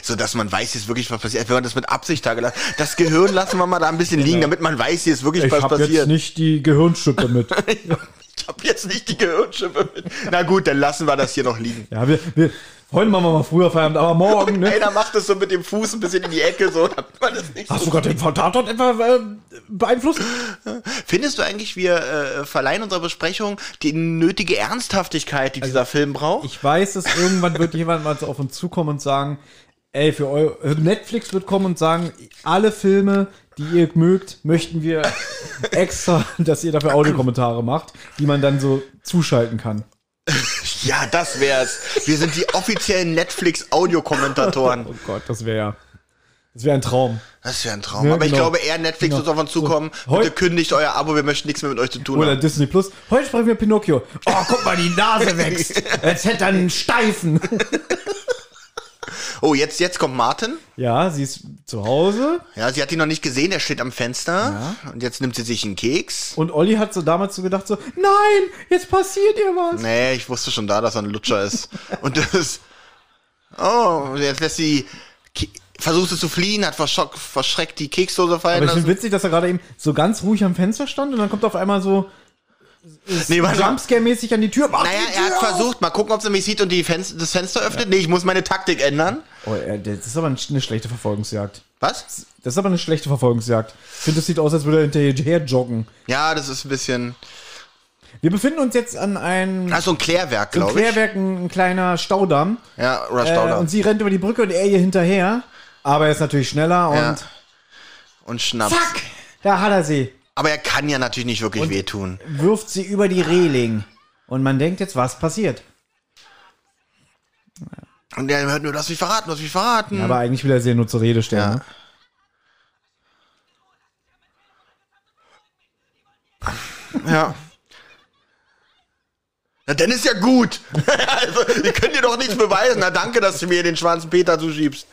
So dass man weiß, hier ist wirklich was passiert. Wenn man das mit Absicht da gelassen. Das Gehirn lassen wir mal da ein bisschen liegen, damit man weiß, hier ist wirklich
Ich
was
habe jetzt
passiert.
nicht die Gehirnschippe mit.
ich hab jetzt nicht die Gehirnschippe mit. Na gut, dann lassen wir das hier noch liegen.
ja, wir, wir, heute machen wir mal früher Feierabend, aber morgen, ne?
Einer macht es so mit dem Fuß ein bisschen in die Ecke, so, damit man das nicht so.
Hast du gerade den Tatort etwa äh, beeinflusst?
Findest du eigentlich, wir äh, verleihen unserer Besprechung die nötige Ernsthaftigkeit, die Also dieser Film braucht?
Ich weiß, dass irgendwann wird jemand mal so auf uns zukommen und sagen, ey, für eu äh, Netflix wird kommen und sagen, alle Filme, die ihr mögt, möchten wir extra, dass ihr dafür Audiokommentare macht, die man dann so zuschalten kann.
ja, das wär's. Wir sind die offiziellen Netflix-Audiokommentatoren.
Oh Gott, das wäre ja, das wäre ein Traum.
Das wäre ein Traum.
Ja,
Aber ich
genau.
glaube eher, Netflix
Genau.
wird auf uns zukommen.
Heu-
Bitte kündigt euer Abo, wir möchten nichts mehr mit euch zu tun
Oder
haben.
Disney Plus. Heute sprechen wir Pinocchio. Oh, guck mal, die Nase wächst. Jetzt hätte er einen Steifen.
Oh, jetzt, jetzt kommt Martin.
Ja, sie ist zu Hause.
Ja, sie hat ihn noch nicht gesehen, er steht am Fenster. Und jetzt nimmt sie sich einen Keks.
Und Olli hat so damals so gedacht, so, nein, jetzt passiert ihr was.
Nee, ich wusste schon da, dass er ein Lutscher ist. Und das. Oh, jetzt lässt sie. Ke- Versucht sie zu fliehen, hat verschock, verschreckt die Keksdose fallen
Aber ich finde
lassen.
witzig, dass er gerade eben so ganz ruhig am Fenster stand und dann kommt auf einmal so
Nee, warte.
Jumpscare-mäßig an die Tür. Mach
Naja,
die
er
Tür
hat
auf!
versucht, mal gucken, ob sie mich sieht und die Fenster, das Fenster öffnet. Nee, ich muss meine Taktik ändern.
Oh, äh, das ist aber ein- eine schlechte Verfolgungsjagd.
Was?
Das ist aber eine schlechte Verfolgungsjagd. Ich finde, das sieht aus, als würde er hinterher joggen.
Ja, das ist ein bisschen.
Wir befinden uns jetzt an einem
Das ist so ein Klärwerk, Ähm,
im
glaube ich.
Querwerk, ein, ein kleiner Staudamm.
Ja, Rush
Äh,
Dauder.
und sie rennt über die Brücke und er ihr hinterher. Aber er ist natürlich schneller und
Ja. und schnappt.
zack, da hat er sie.
Aber er kann ja natürlich nicht wirklich wehtun.
Wirft sie über die Reling. Und man denkt jetzt, was passiert?
Und er hört nur, du hast mich verraten, du hast mich verraten.
Aber eigentlich will er sie ja nur zur Rede stellen.
Hm. Ja.
Ne?
Ja. Na, dann ist ja gut. also, die können dir doch nichts beweisen. Na, danke, dass du mir den schwarzen Peter zuschiebst.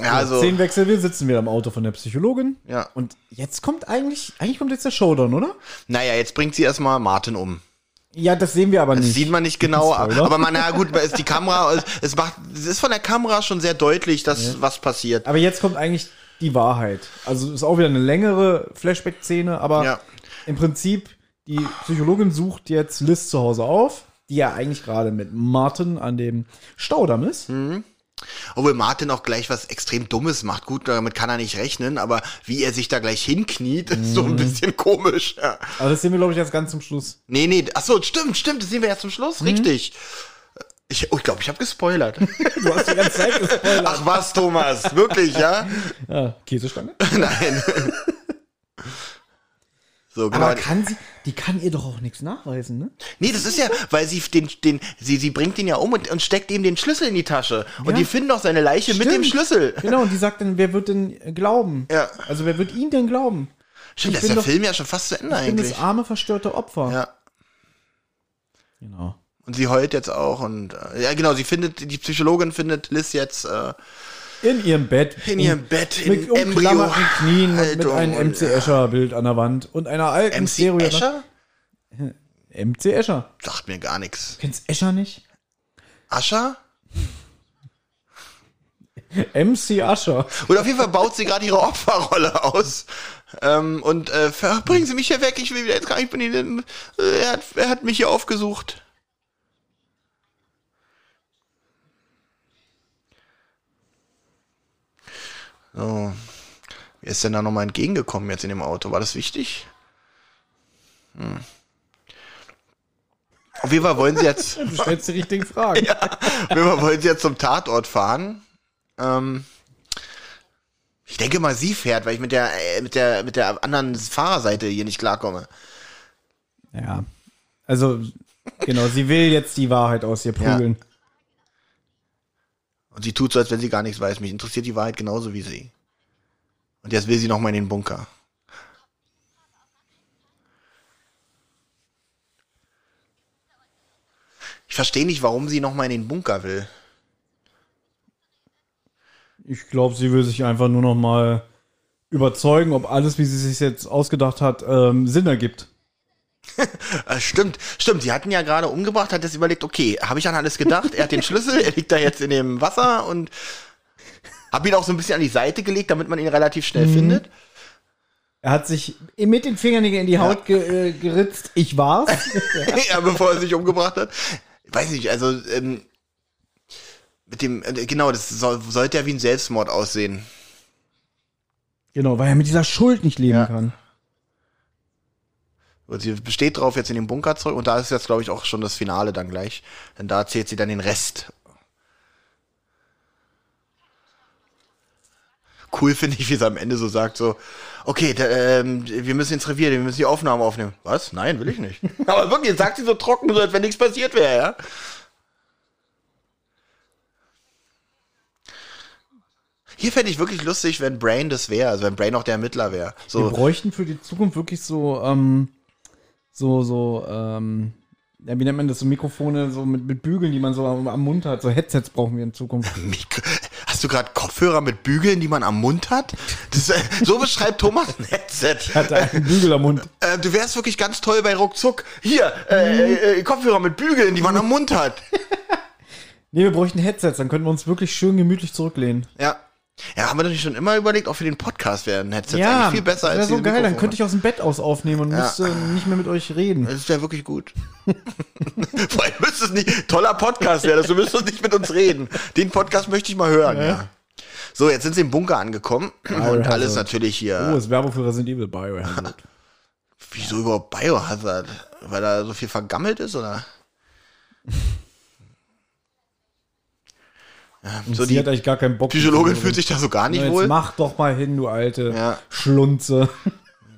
Ja, also.
Szenenwechsel, wir sitzen wieder im Auto von der Psychologin.
Ja.
Und jetzt kommt eigentlich, eigentlich kommt jetzt der Showdown, oder?
Naja, jetzt bringt sie erstmal Martin um.
Ja, das sehen wir aber
Das
nicht.
sieht man nicht genau,
Spoiler.
aber man, na gut, ist die Kamera, es- es macht, es ist von der Kamera schon sehr deutlich, dass was passiert.
aber jetzt kommt eigentlich die Wahrheit. Also ist auch wieder eine längere Flashback-Szene, aber
Ja.
im Prinzip, die Psychologin sucht jetzt Liz zu Hause auf, die ja eigentlich gerade mit Martin an dem Staudamm ist.
Obwohl Martin auch gleich was extrem Dummes macht. Gut, damit kann er nicht rechnen, aber wie er sich da gleich hinkniet, ist
Mhm.
so ein bisschen komisch. Ja.
Aber das sehen wir, glaube ich, erst ganz zum Schluss.
Nee, nee, ach so, stimmt, stimmt, das sehen wir ja zum Schluss,
Mhm.
richtig. Ich oh, ich, glaub, ich habe gespoilert.
Du hast die ganze Zeit gespoilert.
Ach was, Thomas, wirklich, ja?
Ja, Käsestange.
Nein. So, genau.
Aber kann sie, die kann ihr doch auch nichts nachweisen, ne?
Nee, das ist ja, weil sie den, den, sie, sie bringt ihn ja um und, und steckt ihm den Schlüssel in die Tasche. Und
Ja.
die finden doch seine Leiche mit dem
Stimmt.
Schlüssel.
Genau, und die sagt dann, wer wird denn äh, glauben?
Ja.
Also wer wird ihm denn glauben?
Stimmt, da
bin
ist der
doch-
Film ja schon fast zu Ende
Ich bin
eigentlich.
das arme, verstörte Opfer.
Ja.
Genau.
Und sie heult jetzt auch und äh, ja genau, sie findet, die Psychologin findet Liz jetzt äh,
In ihrem Bett.
in ihrem Bett, in
mit
Embryo.
umklammerten Knien und mit
Haltung
einem
und-
MC Escher-Bild an der Wand und einer alten
MC
Stereo-
Escher?
MC Escher.
Sagt mir gar nichts.
Kennst Escher nicht?
Ascher?
MC Ascher.
Und auf jeden Fall baut sie gerade ihre Opferrolle aus. Ähm, und äh, ver- bringen Sie mich hier weg, ich will wieder ins Krankenhaus. Ich bin hier, äh, er, hat, er hat mich hier aufgesucht. So. Wer ist denn da nochmal entgegengekommen jetzt in dem Auto? War das wichtig? Hm. Auf jeden Fall wollen sie jetzt.
Du stellst die richtigen Fragen.
Wenn wir wollen jetzt zum Tatort fahren. Ähm, ich denke mal, sie fährt, weil ich mit der, äh, mit der, mit der anderen Fahrerseite hier nicht klarkomme.
Ja. Also, genau, sie will jetzt die Wahrheit aus ihr prügeln.
Und sie tut so, als wenn sie gar nichts weiß. Mich interessiert die Wahrheit genauso wie sie. Und jetzt will sie nochmal in den Bunker. Ich verstehe nicht, warum sie nochmal in den Bunker will.
Ich glaube, sie will sich einfach nur noch mal überzeugen, ob alles, wie sie sich jetzt ausgedacht hat, ähm, Sinn ergibt.
Äh, Stimmt, stimmt. Sie hatten ja gerade umgebracht, hat jetzt überlegt, okay, habe ich an alles gedacht? Er hat den Schlüssel, er liegt da jetzt in dem Wasser und habe ihn auch so ein bisschen an die Seite gelegt, damit man ihn relativ schnell findet.
Er hat sich mit den Fingernägeln in die Haut ge äh, geritzt. Ich war's.
ja, bevor er sich umgebracht hat. Weiß nicht, also ähm, mit dem, äh, genau, das soll, sollte ja wie ein Selbstmord aussehen.
genau, weil er mit dieser Schuld nicht leben kann.
Und Also sie besteht drauf, jetzt in den Bunker zurück und da ist jetzt, glaube ich, auch schon das Finale dann gleich. Denn da erzählt sie dann den Rest. Cool finde ich, wie sie am Ende so sagt, so, okay, da, ähm, wir müssen ins Revier, wir müssen die Aufnahmen aufnehmen. Was? Nein, will ich nicht. Aber wirklich, sagt sie so trocken, so als wenn nichts passiert wäre, ja? Hier fände ich wirklich lustig, wenn Brain das wäre, also wenn Brain auch der Ermittler wäre. So,
Wir bräuchten für die Zukunft wirklich so, ähm, so, so, ähm, ja, wie nennt man das, so Mikrofone so mit, mit Bügeln, die man so am, am Mund hat. So Headsets brauchen wir in Zukunft.
Mikro Hast du gerade Kopfhörer mit Bügeln, die man am Mund hat? Das, äh, so beschreibt Thomas ein Headset.
Hat er einen Bügel am Mund.
Äh, du wärst wirklich ganz toll bei Ruckzuck. Hier, äh, äh, Kopfhörer mit Bügeln, die man am Mund hat.
Nee, wir bräuchten Headsets, dann könnten wir uns wirklich schön gemütlich zurücklehnen.
Ja. Ja, haben wir doch nicht schon immer überlegt, auch für den Podcast wäre ein Headset eigentlich viel besser
das
als
wäre so
diese
geil, dann
Mikrofone.
könnte ich aus dem Bett aus aufnehmen und müsste nicht mehr mit euch reden.
Das wäre wirklich gut. Vor allem müsstest nicht. Toller Podcast wäre das. Du müsstest nicht mit uns reden. Den Podcast möchte ich mal hören, ja. So, jetzt sind sie im Bunker angekommen und alles
Biohazard.
natürlich
Oh,
hier.
ist Werbung für Resident Evil Biohazard.
Wieso überhaupt Biohazard? Weil da so viel vergammelt ist, oder? ja, so
Sie
die
hat eigentlich gar keinen Bock.
Psychologin fühlt sich da so gar nicht
Jetzt
wohl.
mach doch mal hin, du alte
Ja.
Schlunze.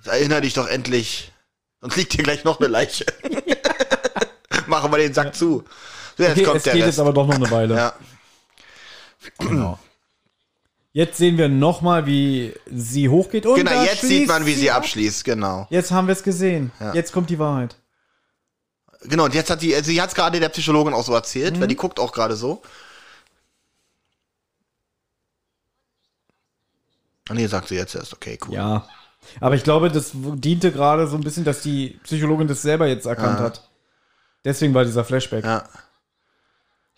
Erinner dich doch endlich. Sonst liegt hier gleich noch eine Leiche. Machen wir den Sack zu. So, jetzt
Okay,
kommt
es
der
geht
Rest.
jetzt aber doch noch eine Weile.
ja.
Genau. Jetzt sehen wir nochmal, wie sie hochgeht. Und
Genau,
da
jetzt sieht man, wie
schließt
sie abschließt, genau.
Jetzt haben wir es gesehen. Jetzt kommt die Wahrheit.
Genau, und jetzt hat die, sie hat es gerade der Psychologin auch so erzählt,
Mhm.
weil die guckt auch gerade so. Ah nee, sagt sie jetzt erst, okay, cool.
Ja. Aber ich glaube, das diente gerade so ein bisschen, dass die Psychologin das selber jetzt erkannt hat. Deswegen war dieser Flashback.
Ja.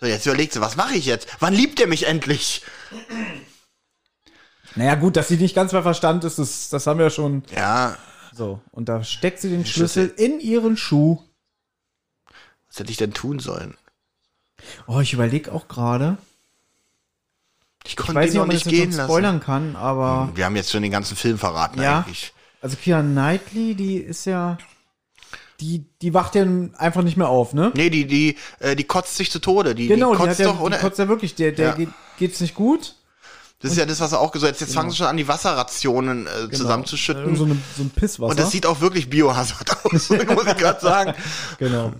So, jetzt überlegt sie, was mache ich jetzt? Wann liebt er mich endlich?
Naja, gut, dass sie nicht ganz bei Verstand ist, das, das haben wir ja schon.
Ja,
So, und da steckt sie den Schlüssel in ihren Schuh.
was hätte ich denn tun sollen?
Oh, ich überlege auch gerade.
Ich konnte
Ich weiß
ihn
nicht,
noch
ob man das
nicht
jetzt
gehen
uns
lassen. Mhm.
spoilern kann, aber.
Wir haben jetzt schon den ganzen Film verraten
Ja.
eigentlich.
Also Kira Knightley, die ist ja. Die, die wacht ja einfach nicht mehr auf, ne?
Nee, die, die, äh, die kotzt sich zu Tode. Die,
Genau,
die
die,
kotzt
hat ja,
doch, oder?
die kotzt ja wirklich. Der, der
Ja.
geht, geht's nicht gut.
das ist ja das, was er auch gesagt hat. Jetzt fangen sie schon an, die Wasserrationen äh, zusammenzuschütten.
Und Genau. Äh, so, eine, so ein Pisswasser.
Und das sieht auch wirklich Biohazard aus, muss ich gerade sagen.
genau.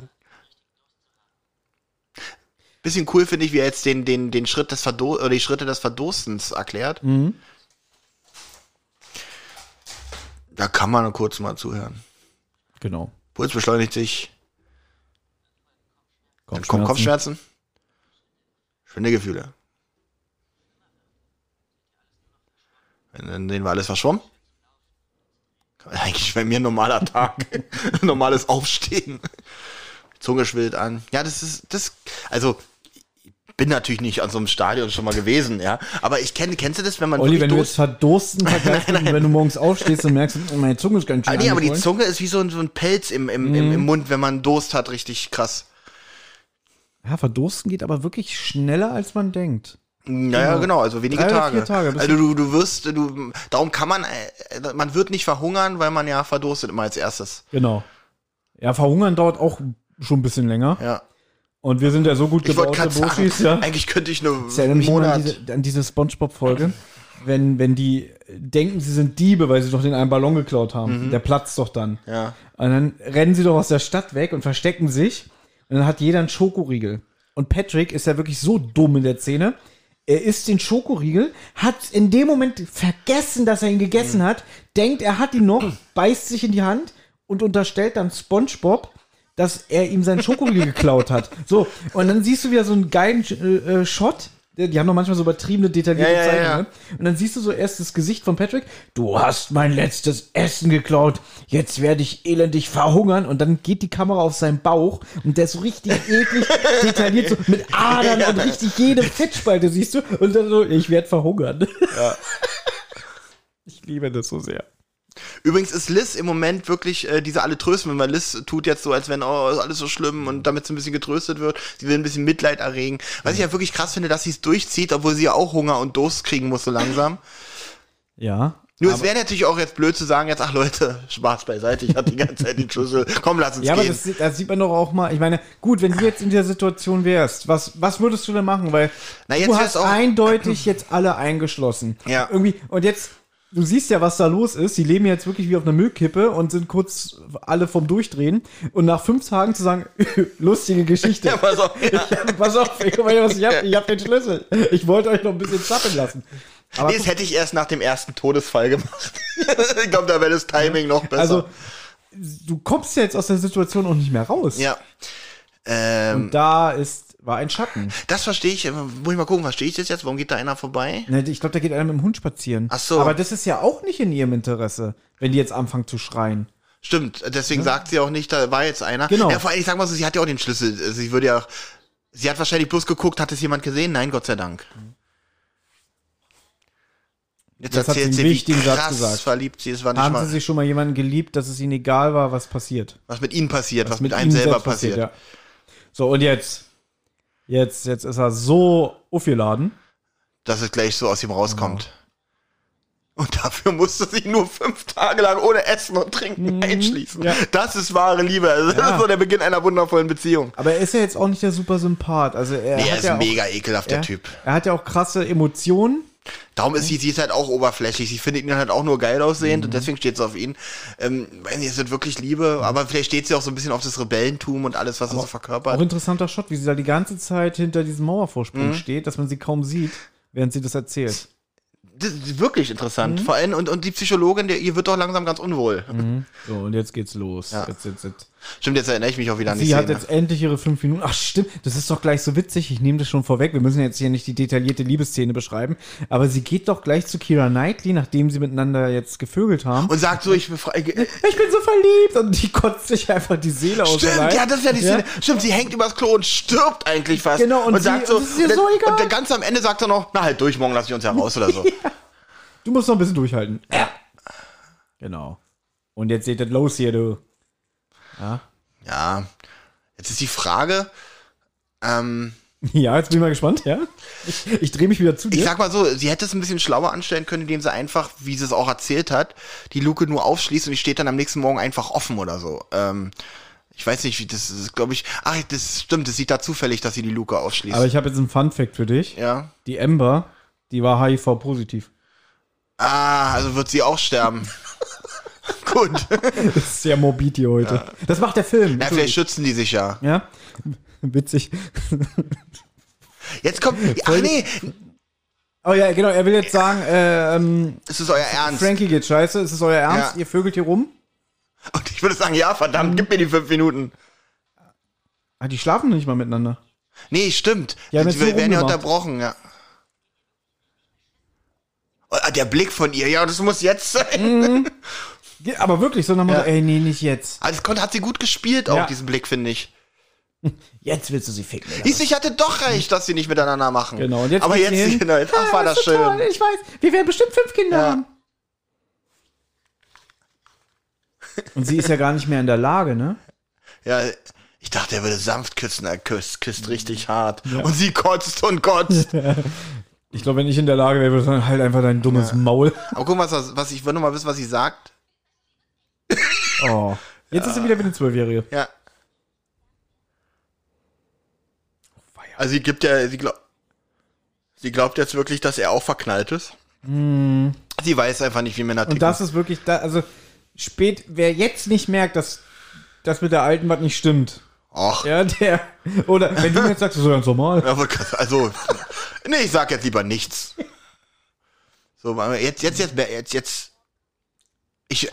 Bisschen cool finde ich, wie er jetzt den, den, den Schritt des Verdo oder die Schritte des Verdurstens erklärt. Da kann man kurz mal zuhören.
Genau.
Puls beschleunigt sich. Dann kommen
Kopfschmerzen.
Kopfschmerzen. Schöne Gefühle. Und dann sehen wir alles verschwommen. Eigentlich bei mir ein normaler Tag. Normales Aufstehen. Zunge schwillt an. Ja, das ist, das, also, ich bin natürlich nicht an so einem Stadion schon mal gewesen, ja. Aber ich kenne, kennst du das, wenn man
Olli,
wirklich
wenn du
durch-
jetzt verdursten vergleichst, wenn du morgens aufstehst und merkst, oh, meine Zunge ist ganz schön
Ah, nee, aber die
angeschwollen.
Zunge ist wie so ein, so ein Pelz im, im, im,
Mhm.
im Mund, wenn man Durst hat, richtig krass.
Ja, verdursten geht aber wirklich schneller, als man denkt.
Naja, genau, also wenige
Drei oder
Tage.
vier Tage, bis-
also du, du wirst, du, darum kann man, äh, man wird nicht verhungern, weil man ja verdurstet immer als erstes.
Genau. Ja, verhungern dauert auch schon ein bisschen länger.
Ja.
Und wir sind ja so gut
Ich wollte
gebaute
gerade sagen,
Burschis, ja.
eigentlich könnte ich nur
Ich erinnere
einen
mich immer
Monat.
an diese, an diese Spongebob-Folge, wenn, wenn die denken, sie sind Diebe, weil sie doch den einen Ballon geklaut haben. Der platzt doch dann.
Mhm. ja.
Und dann rennen sie doch aus der Stadt weg und verstecken sich. Und dann hat jeder einen Schokoriegel. Und Patrick ist ja wirklich so dumm in der Szene. Er isst den Schokoriegel, hat in dem Moment vergessen, dass er ihn gegessen
Mhm.
hat, denkt, er hat ihn noch, beißt sich in die Hand und unterstellt dann SpongeBob, dass er ihm seinen Schokoriegel geklaut hat. So, und dann siehst du wieder so einen geilen äh, äh, Shot. Die haben doch manchmal so übertriebene, detaillierte
Ja, ja, ja,
Zeichnungen.
ja.
ne? Und dann siehst du so erst das Gesicht von Patrick. Du hast mein letztes Essen geklaut. Jetzt werde ich elendig verhungern. Und dann geht die Kamera auf seinen Bauch und der ist so richtig eklig detailliert, so mit Adern und richtig jede Fettspalte siehst du. Und dann so, ich werde verhungern. Ich liebe das so sehr.
Übrigens ist Liz im Moment wirklich äh, diese alle trösten, weil Liz tut jetzt so, als wenn oh, ist alles so schlimm und damit so ein bisschen getröstet wird. Sie will ein bisschen Mitleid erregen. Was ich ja wirklich krass finde, dass sie es durchzieht, obwohl sie ja auch Hunger und Durst kriegen muss so langsam.
Ja.
Nur es wäre natürlich auch jetzt blöd zu sagen, jetzt, ach Leute, Spaß beiseite, ich hatte die ganze Zeit den Schlüssel, komm, lass uns
Ja, aber
gehen.
das, das sieht man doch auch mal. Ich meine, gut, wenn du jetzt in der Situation wärst, was, was würdest du denn machen? Weil
Na, jetzt
du
wär's
hast
auch-
eindeutig jetzt alle eingeschlossen.
Ja.
Irgendwie, und jetzt, du siehst ja, was da los ist. Die leben jetzt wirklich wie auf einer Müllkippe und sind kurz alle vom Durchdrehen. Und nach fünf Tagen zu sagen, lustige Geschichte.
Ja, pass auf, ja.
Pass auf, ich, guck mal, was ich, hab, ich hab den Schlüssel. Ich wollte euch noch ein bisschen zappeln lassen. Aber
Nee, das hätte ich erst nach dem ersten Todesfall gemacht. ich glaube, da wäre das Timing noch besser.
also, du kommst ja jetzt aus der Situation auch nicht mehr raus.
ja. Ähm,
Da ist, war ein Schatten.
das verstehe ich. äh, Muss ich mal gucken, verstehe ich das jetzt? Warum geht da einer vorbei?
Ne, Ich glaube, da geht einer mit dem Hund spazieren.
Ach so.
Aber das ist ja auch nicht in ihrem Interesse, wenn die jetzt anfangen zu schreien.
Stimmt, deswegen sagt sie auch nicht, da war jetzt einer.
Genau.
Ja, vor allem, ich sag mal so, sie hat ja auch den Schlüssel. Sie würde ja auch, sie hat wahrscheinlich bloß geguckt, hat es jemand gesehen? Nein, Gott sei Dank. Jetzt,
Jetzt hat sie
erzählt
einen
sie, wie
wichtigen Satz
krass
gesagt.
verliebt sie ist. War nicht
Haben sie
mal,
sich schon mal jemanden geliebt, dass es ihnen egal war, was passiert?
was mit ihnen passiert, was, mit einem
ihnen
selber
selbst
passiert.
ja. So, und jetzt? Jetzt, jetzt ist er so aufgeladen.
dass es gleich so aus ihm rauskommt. Und dafür musste sie nur fünf Tage lang ohne Essen und Trinken einschließen.
Mhm. ja.
Das ist wahre Liebe. Also Das
Ja.
ist so der Beginn einer wundervollen Beziehung.
Aber er ist ja jetzt auch nicht der super Sympath. Also er
Nee,
hat
er ist
ja auch,
mega ekelhaft,
er,
der Typ.
Er hat ja auch krasse Emotionen.
Darum ist sie, sie ist halt auch oberflächlich. Sie findet ihn halt auch nur geil aussehend
Mhm.
und deswegen steht sie auf ihn. Ähm, weiß nicht, es wird wirklich Liebe, aber vielleicht steht sie auch so ein bisschen auf das Rebellentum und alles, was er so
Auch
verkörpert.
interessanter Shot, wie sie da die ganze Zeit hinter diesem Mauervorsprung
Mhm.
steht, dass man sie kaum sieht, während sie das erzählt.
Das ist wirklich interessant.
Mhm.
Vor allem, und, und die Psychologin, der, ihr wird doch langsam ganz unwohl.
So, und jetzt geht's los.
Ja.
Jetzt, jetzt, jetzt.
Stimmt, jetzt erinnere ich mich auch wieder an die
Sie hat
Szene.
jetzt endlich ihre fünf Minuten. Ach stimmt, das ist doch gleich so witzig. Ich nehme das schon vorweg. Wir müssen jetzt hier nicht die detaillierte Liebesszene beschreiben. Aber sie geht doch gleich zu Kira Knightley, nachdem sie miteinander jetzt gevögelt haben.
Und sagt so, ich befreie,
ich bin so verliebt. Und die kotzt sich einfach die Seele aus.
Stimmt,
allein.
ja, das ist ja die Szene. Stimmt, sie hängt übers Klo und stirbt eigentlich fast.
Genau, und sie- und es ist ihr
und, dann-
so egal.
und dann ganz am Ende sagt er noch, na halt durch, morgen lass ich uns ja raus oder so.
Du musst noch ein bisschen durchhalten. Genau. Und jetzt seht das los hier, du.
ja. Jetzt ist die Frage, ähm,
Ja, jetzt bin ich mal gespannt, ja? Ich, ich drehe mich wieder zu dir.
ich sag mal so, sie hätte es ein bisschen schlauer anstellen können, indem sie einfach, wie sie es auch erzählt hat, die Luke nur aufschließt und die steht dann am nächsten Morgen einfach offen oder so. Ähm, ich weiß nicht, wie das ist, glaube ich. Ach, das stimmt, das sieht da zufällig, dass sie die Luke aufschließt.
Aber ich habe jetzt einen Fun-Fact für dich.
ja.
Die Ember, die war HIV-positiv.
Ah, also wird sie auch sterben. Gut.
Das ist sehr morbid hier heute. Das macht der Film.
Ja, vielleicht schützen die sich ja.
Ja, witzig.
Jetzt kommt. Ah, nee.
Oh ja, genau, er will jetzt sagen, äh, ähm,
Es ist euer Ernst.
Frankie geht scheiße, ist es euer Ernst,
Ja.
ihr vögelt hier rum?
Und ich würde sagen, ja, verdammt, gib mir die fünf Minuten.
Ah, die schlafen nicht mal miteinander.
Nee, stimmt.
Die haben
Die,
jetzt so
werden ja
rumgemacht.
unterbrochen, ja. Oh, ah, der Blick von ihr, ja, das muss jetzt
Mhm.
sein.
Ge- Aber wirklich, sondern man
Ja.
so, ey, nee, nicht jetzt.
Also, das konnte, hat sie gut gespielt, auch
Ja.
diesen Blick, finde ich.
Jetzt willst du sie ficken. ne? oder?
Hieß, ich hatte doch recht, dass sie nicht miteinander machen.
Genau, und jetzt
Aber
geht's
jetzt,
hin.
genau, jetzt ach, war das
ist so
schön.
ich weiß, wir werden bestimmt fünf Kinder
Ja.
haben. Und sie ist ja gar nicht mehr in der Lage, ne?
Ja, ich dachte, er würde sanft küssen. Er küsst, küsst richtig hart. Und sie kotzt und kotzt.
Ich glaube, wenn ich in der Lage wäre, würde ich sagen, halt einfach dein dummes Maul.
Aber guck mal, was, was ich würde noch mal wissen, was sie sagt.
Oh. Jetzt ist sie wieder wie eine Zwölfjährige.
Ja. Also sie gibt ja, sie glaubt, sie glaubt jetzt wirklich, dass er auch verknallt ist. Sie weiß einfach nicht, wie Männer ticken.
Mhm. Und das ist wirklich, da, also spät, wer jetzt nicht merkt, dass das mit der alten was nicht stimmt,
Och,
ja, der, oder wenn du mir jetzt sagst, das ist ganz normal.
ja, wirklich, also, nee, ich sag jetzt lieber nichts. So, aber jetzt, jetzt, jetzt, jetzt, jetzt. Ich,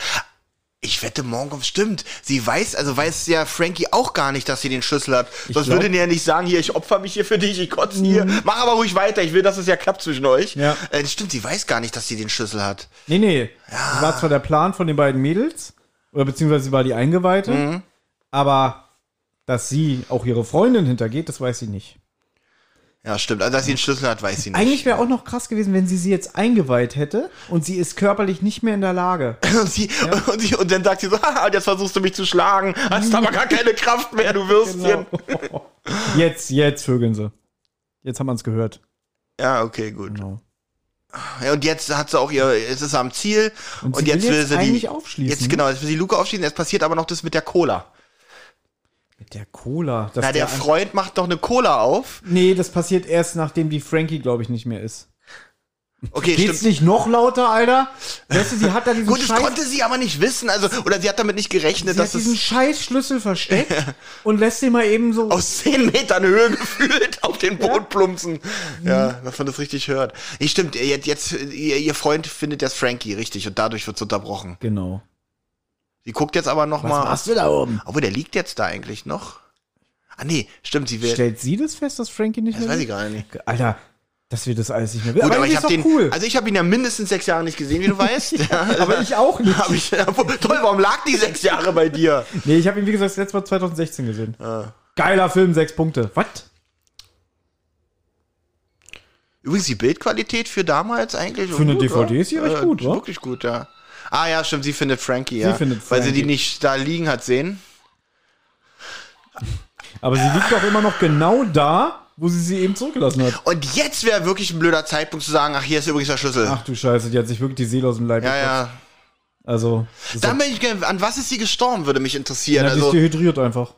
ich wette, morgen kommt, stimmt. Sie weiß, also weiß ja Frankie auch gar nicht, dass sie den Schlüssel hat.
glaub-
Sonst
Mhm.
würde die ja nicht sagen, hier, ich opfer mich hier für dich, ich kotze hier. Mach aber ruhig weiter, ich will, dass es ja klappt zwischen euch.
Ja.
Äh, stimmt, sie weiß gar nicht, dass sie den Schlüssel hat.
Nee, nee. Das war zwar der Plan von den beiden Mädels, oder beziehungsweise sie war die Eingeweihte, aber dass sie auch ihre Freundin hintergeht, das weiß sie nicht.
Ja, stimmt. Also, dass sie den Schlüssel hat, weiß sie nicht.
Eigentlich wäre auch noch krass gewesen, wenn sie sie jetzt eingeweiht hätte und sie ist körperlich nicht mehr in der Lage.
Und, sie, und, sie, und dann sagt sie so, haha, und jetzt versuchst du mich zu schlagen. Hast aber gar keine Kraft mehr, du Würstchen.
Genau. Jetzt, jetzt vögeln sie. Jetzt haben wir es gehört.
Ja, okay, gut.
Genau.
Ja, und jetzt hat sie auch ihr, jetzt ist sie am Ziel. Und,
Und sie
jetzt
will
will
jetzt
sie
eigentlich
die,
aufschließen, ne?
Jetzt, genau, jetzt will sie Luke aufschließen. Jetzt passiert aber noch das mit der Cola.
Mit der Cola. dass
Na, der
ein-
Freund macht noch eine Cola auf.
Nee, das passiert erst, nachdem die Frankie, glaube ich, nicht mehr ist.
Okay,
Geht's
stimmt.
nicht noch lauter, Alter? Weißt du, sie hat da diesen
Gut, das
scheiß
konnte sie aber nicht wissen. Also, oder sie hat damit nicht gerechnet,
Sie
dass
hat diesen
es
Scheißschlüssel versteckt und lässt den mal eben so.
aus 10 Metern Höhe gefühlt auf den Boden plumpsen.
Mhm.
Ja, dass man das richtig hört. Nee, stimmt, jetzt, jetzt, ihr, ihr Freund findet das Frankie richtig und dadurch wird's unterbrochen.
genau.
Sie guckt jetzt aber noch mal.
du da oben?
Obwohl, der liegt jetzt da eigentlich noch. Ah, nee, stimmt, sie will.
Stellt sie das fest, dass Frankie nicht
Das
mehr
weiß ich
lebt?
gar nicht.
Alter, dass wir das alles nicht mehr wissen.
Gut, aber, ich
ist
habe
doch
den,
cool.
also ich habe ihn ja mindestens sechs Jahre nicht gesehen, wie du weißt. ja, also
aber ich auch nicht.
hab ich, toll, warum lag die sechs Jahre bei dir?
Nee, ich habe ihn, wie gesagt, das letzte Mal 2016 gesehen.
Ah.
Geiler Film, sechs Punkte. Was?
Übrigens, die Bildqualität für damals eigentlich.
Für eine DVD ist die
ja
recht gut,
ist
wa?
Wirklich gut, ja. Ah ja, stimmt, sie findet Frankie, ja.
findet
Weil sie die
Frankie.
nicht da liegen hat sehen.
Aber sie liegt doch immer noch genau da, wo sie sie eben zurückgelassen hat.
Und jetzt wäre wirklich ein blöder Zeitpunkt zu sagen, ach, hier ist übrigens der Schlüssel.
Ach du Scheiße, die hat sich wirklich die Seele aus dem Leib
ja,
gekotzt.
ja.
Also, das ist
Dann bin ich, ge- an was ist sie gestorben, würde mich interessieren.
ja, die ist
also,
dehydriert einfach.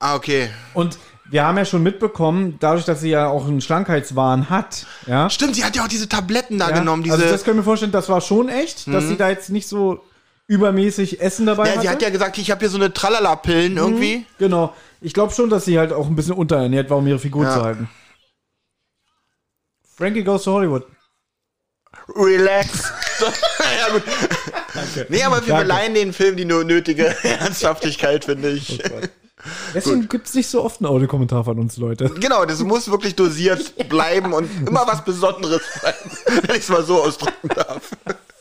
ah, okay.
Und wir haben ja schon mitbekommen, dadurch, dass sie ja auch einen Schlankheitswahn hat, ja.
Stimmt, sie hat ja auch diese Tabletten da
ja
genommen, diese. Mhm.
also das können wir vorstellen, das war schon echt, dass sie da jetzt nicht so übermäßig Essen dabei
ja,
hatte.
sie hat ja gesagt, ich habe hier so eine Tralala-Pillen irgendwie.
Genau. Ich glaube schon, dass sie halt auch ein bisschen unterernährt war, um ihre Figur zu halten. Frankie Goes to Hollywood.
Relax. ja, gut. Nee, aber wir
Danke.
beleihen den Film die nur nötige Ernsthaftigkeit, finde ich.
Oh Deswegen gibt es nicht so oft einen Audiokommentar von uns, Leute.
Genau, das muss wirklich dosiert bleiben und immer was Besonderes sein, wenn ich es mal so ausdrücken darf.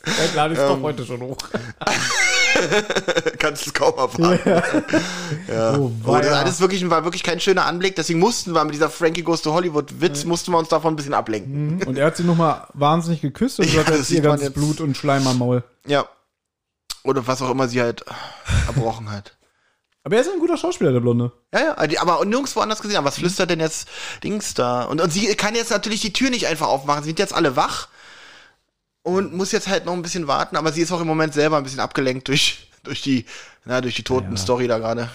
Dann lade ich es doch
Ähm,
heute schon hoch.
Kannst es kaum erwarten.
Oh,
Oh, das
weia.
alles wirklich, war wirklich kein schöner Anblick, deswegen mussten wir mit dieser Frankie Goes to Hollywood Witz, mussten wir uns davon ein bisschen ablenken.
und er hat sie nochmal wahnsinnig geküsst und
Ja,
so hat
das
jetzt ihr
sieht man
ganzes
jetzt.
Blut und Schleim am Maul.
Ja. Oder was auch immer sie halt erbrochen hat.
Aber er ist ein guter Schauspieler, der Blonde.
Ja, ja, aber die- aber nirgendwo anders gesehen. Aber was
Mhm.
flüstert denn jetzt Dings da? Und, und sie kann jetzt natürlich die Tür nicht einfach aufmachen. Sie sind jetzt alle wach und muss jetzt halt noch ein bisschen warten. Aber sie ist auch im Moment selber ein bisschen abgelenkt durch, durch die, na, durch die Toten-Story da gerade.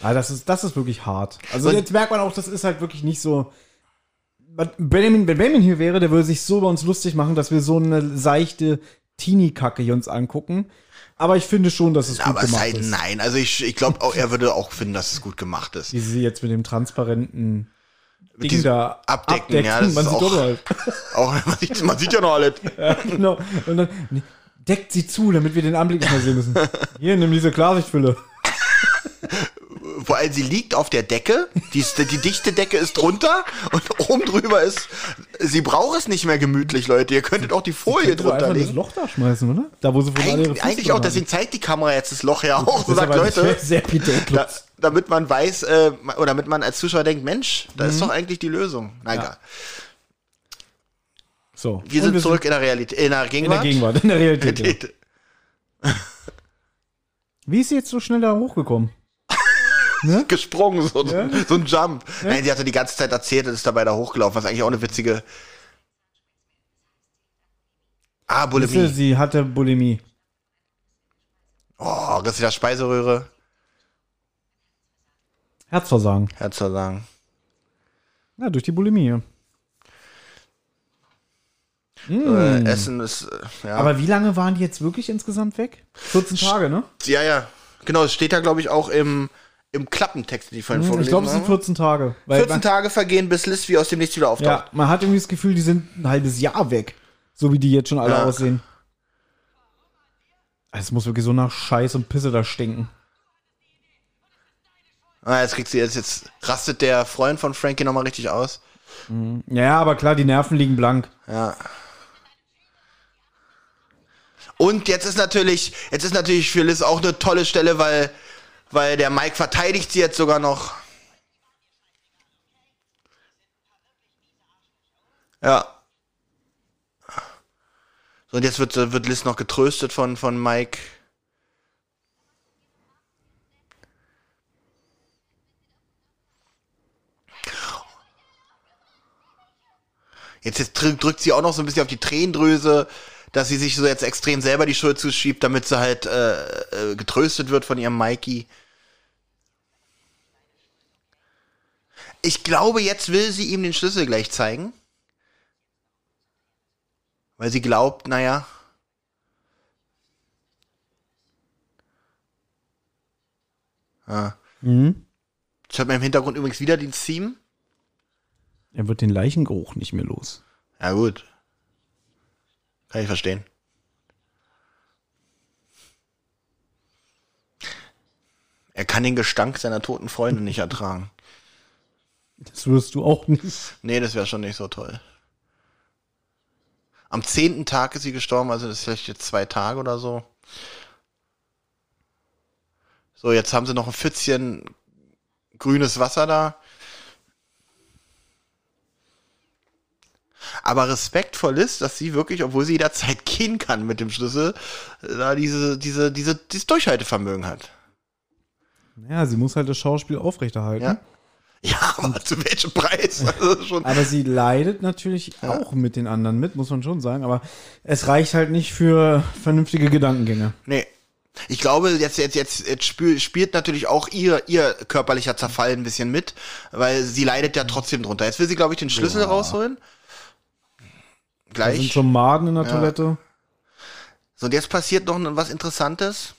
Ah, das ist, das ist wirklich hart. Also
Und-
jetzt merkt man auch, das ist halt wirklich nicht so. Man- Benjamin, wenn Benjamin hier wäre, der würde sich so über uns lustig machen, dass wir so eine seichte Teenie-Kacke hier uns angucken. Aber ich finde schon, dass es gut
Aber es
gemacht
sei
ist.
nein. Also ich, ich glaube, er würde auch finden, dass es gut gemacht ist.
Wie sie jetzt mit dem transparenten Ding
diesem
da
Abdecken, ja, das
man
ist
sieht
auch-
doch halt.
Auch man sieht, man sieht ja noch alles.
Ja, genau. Und dann nee, deckt sie zu, damit wir den Anblick nicht mehr sehen müssen. Hier, nimm diese Klarsichtfülle.
Vor allem, sie liegt auf der Decke, die, ist, die dichte Decke ist drunter und oben drüber ist, sie braucht es nicht mehr gemütlich, Leute. Ihr könntet auch die Folie
Kannst du
drunter
einfach das
legen.
Loch da schmeißen, oder? Da, wo sie von alle ihre
Eig
Fußball
eigentlich auch,
haben.
deswegen zeigt die Kamera jetzt das Loch ja auch
Das ist
und sagt,
aber
Leute,
sehr
da,
pedantlos.
damit man weiß, äh, oder damit man als Zuschauer denkt, Mensch, da
Mhm.
ist doch eigentlich die Lösung. Na egal.
So.
Wir
Und
sind zurück in der Realität, in
in
der
der
Gegenwart.
Gegenwart, in der Realität.
Realität.
Wie ist sie jetzt so schnell da hochgekommen?
gesprungen, so, so ein Jump. Nein, sie hatte die ganze Zeit erzählt und ist dabei da hochgelaufen, was eigentlich auch eine witzige. Ah,
Weißt du,
Bulimie.
Sie hatte Bulimie.
Oh, Riss der Speiseröhre.
Herzversagen.
Herzversagen.
Ja, durch die Bulimie. ja. Hm.
Äh, Essen ist. äh, Ja.
Aber wie lange waren die jetzt wirklich insgesamt weg? 14 Tage, ne?
ja, ja. Genau, es steht da, glaube ich, auch im, im Klappentext, den ich vorhin
Hm, Ich
vorgelesen ne?
glaube, es sind
habe.
14 Tage. Weil
14
man,
Tage vergehen, bis Liz wie aus dem Nichts wieder auftaucht.
Ja, man hat irgendwie das Gefühl, die sind ein halbes Jahr weg. So wie die jetzt schon alle
Ja.
aussehen. Also, Es muss wirklich so nach Scheiß und Pisse da stinken.
Ah, jetzt kriegt sie jetzt, jetzt rastet der Freund von Frankie nochmal richtig aus.
Ja, aber klar, die Nerven liegen blank.
Ja. Und jetzt ist natürlich, jetzt ist natürlich für Liz auch eine tolle Stelle, weil, weil der Mike verteidigt sie jetzt sogar noch. Ja. So, und jetzt wird, sie- wird Liz noch getröstet von, von Mike. Jetzt, jetzt drü- drückt sie auch noch so ein bisschen auf die Tränendrüse, dass sie sich so jetzt extrem selber die Schuld zuschiebt, damit sie halt äh, äh, getröstet wird von ihrem Mikey. Ich glaube, jetzt will sie ihm den Schlüssel gleich zeigen. Weil sie glaubt, naja. Ah. Jetzt hört man im Hintergrund übrigens wieder den Theme.
Er wird den Leichengeruch nicht mehr los.
Ja, gut. Kann ich verstehen. Er kann den Gestank seiner toten Freunde nicht ertragen.
Das wirst du auch nicht.
Nee, das wäre schon nicht so toll. Am zehnten Tag ist sie gestorben, also das ist vielleicht jetzt zwei Tage oder so. So, jetzt haben sie noch ein Pfützchen grünes Wasser da. Aber Respekt vor Liz, dass sie wirklich, obwohl sie jederzeit gehen kann mit dem Schlüssel, da diese, diese, diese, dieses Durchhaltevermögen hat.
Ja, sie muss halt das Schauspiel aufrechterhalten.
Ja. Ja, aber zu welchem Preis? Also schon,
Aber sie leidet natürlich auch mit den anderen mit, muss man schon sagen. Aber es reicht halt nicht für vernünftige Gedankengänge.
Nee. Ich glaube, jetzt, jetzt, jetzt, jetzt spü- spielt natürlich auch ihr, ihr körperlicher Zerfall ein bisschen mit, weil sie leidet ja trotzdem drunter. Jetzt will sie, glaube ich, den Schlüssel rausholen.
Da sind
Gleich.
schon Maden in der Toilette.
So, und jetzt passiert noch was Interessantes.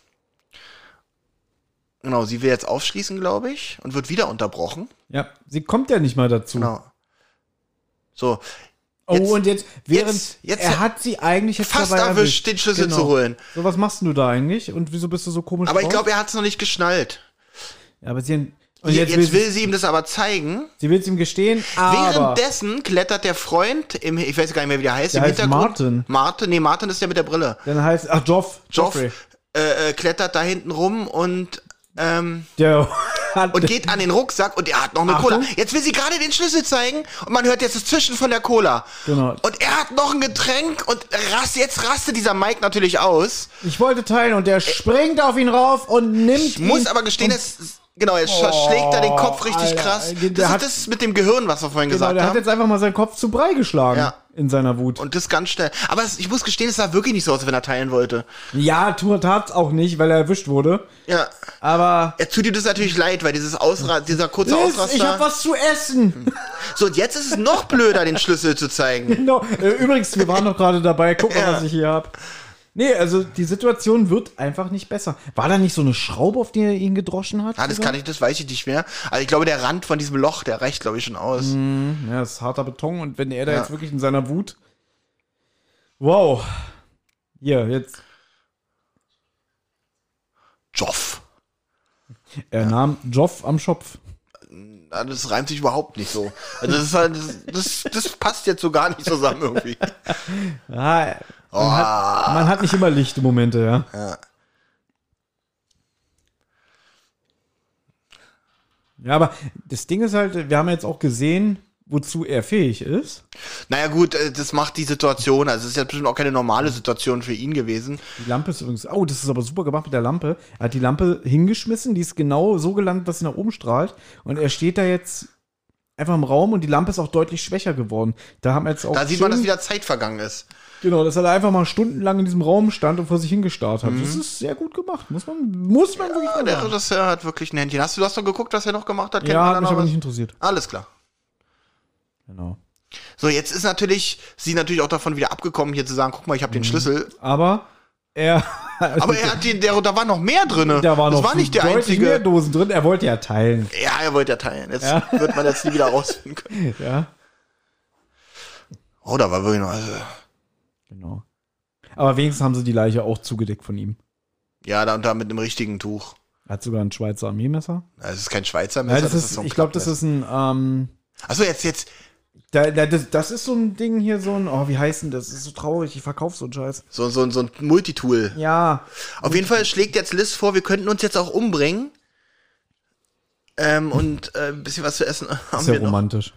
Genau, sie will jetzt aufschließen, glaube ich, und wird wieder unterbrochen.
Ja, sie kommt ja nicht mal dazu.
Genau. So,
Oh,
Jetzt-
und jetzt, während
jetzt- jetzt-
er hat sie eigentlich jetzt
fast
dabei Genau.
erwischt, den Schlüssel zu holen.
So, was machst denn du da eigentlich? Und wieso bist du so komisch
Aber ich
drauf?
glaube, er hat es noch nicht geschnallt.
Ja, aber sie, und
Und
jetzt, will, sie,
will sie ihm das aber zeigen.
sie will es ihm gestehen, aber
Währenddessen klettert der Freund im, ich weiß gar nicht mehr, wie der heißt,
Der
im
heißt Martin.
Martin, nee, Martin ist der mit der Brille.
dann heißt, ach, Joff,
Joff
Joffrey,
äh, äh, klettert da hinten rum und, ähm,
der hat,
und geht an den Rucksack und er hat noch eine
Achtung.
Cola. Jetzt will sie gerade den Schlüssel zeigen und man hört jetzt das Zwischen von der Cola.
Genau.
Und er hat noch ein Getränk und rast, jetzt rastet dieser Mike natürlich aus.
ich wollte teilen und der springt auf ihn rauf und nimmt
Ich muss
ihn
aber gestehen, dass, genau, jetzt schlägt er den Kopf richtig
Oh, Alter.
krass.
Der
Das
hat-
ist das mit dem Gehirn, was wir vorhin
Genau,
gesagt
der hat
haben.
jetzt einfach mal seinen Kopf zu Brei geschlagen
Ja.
in seiner Wut.
Und das ganz schnell. Aber es, ich muss gestehen, es sah wirklich nicht so aus, als wenn er teilen wollte.
ja, Tour tat's auch nicht, weil er erwischt wurde.
Ja.
Aber
Er tut dir das natürlich leid, weil dieses Ausra dieser kurze
Liz,
Ausraster.
ich hab was zu essen.
So, und jetzt ist es noch blöder, den Schlüssel zu zeigen.
Genau. Äh, Übrigens, wir waren noch gerade dabei. Guck mal,
Ja.
was ich hier hab. Nee, also die Situation wird einfach nicht besser. War da nicht so eine Schraube, auf die er ihn gedroschen hat?
Ah, das kann ich, das weiß ich nicht mehr. Also ich glaube, der Rand von diesem Loch, der reicht, glaube ich, schon aus.
Mhm. Ja, das ist harter Beton und wenn er da
Ja.
jetzt wirklich in seiner Wut. Wow. Hier, jetzt.
Joff.
Er nahm Joff am Schopf.
Ah, Das reimt sich überhaupt nicht so. Also das ist halt, das, das, das passt jetzt so gar nicht zusammen irgendwie.
Ah,
Oh,
man hat nicht immer lichte Momente, ja.
ja.
Ja, aber das Ding ist halt, wir haben jetzt auch gesehen, wozu er fähig ist.
Naja gut, äh, das macht die Situation, also es ist jetzt bestimmt auch keine normale Situation für ihn gewesen.
Die Lampe ist übrigens. Oh, das ist aber super gemacht mit der Lampe. Er hat die Lampe hingeschmissen, die ist genau so gelandet, dass sie nach oben strahlt. Und er steht da jetzt einfach im Raum und die Lampe ist auch deutlich schwächer geworden. Da haben wir jetzt auch.
Da sieht man,
schön-
dass wieder Zeit vergangen ist.
Genau, dass er da einfach mal stundenlang in diesem Raum stand und vor sich hingestarrt hat. Das ist sehr gut gemacht. Muss man, muss man wirklich
Ah,
mal
Mhm. Der
sagen.
Regisseur hat wirklich ein Händchen. Hast du das noch geguckt, was er noch gemacht hat? Kennt
Ja,
man
hat
da
mich
noch
aber
was?
nicht interessiert.
Alles klar.
Genau.
So, jetzt ist natürlich sie natürlich auch davon wieder abgekommen, hier zu sagen, guck mal, ich habe
Mhm.
den Schlüssel.
Aber er.
Aber er hat den, der, da war noch mehr drinne.
da war
das
noch
war nicht der
deutlich mehr
einzige.
Dosen drin. Er wollte ja teilen.
Ja, er wollte ja teilen. Jetzt wird man jetzt nie wieder rausfinden können.
Ja,
Oh, da war wirklich noch. Also,
genau. Aber wenigstens haben sie die Leiche auch zugedeckt von ihm.
ja, da und da mit einem richtigen Tuch.
Er hat sogar ein Schweizer Armeemesser.
Das ist kein Schweizer
Ja,
Messer.
das ist, ich glaube, das ist ein. Ähm,
Achso, jetzt, jetzt.
da, da, das, das ist so ein Ding hier, so ein. Oh, wie heißt denn das? Das ist so traurig. Ich verkaufe so einen Scheiß.
So, so, so ein Multitool.
Ja.
Auf jeden Fall schlägt jetzt Liz vor, wir könnten uns jetzt auch umbringen. Ähm, und äh, ein bisschen was zu essen haben
Sehr
wir noch.
romantisch.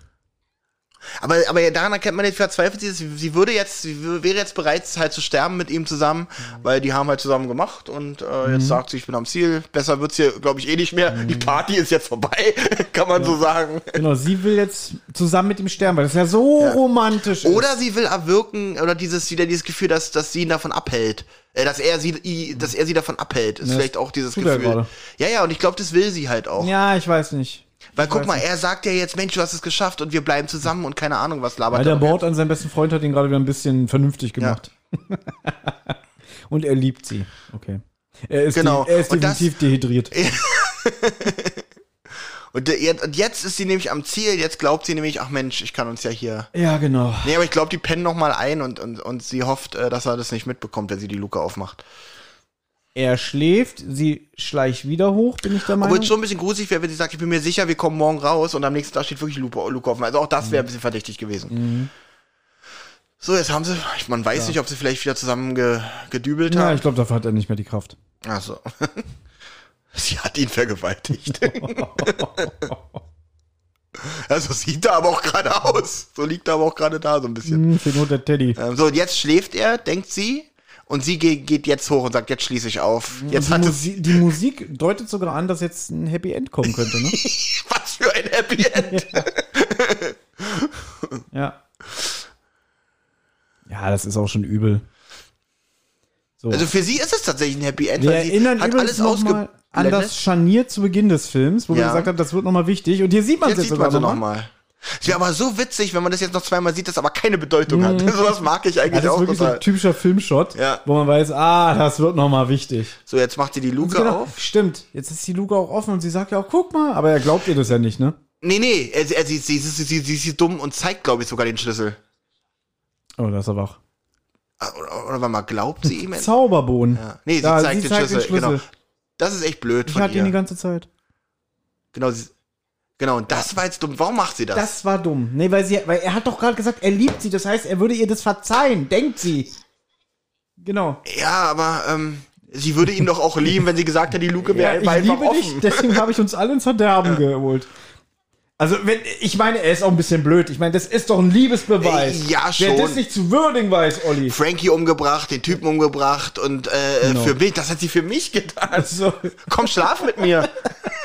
Aber, aber daran erkennt man jetzt, wie verzweifelt sie ist. Sie, sie würde jetzt, sie w- wäre jetzt bereit, halt zu sterben mit ihm zusammen,
Mhm.
weil die haben halt zusammen gemacht und äh, jetzt sagt sie, ich bin am Ziel. Besser wird's hier, glaube ich, eh nicht mehr.
Mhm.
Die Party ist jetzt vorbei, kann man so sagen.
Genau, sie will jetzt zusammen mit ihm sterben, weil das ja so romantisch ist.
Oder sie will erwirken, oder dieses, wieder dieses Gefühl, dass, dass sie ihn davon abhält. Äh, dass er sie, i- dass er sie davon abhält, ist
Ja,
vielleicht
das
auch dieses
tut er
Gefühl.
gerade.
Ja, ja, und ich glaube, das will sie halt auch.
Ja, ich weiß nicht.
Weil
weiß
guck mal, er sagt ja jetzt, Mensch, du hast es geschafft und wir bleiben zusammen und keine Ahnung, was labert
Weil der
er.
Mord an seinem besten Freund hat ihn gerade wieder ein bisschen vernünftig gemacht. Und er liebt sie. Okay. Er ist,
Genau.
die, er ist
Und das-
definitiv dehydriert.
Und, der, jetzt- und jetzt ist sie nämlich am Ziel, jetzt glaubt sie nämlich, ach Mensch, ich kann uns ja hier.
Ja, genau.
Nee, aber ich glaube, die pennen nochmal ein und, und, und sie hofft, äh, dass er das nicht mitbekommt, wenn sie die Luke aufmacht.
Er schläft, sie schleicht wieder hoch, bin ich der
Obwohl
Meinung.
es schon ein bisschen gruselig wäre, wenn sie sagt, ich bin mir sicher, wir kommen morgen raus und am nächsten Tag steht wirklich Luke, Luke offen. Also auch das
Mhm.
wäre ein bisschen verdächtig gewesen. So, jetzt haben sie, ich- man weiß nicht, ob sie vielleicht wieder zusammen ge, gedübelt
Ja,
haben.
ich glaube, dafür hat er nicht mehr die Kraft.
Ach so. sie hat ihn vergewaltigt. also sieht er aber auch gerade aus. So liegt er aber auch gerade da so ein bisschen.
Hm, für nur der Teddy.
Ähm, so, und jetzt schläft er, denkt sie. Und sie ge geht jetzt hoch und sagt, jetzt schließe ich auf. Jetzt
die,
hat es,
Musi die Musik deutet sogar an, dass jetzt ein Happy End kommen könnte, ne?
was für ein Happy End.
Ja. Ja, das ist auch schon übel. So.
Also für sie ist es tatsächlich ein Happy End,
wir
weil sie
erinnern
hat
übrigens
alles
noch mal an das
ausgeblendet.
Scharnier zu Beginn des Films, wo wir
Ja.
gesagt haben, das wird nochmal wichtig. Und hier sieht man es
Jetzt
jetzt
sieht
sogar
man sie also
nochmal.
nochmal. Es wäre aber so witzig, wenn man das jetzt noch zweimal sieht, das aber keine Bedeutung hat. So was mag ich
Mhm. Ja,
eigentlich
das ist
auch
wirklich so ein
total.
typischer Filmshot,
Ja.
wo man weiß, ah, das wird nochmal wichtig.
So, jetzt macht sie die Luke
Genau,
auf.
Stimmt, jetzt ist die Luke auch offen und sie sagt ja auch, guck mal, aber er glaubt ihr das ja nicht, ne?
Nee, nee, er, er, sie, sie, sie, sie, sie, sie ist dumm und zeigt, glaube ich, sogar den Schlüssel.
Oh, da ist er wach.
Ah, Oder, oder warte mal, glaubt sie ihm?
Zauberbohnen.
Ja. Nee, sie
Da,
zeigt, den, Schlüssel. Genau. Das ist echt blöd
Ich
von
hatte ihn die
ihr.
ganze Zeit.
Genau, sie, genau, und das war jetzt dumm. Warum macht sie das?
Das war dumm. Nee, weil, sie, weil er hat doch gerade gesagt, er liebt sie. Das heißt, er würde ihr das verzeihen. Denkt sie. Genau.
Ja, aber ähm, sie würde ihn doch auch lieben, wenn sie gesagt hätte, die Luke
Ja,
wäre
ich
einfach
liebe
offen.
dich, deswegen habe ich uns alle ins Verderben geholt. Also, wenn, ich meine, er ist auch ein bisschen blöd. Ich meine, das ist doch ein Liebesbeweis.
Äh, ja,
Wer
schon.
das nicht zu würdigen weiß, Olli.
Frankie umgebracht, den Typen umgebracht und äh,
Genau.
für mich, das hat sie für mich getan.
Also,
Komm, schlaf mit mir.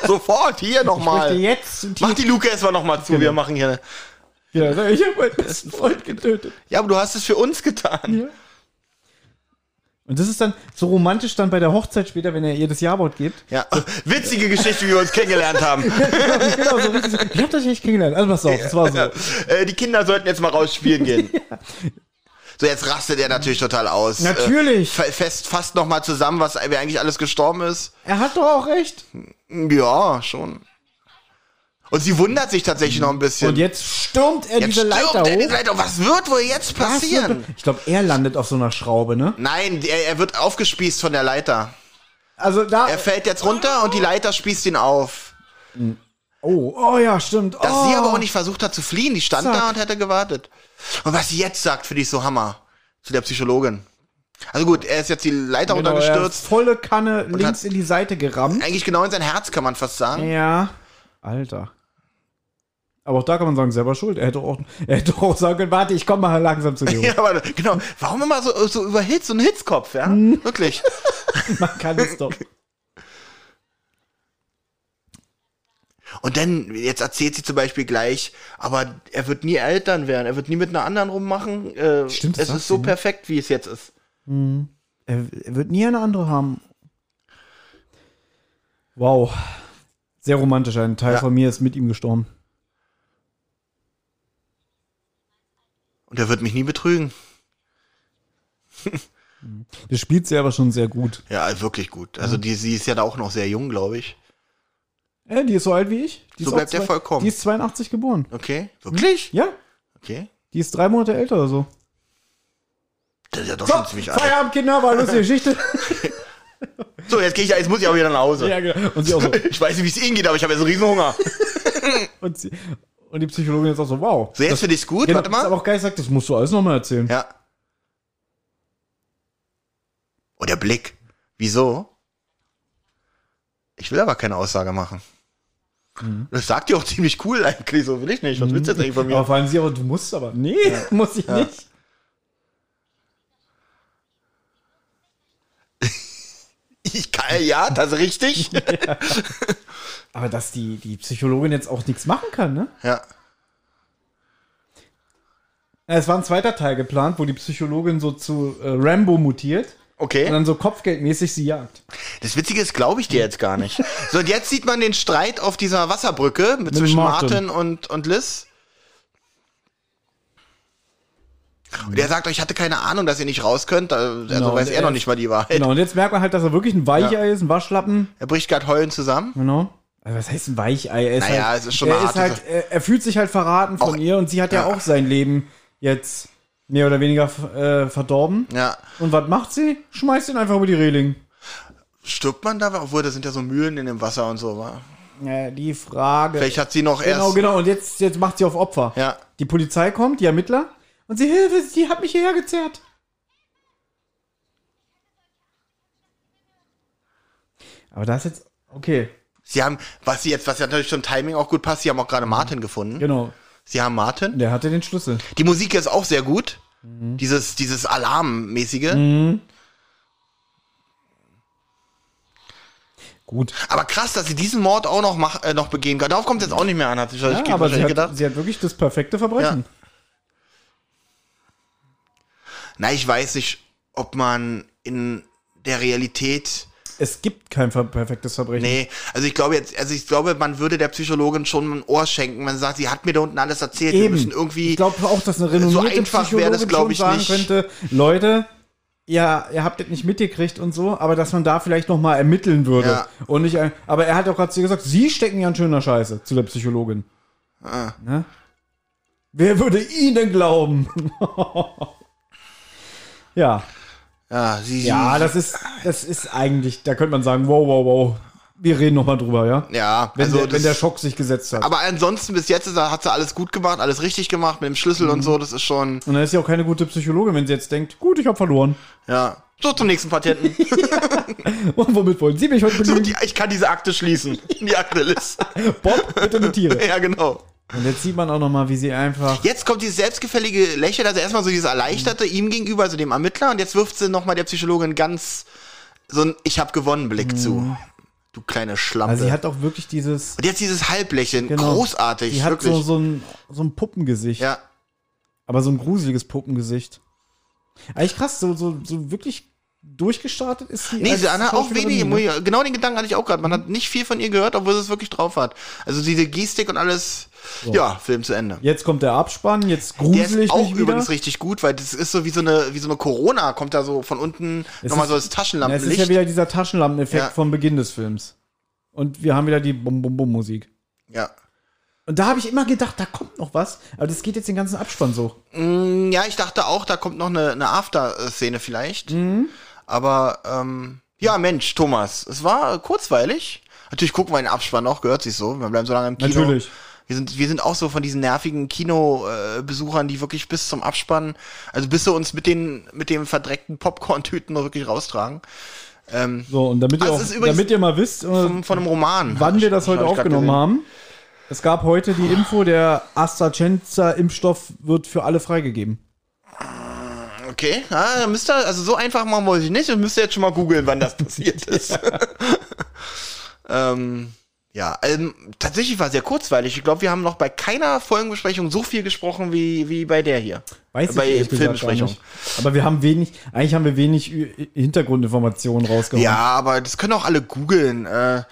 Sofort, hier
möchte
nochmal.
jetzt Genau. zum
Mach
Tier.
die Luke erstmal nochmal zu, wir machen hier eine.
Ja, Ne, ich habe meinen besten Freund getötet.
Ja, aber du hast es für uns getan.
Und das ist dann so romantisch dann bei der Hochzeit später, wenn er ihr das Jawort gibt.
Ja, witzige Geschichte, wie wir uns kennengelernt haben.
genau, so richtig so, ich hab das nicht kennengelernt. Also pass auf, das war so.
Äh, die Kinder sollten jetzt mal raus spielen gehen. So, jetzt rastet er natürlich total aus.
Natürlich.
Äh, fe- fest, fasst nochmal zusammen, was wer eigentlich alles gestorben ist.
Er hat doch auch recht.
Ja, schon. Und sie wundert sich tatsächlich noch ein bisschen.
Und jetzt stürmt er diese
stirbt
Leiter
er die
hoch.
Leiter. Was wird wohl jetzt passieren?
Ich glaube, er landet auf so einer Schraube, ne?
Nein, er, er wird aufgespießt von der Leiter.
Also da.
Er fällt jetzt runter und die Leiter spießt ihn auf.
Oh, oh ja, stimmt.
Dass
oh.
sie aber auch nicht versucht hat zu fliehen, die stand
Zack.
da und hätte gewartet. Und was sie jetzt sagt, finde ich so Hammer. Zu der Psychologin. Also gut, er ist jetzt die Leiter
Genau, er ist
runtergestürzt.
volle Kanne
hat-
links in die Seite gerammt.
Eigentlich genau in sein Herz, kann man fast sagen.
Ja. Alter. Aber auch da kann man sagen, selber schuld. Er hätte auch, er hätte auch sagen können, warte, ich komme mal langsam zu dir. hoch.
Ja, aber genau. Warum immer so, so überhitzt, so ein Hitzkopf, ja?
Mhm.
Wirklich.
Man kann es doch.
Und dann, jetzt erzählt sie zum Beispiel gleich, aber er wird nie Eltern werden, er wird nie mit einer anderen rummachen. Äh,
Stimmt, das
es
sagt
ist so
sie, ne?
perfekt, wie es jetzt ist.
Er, er wird nie eine andere haben. Wow. Sehr romantisch. Ein Teil
Ja.
von mir ist mit ihm gestorben.
Und er wird mich nie betrügen.
Das spielt sie aber schon sehr gut.
Ja, wirklich gut. Also
Mhm.
die, sie ist ja da auch noch sehr jung, glaube ich.
Äh, die ist so alt wie ich. Die
So
ist auch
bleibt er
zwei-
vollkommen.
Die ist 82 geboren.
Okay? Wirklich?
Ja,
Okay.
die ist drei Monate älter oder so.
Das ist ja doch
So,
schon ziemlich alt.
Feierabend, Kinder, war eine lustige Geschichte.
So, jetzt gehe ich, jetzt muss ich auch wieder nach Hause.
ja, genau. Und sie auch so.
Ich weiß nicht, wie es Ihnen geht, aber ich habe jetzt einen riesen Hunger.
Und, sie, und die Psychologin jetzt auch so, wow.
So, jetzt finde ich es gut.
Genau,
Warte mal.
Ist aber auch geil sagt, das musst du alles nochmal erzählen.
Ja. Oh, der Blick. Wieso? Ich will aber keine Aussage machen.
Mhm.
Das sagt ihr auch ziemlich cool eigentlich. So will ich nicht. Was willst du jetzt eigentlich von mir?
Aber vor allem sie, aber du musst aber. Nee, muss ich nicht.
Ich kann, ja, das ist richtig.
Aber dass die, die Psychologin jetzt auch nichts machen kann, ne?
ja.
Ja, Es war ein zweiter Teil geplant, wo die Psychologin so zu äh, Rambo mutiert und
Okay.
dann so kopfgeldmäßig sie jagt.
Das Witzige ist, glaube ich dir jetzt gar nicht. So, und jetzt sieht man den Streit auf dieser Wasserbrücke mit zwischen Martin,
Martin.
und, und Liz. Und er sagt euch, ich hatte keine Ahnung, dass ihr nicht raus könnt. Also
Genau,
weiß
und
er noch
er-
nicht mal die Wahrheit.
Genau, und jetzt merkt man halt, dass er wirklich ein Weichei ist, ein Waschlappen.
Er bricht gerade heulend zusammen.
Genau. Also was heißt ein Weichei? Er ist
Naja,
halt,
es ist schon
er,
eine
ist
harte
halt, er, er fühlt sich halt verraten von
Auch-
ihr und sie hat ja,
ja.
auch sein Leben jetzt mehr oder weniger äh, verdorben.
Ja.
Und was macht sie? Schmeißt ihn einfach über die Reling.
Stirbt man da? Obwohl, da sind ja so Mühlen in dem Wasser und so, war.
Ja, die Frage.
Vielleicht hat sie noch
genau,
erst.
genau. Und jetzt, jetzt macht sie auf Opfer.
Ja.
Die Polizei kommt, die Ermittler. Und sie, Hilfe, die hat mich hierher gezerrt. Aber das ist jetzt. Okay,
Sie haben, was sie jetzt, was ja natürlich zum Timing auch gut passt, sie haben auch
Mhm.
gerade Martin gefunden.
genau.
Sie haben Martin.
Der hatte den Schlüssel.
Die Musik ist auch sehr gut.
Mhm.
Dieses, dieses Alarmmäßige.
Gut.
Aber krass, dass sie diesen Mord auch noch, mach, äh, noch begehen kann. Darauf kommt es jetzt auch nicht mehr an, hat sich
Ja,
wahrscheinlich
aber sie
wahrscheinlich
hat,
gedacht.
sie hat wirklich das perfekte Verbrechen.
Na, ich weiß nicht, ob man in der Realität.
Es gibt kein ver perfektes Verbrechen.
Nee, also ich glaube jetzt, also ich glaube, man würde der Psychologin schon ein Ohr schenken, wenn sie sagt, sie hat mir da unten alles erzählt. Wir
Eben.
müssen irgendwie.
ich glaube auch, dass eine renommierte
einfach wäre das,
Psychologin
glaub
schon
ich,
sagen
nicht.
könnte, Leute, ja, ihr habt das nicht mitgekriegt und so, aber dass man da vielleicht noch mal ermitteln würde.
Ja.
Und nicht, ein- aber er hat auch gerade zu ihr gesagt, sie stecken ja in schöner Scheiße zu der Psychologin.
Ah.
Ne? Wer würde ihnen glauben? ja,
ja, sie,
ja, das ist, das ist eigentlich, da könnte man sagen, wow, wow, wow, wir reden noch mal drüber, ja?
ja,
Wenn,
also
der,
das-
wenn der Schock sich gesetzt hat.
Aber ansonsten bis jetzt ist er, hat sie alles gut gemacht, alles richtig gemacht mit dem Schlüssel
Mhm.
und so. Das ist schon,
Und dann ist sie auch keine gute Psychologin, wenn sie jetzt denkt, gut, ich habe verloren.
ja. So zum nächsten Patienten.
Und womit wollen Sie mich heute
So,
belügen?
die, ich kann diese Akte schließen. Die Akte ist.
Bob, bitte notiere.
Ja, genau.
Und jetzt sieht man auch nochmal, wie sie einfach.
Jetzt kommt dieses selbstgefällige Lächeln, also erstmal so dieses Erleichterte
Mhm.
ihm gegenüber, also dem Ermittler. Und jetzt wirft sie nochmal der Psychologin ganz so ein Ich hab gewonnen Blick zu. Du kleine Schlampe.
Mhm. Also sie hat auch wirklich dieses.
und jetzt dieses Halblächeln.
Genau.
Großartig.
Die hat
wirklich.
so, so, ein, so ein Puppengesicht.
ja.
Aber so ein gruseliges Puppengesicht. Eigentlich krass, so, so, so wirklich durchgestartet ist sie.
Nee,
als
sie hat auch
Schauspielerin,
wenige.
ne?
muss
Mhm.
ich- Genau den Gedanken hatte ich auch gerade. Man hat nicht viel von ihr gehört, obwohl sie es wirklich drauf hat. Also diese Gestik und alles. Ja, Film zu Ende.
Jetzt kommt der Abspann, jetzt
Der
grusel
ist
ich
auch
mich wieder.
übrigens richtig gut, weil das ist so wie so eine, wie so eine Corona, kommt da so von unten nochmal
ist- Na,
so das
es ist ja
Taschenlampenlicht.
wieder dieser Taschenlampeneffekt
Ja.
vom Beginn des Films. Und wir haben wieder die Bum-Bum-Bum-Musik.
ja.
Und da habe ich immer gedacht, da kommt noch was. Aber das geht jetzt den ganzen Abspann so.
Mm, ja, ich dachte auch, da kommt noch eine, eine After-Szene vielleicht.
Mhm.
Aber ähm, ja, Mensch, Thomas, es war äh, kurzweilig. Natürlich gucken wir den Abspann noch, gehört sich so. Wir bleiben so lange im Kino.
Natürlich.
Wir sind, wir sind auch so von diesen nervigen Kinobesuchern, äh, Besuchern, die wirklich bis zum Abspann, also bis sie uns mit den, mit den verdreckten Popcorn-Tüten wirklich raustragen.
So, und damit, ihr,
Ah, es
auch,
ist übrigens
damit ihr mal wisst, äh,
Von, von einem Roman.
wann wir das heute
Hab ich grad
aufgenommen
gesehen. Ah.
haben. Es gab heute die Info, der AstraZeneca-Impfstoff wird für alle freigegeben.
Okay, ah, dann müsst ihr, also so einfach machen wollte ich nicht. Ihr müsst ihr jetzt schon mal googeln, wann das passiert ist. ähm, ja, ähm, tatsächlich war sehr kurzweilig. Ich glaube, wir haben noch bei keiner Folgenbesprechung so viel gesprochen wie, wie bei der hier.
Weiß
Bei
ehrlich gesagt gar
eh, Filmbesprechung.
nicht. Aber wir haben wenig, eigentlich haben wir wenig Ü- Hintergrundinformationen rausgehauen.
Ja, aber das können auch alle googeln. Äh,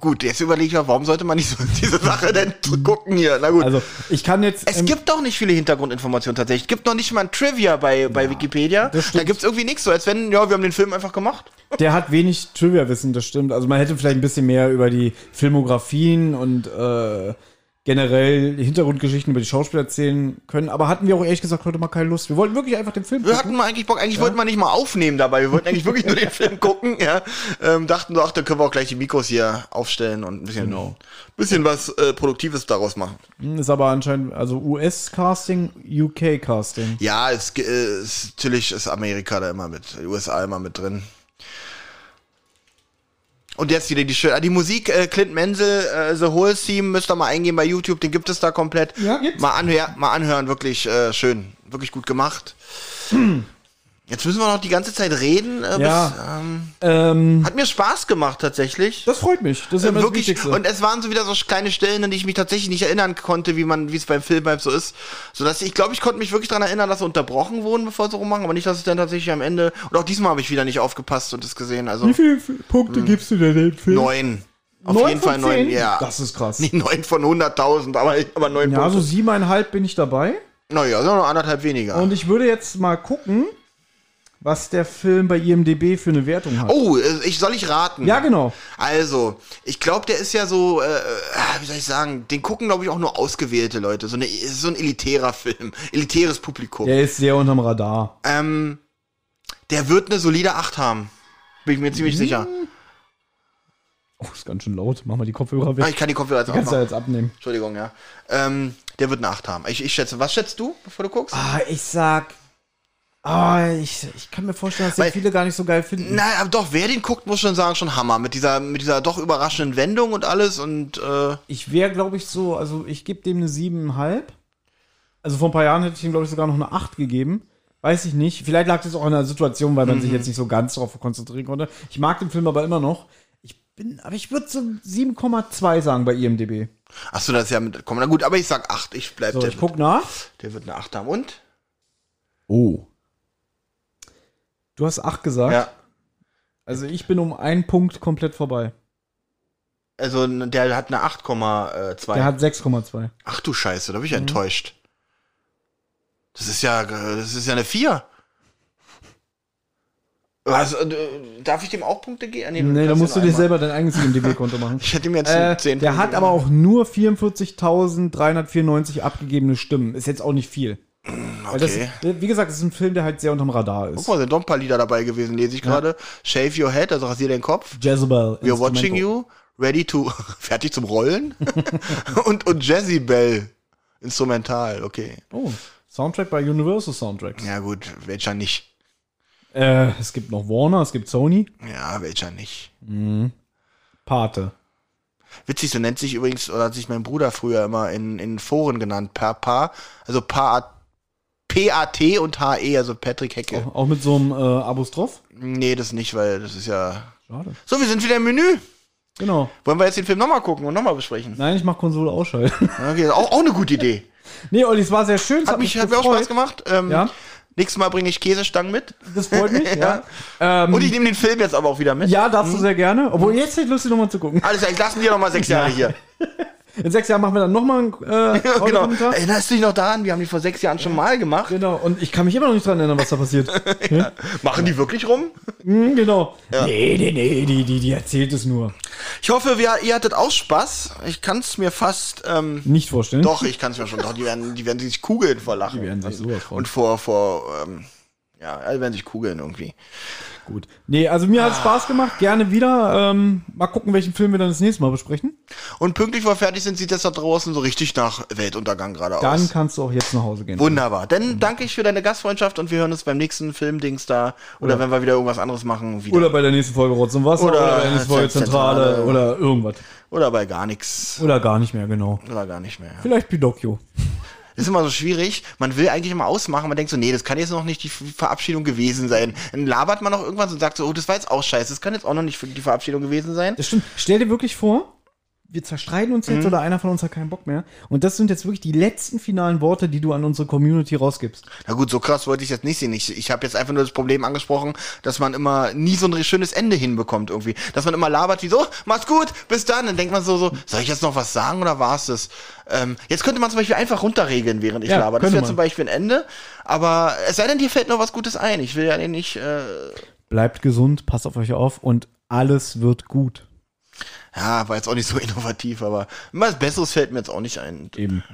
gut, jetzt überlege ich mal, warum sollte man nicht so diese Sache denn gucken hier? Na gut.
Also, ich kann jetzt.
Es
ähm,
gibt doch nicht viele Hintergrundinformationen tatsächlich. Es gibt noch nicht mal ein Trivia bei, bei Wikipedia.
das
Da
stimmt.
gibt's irgendwie nichts so, als wenn, ja, wir haben den Film einfach gemacht.
Der hat wenig Trivia-Wissen, das stimmt. Also man hätte vielleicht ein bisschen mehr über die Filmografien und äh, generell Hintergrundgeschichten über die Schauspieler erzählen können. Aber hatten wir auch ehrlich gesagt heute mal keine Lust. Wir wollten wirklich einfach den Film
Wir hatten
gucken.
mal eigentlich Bock, eigentlich wollten wir nicht mal aufnehmen dabei. Wir wollten eigentlich wirklich nur den Film gucken, ja. Ähm, dachten so, ach, da können wir auch gleich die Mikros hier aufstellen und ein bisschen,
Genau.
bisschen was äh, Produktives daraus machen.
Hm, Ist aber anscheinend, also US-Casting, UK-Casting.
Ja, es, ge- äh, es, natürlich ist Amerika da immer mit, die USA immer mit drin. Und jetzt wieder die schöne, ah, die Musik, äh, Clint Menzel, äh, The Whole Theme, müsst ihr mal eingehen bei YouTube, den gibt es da komplett.
Ja, gibt's.
Mal, anhör, mal anhören, wirklich äh, schön, wirklich gut gemacht. Jetzt müssen wir noch die ganze Zeit reden. Äh,
Ja.
bis, ähm,
Ähm,
Hat mir Spaß gemacht tatsächlich.
das freut mich. Das ist ja immer das
Wirklich,
Wichtigste.
und es waren so wieder so kleine Stellen, an die ich mich tatsächlich nicht erinnern konnte, wie man, wie es beim Film halt so ist. Sodass ich glaube, ich konnte mich wirklich daran erinnern, dass sie unterbrochen wurden, bevor sie rummachen, aber nicht, dass es dann tatsächlich am Ende. Und auch diesmal habe ich wieder nicht aufgepasst und es gesehen. Also
Wie viele F- Punkte gibst du denn dem Film?
neun. Auf
Neun
jeden
von
Fall neun.
zehn?
Ja.
Das ist krass.
nicht neun von 100.000, aber, aber neun
Ja, so
Punkte.
siebeneinhalb bin ich dabei.
Naja, sind noch anderthalb weniger.
Und ich würde jetzt mal gucken, was der Film bei IMDb für eine Wertung hat.
oh, äh, ich soll ich raten.
Ja, genau.
Also, ich glaube, der ist ja so, äh, ah, wie soll ich sagen, den gucken, glaube ich, auch nur ausgewählte Leute. So, eine, es ist so ein elitärer Film, elitäres Publikum.
Der ist sehr unterm Radar.
Ähm, der wird eine solide 8 haben. Bin ich mir
Mhm.
ziemlich sicher.
Oh, ist ganz schön laut. Mach mal die Kopfhörer
Ah,
weg.
ich kann die Kopfhörer jetzt auch
Kannst du ja
machen.
jetzt abnehmen.
Entschuldigung, ja. Ähm, der wird eine 8 haben. Ich, ich schätze, was schätzt du, bevor du guckst?
Ah, ich sag. Ah, ich, ich kann mir vorstellen, dass den
Weil-
viele gar nicht so geil finden.
Na, aber doch, wer den guckt, muss schon sagen, schon Hammer. Mit dieser, mit dieser doch überraschenden Wendung und alles und, äh,
Ich wäre, glaube ich, so, also ich gebe dem eine 7,5. Also vor ein paar Jahren hätte ich ihm, glaube ich, sogar noch eine 8 gegeben. Weiß ich nicht. Vielleicht lag das auch an der Situation, weil man
Mhm.
sich jetzt nicht so ganz darauf konzentrieren konnte. Ich mag den Film aber immer noch. Ich bin, aber ich würde so 7,2 sagen bei IMDb.
ach so, das ist ja mitkommen. Na gut, aber ich sag 8. Ich bleib
So,
der,
ich guck nach.
der wird eine 8 haben. Und?
Oh. Du hast 8 gesagt.
Ja.
Also ich bin um einen Punkt komplett vorbei.
Also, der hat eine äh, 8,2.
Der hat 6,2.
Ach du Scheiße, da bin ich
Mhm.
ja enttäuscht. Das ist ja, äh, das ist ja eine 4. Also, äh, darf ich dem auch Punkte geben? Nee,
Nee, da
kannst
musst du
nur
dir
einmal.
selber dein eigenes IMDb-Konto machen.
Ich hätte ihm jetzt
Äh,
äh, 10
der
Punkte
hat aber auch nur 44.394 abgegebene Stimmen. Ist jetzt auch nicht viel. Weil das,
Okay.
wie gesagt, das ist ein Film, der halt sehr unterm Radar ist.
Guck mal, sind doch ein paar Lieder dabei gewesen, lese ich gerade. Shave Your Head, also rasier den Kopf.
Jezebel.
We're Watching You, Ready to, fertig zum Rollen. und, und Jazzy Bell, instrumental, okay.
Oh, Soundtrack bei Universal Soundtracks.
Ja gut, welcher nicht?
Äh, es gibt noch Warner, es gibt Sony.
Ja, welcher nicht?
Pate.
Witzig, so nennt sich übrigens, oder hat sich mein Bruder früher immer in, in Foren genannt, Papa, also Pa- P-A-T und H-E, also Patrick Hecke.
Auch mit so einem äh, Apostroph.
Nee, das nicht, weil das ist ja...
Schade.
So, wir sind wieder im Menü.
Genau.
Wollen wir jetzt den Film nochmal gucken und nochmal besprechen?
Nein, ich mach Konsole ausschalten.
Okay, auch, auch eine gute Idee.
nee, Olli, es war sehr schön. es
Hat, mich, hat mir auch
gefreut.
Spaß gemacht. Ähm,
Ja.
Nächstes Mal bringe ich Käsestangen mit.
Das freut mich, ja. Ähm,
Und ich nehme den Film jetzt aber auch wieder mit.
Ja, darfst du sehr gerne. Obwohl, jetzt hätte ich Lust, die nochmal zu gucken.
Alles klar, ich lasse ihn dir nochmal sechs Jahre hier.
In sechs Jahren machen wir dann nochmal einen äh,
genau.
Audiokommentar.
Erinnerst du dich noch daran? Wir haben die vor sechs Jahren schon mal gemacht.
Genau, und ich kann mich immer noch nicht dran erinnern, was da passiert.
Machen die wirklich rum?
Hm, genau. Nee, nee, nee, die, die, die erzählt es nur.
Ich hoffe, wir, ihr hattet auch Spaß. Ich kann es mir fast. Ähm,
Nicht vorstellen.
Doch, ich kann es mir schon. Doch, die werden, die werden sich kugeln vor Lachen.
Die werden sich sowas von.
Und vor, vor, ähm, ja, die werden sich kugeln irgendwie.
Gut. Nee, also mir hat
Ah.
es Spaß gemacht. Gerne wieder. Ähm, mal gucken, welchen Film wir dann das nächste Mal besprechen.
Und pünktlich, wo wir fertig sind, sieht das da draußen so richtig nach Weltuntergang gerade
Dann
aus.
kannst du auch jetzt nach Hause gehen.
Wunderbar. Dann danke ich für deine Gastfreundschaft und wir hören uns beim nächsten Filmdings da oder wenn wir wieder irgendwas anderes machen, wieder.
Oder bei der nächsten Folge Rotz und Wasser.
Oder
Oder, bei der nächsten Folge
Zentrale.
Zentrale. Oder irgendwas.
Oder bei gar nichts.
Oder gar nicht mehr, genau.
Oder gar nicht mehr.
Vielleicht Pinocchio.
Das ist immer so schwierig. Man will eigentlich immer ausmachen. Man denkt so, nee, das kann jetzt noch nicht die Verabschiedung gewesen sein. Dann labert man noch irgendwann so und sagt so, oh, das war jetzt auch scheiße. Das kann jetzt auch noch nicht die Verabschiedung gewesen sein.
Das stimmt. Stell dir wirklich vor, wir zerstreiten uns
Mhm.
jetzt oder einer von uns hat keinen Bock mehr. Und das sind jetzt wirklich die letzten finalen Worte, die du an unsere Community rausgibst.
Na gut, so krass wollte ich jetzt nicht sehen. Ich, ich habe jetzt einfach nur das Problem angesprochen, dass man immer nie so ein schönes Ende hinbekommt irgendwie. Dass man immer labert wie so, mach's gut, bis dann. Dann denkt man so, so soll ich jetzt noch was sagen oder war's das? Ähm, jetzt könnte man zum Beispiel einfach runterregeln, während ich
Ja,
laber. Das
könnte
wäre
man.
zum Beispiel ein Ende. Aber es sei denn, dir fällt noch was Gutes ein. Ich will ja nicht... Äh,
Bleibt gesund, passt auf euch auf und alles wird gut.
Ja, war jetzt auch nicht so innovativ, aber was Besseres fällt mir jetzt auch nicht ein.
Eben.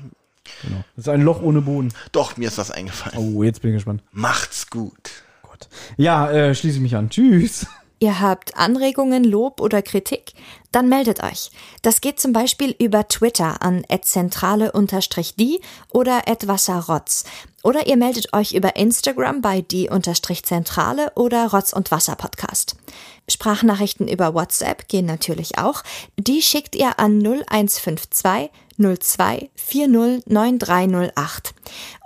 Genau. Das ist ein Loch ohne Boden.
Doch, mir ist was eingefallen.
Oh, jetzt bin ich gespannt. Oh
Macht's gut.
Gott. Ja, äh, schließe ich mich an. Tschüss.
Ihr habt Anregungen, Lob oder Kritik? Dann meldet euch. Das geht zum Beispiel über Twitter an @zentrale_die oder @wasserrotz. Oder ihr meldet euch über Instagram bei die-zentrale oder Rotz und Wasser Podcast. Sprachnachrichten über WhatsApp gehen natürlich auch. Die schickt ihr an 0152 02 40 9308.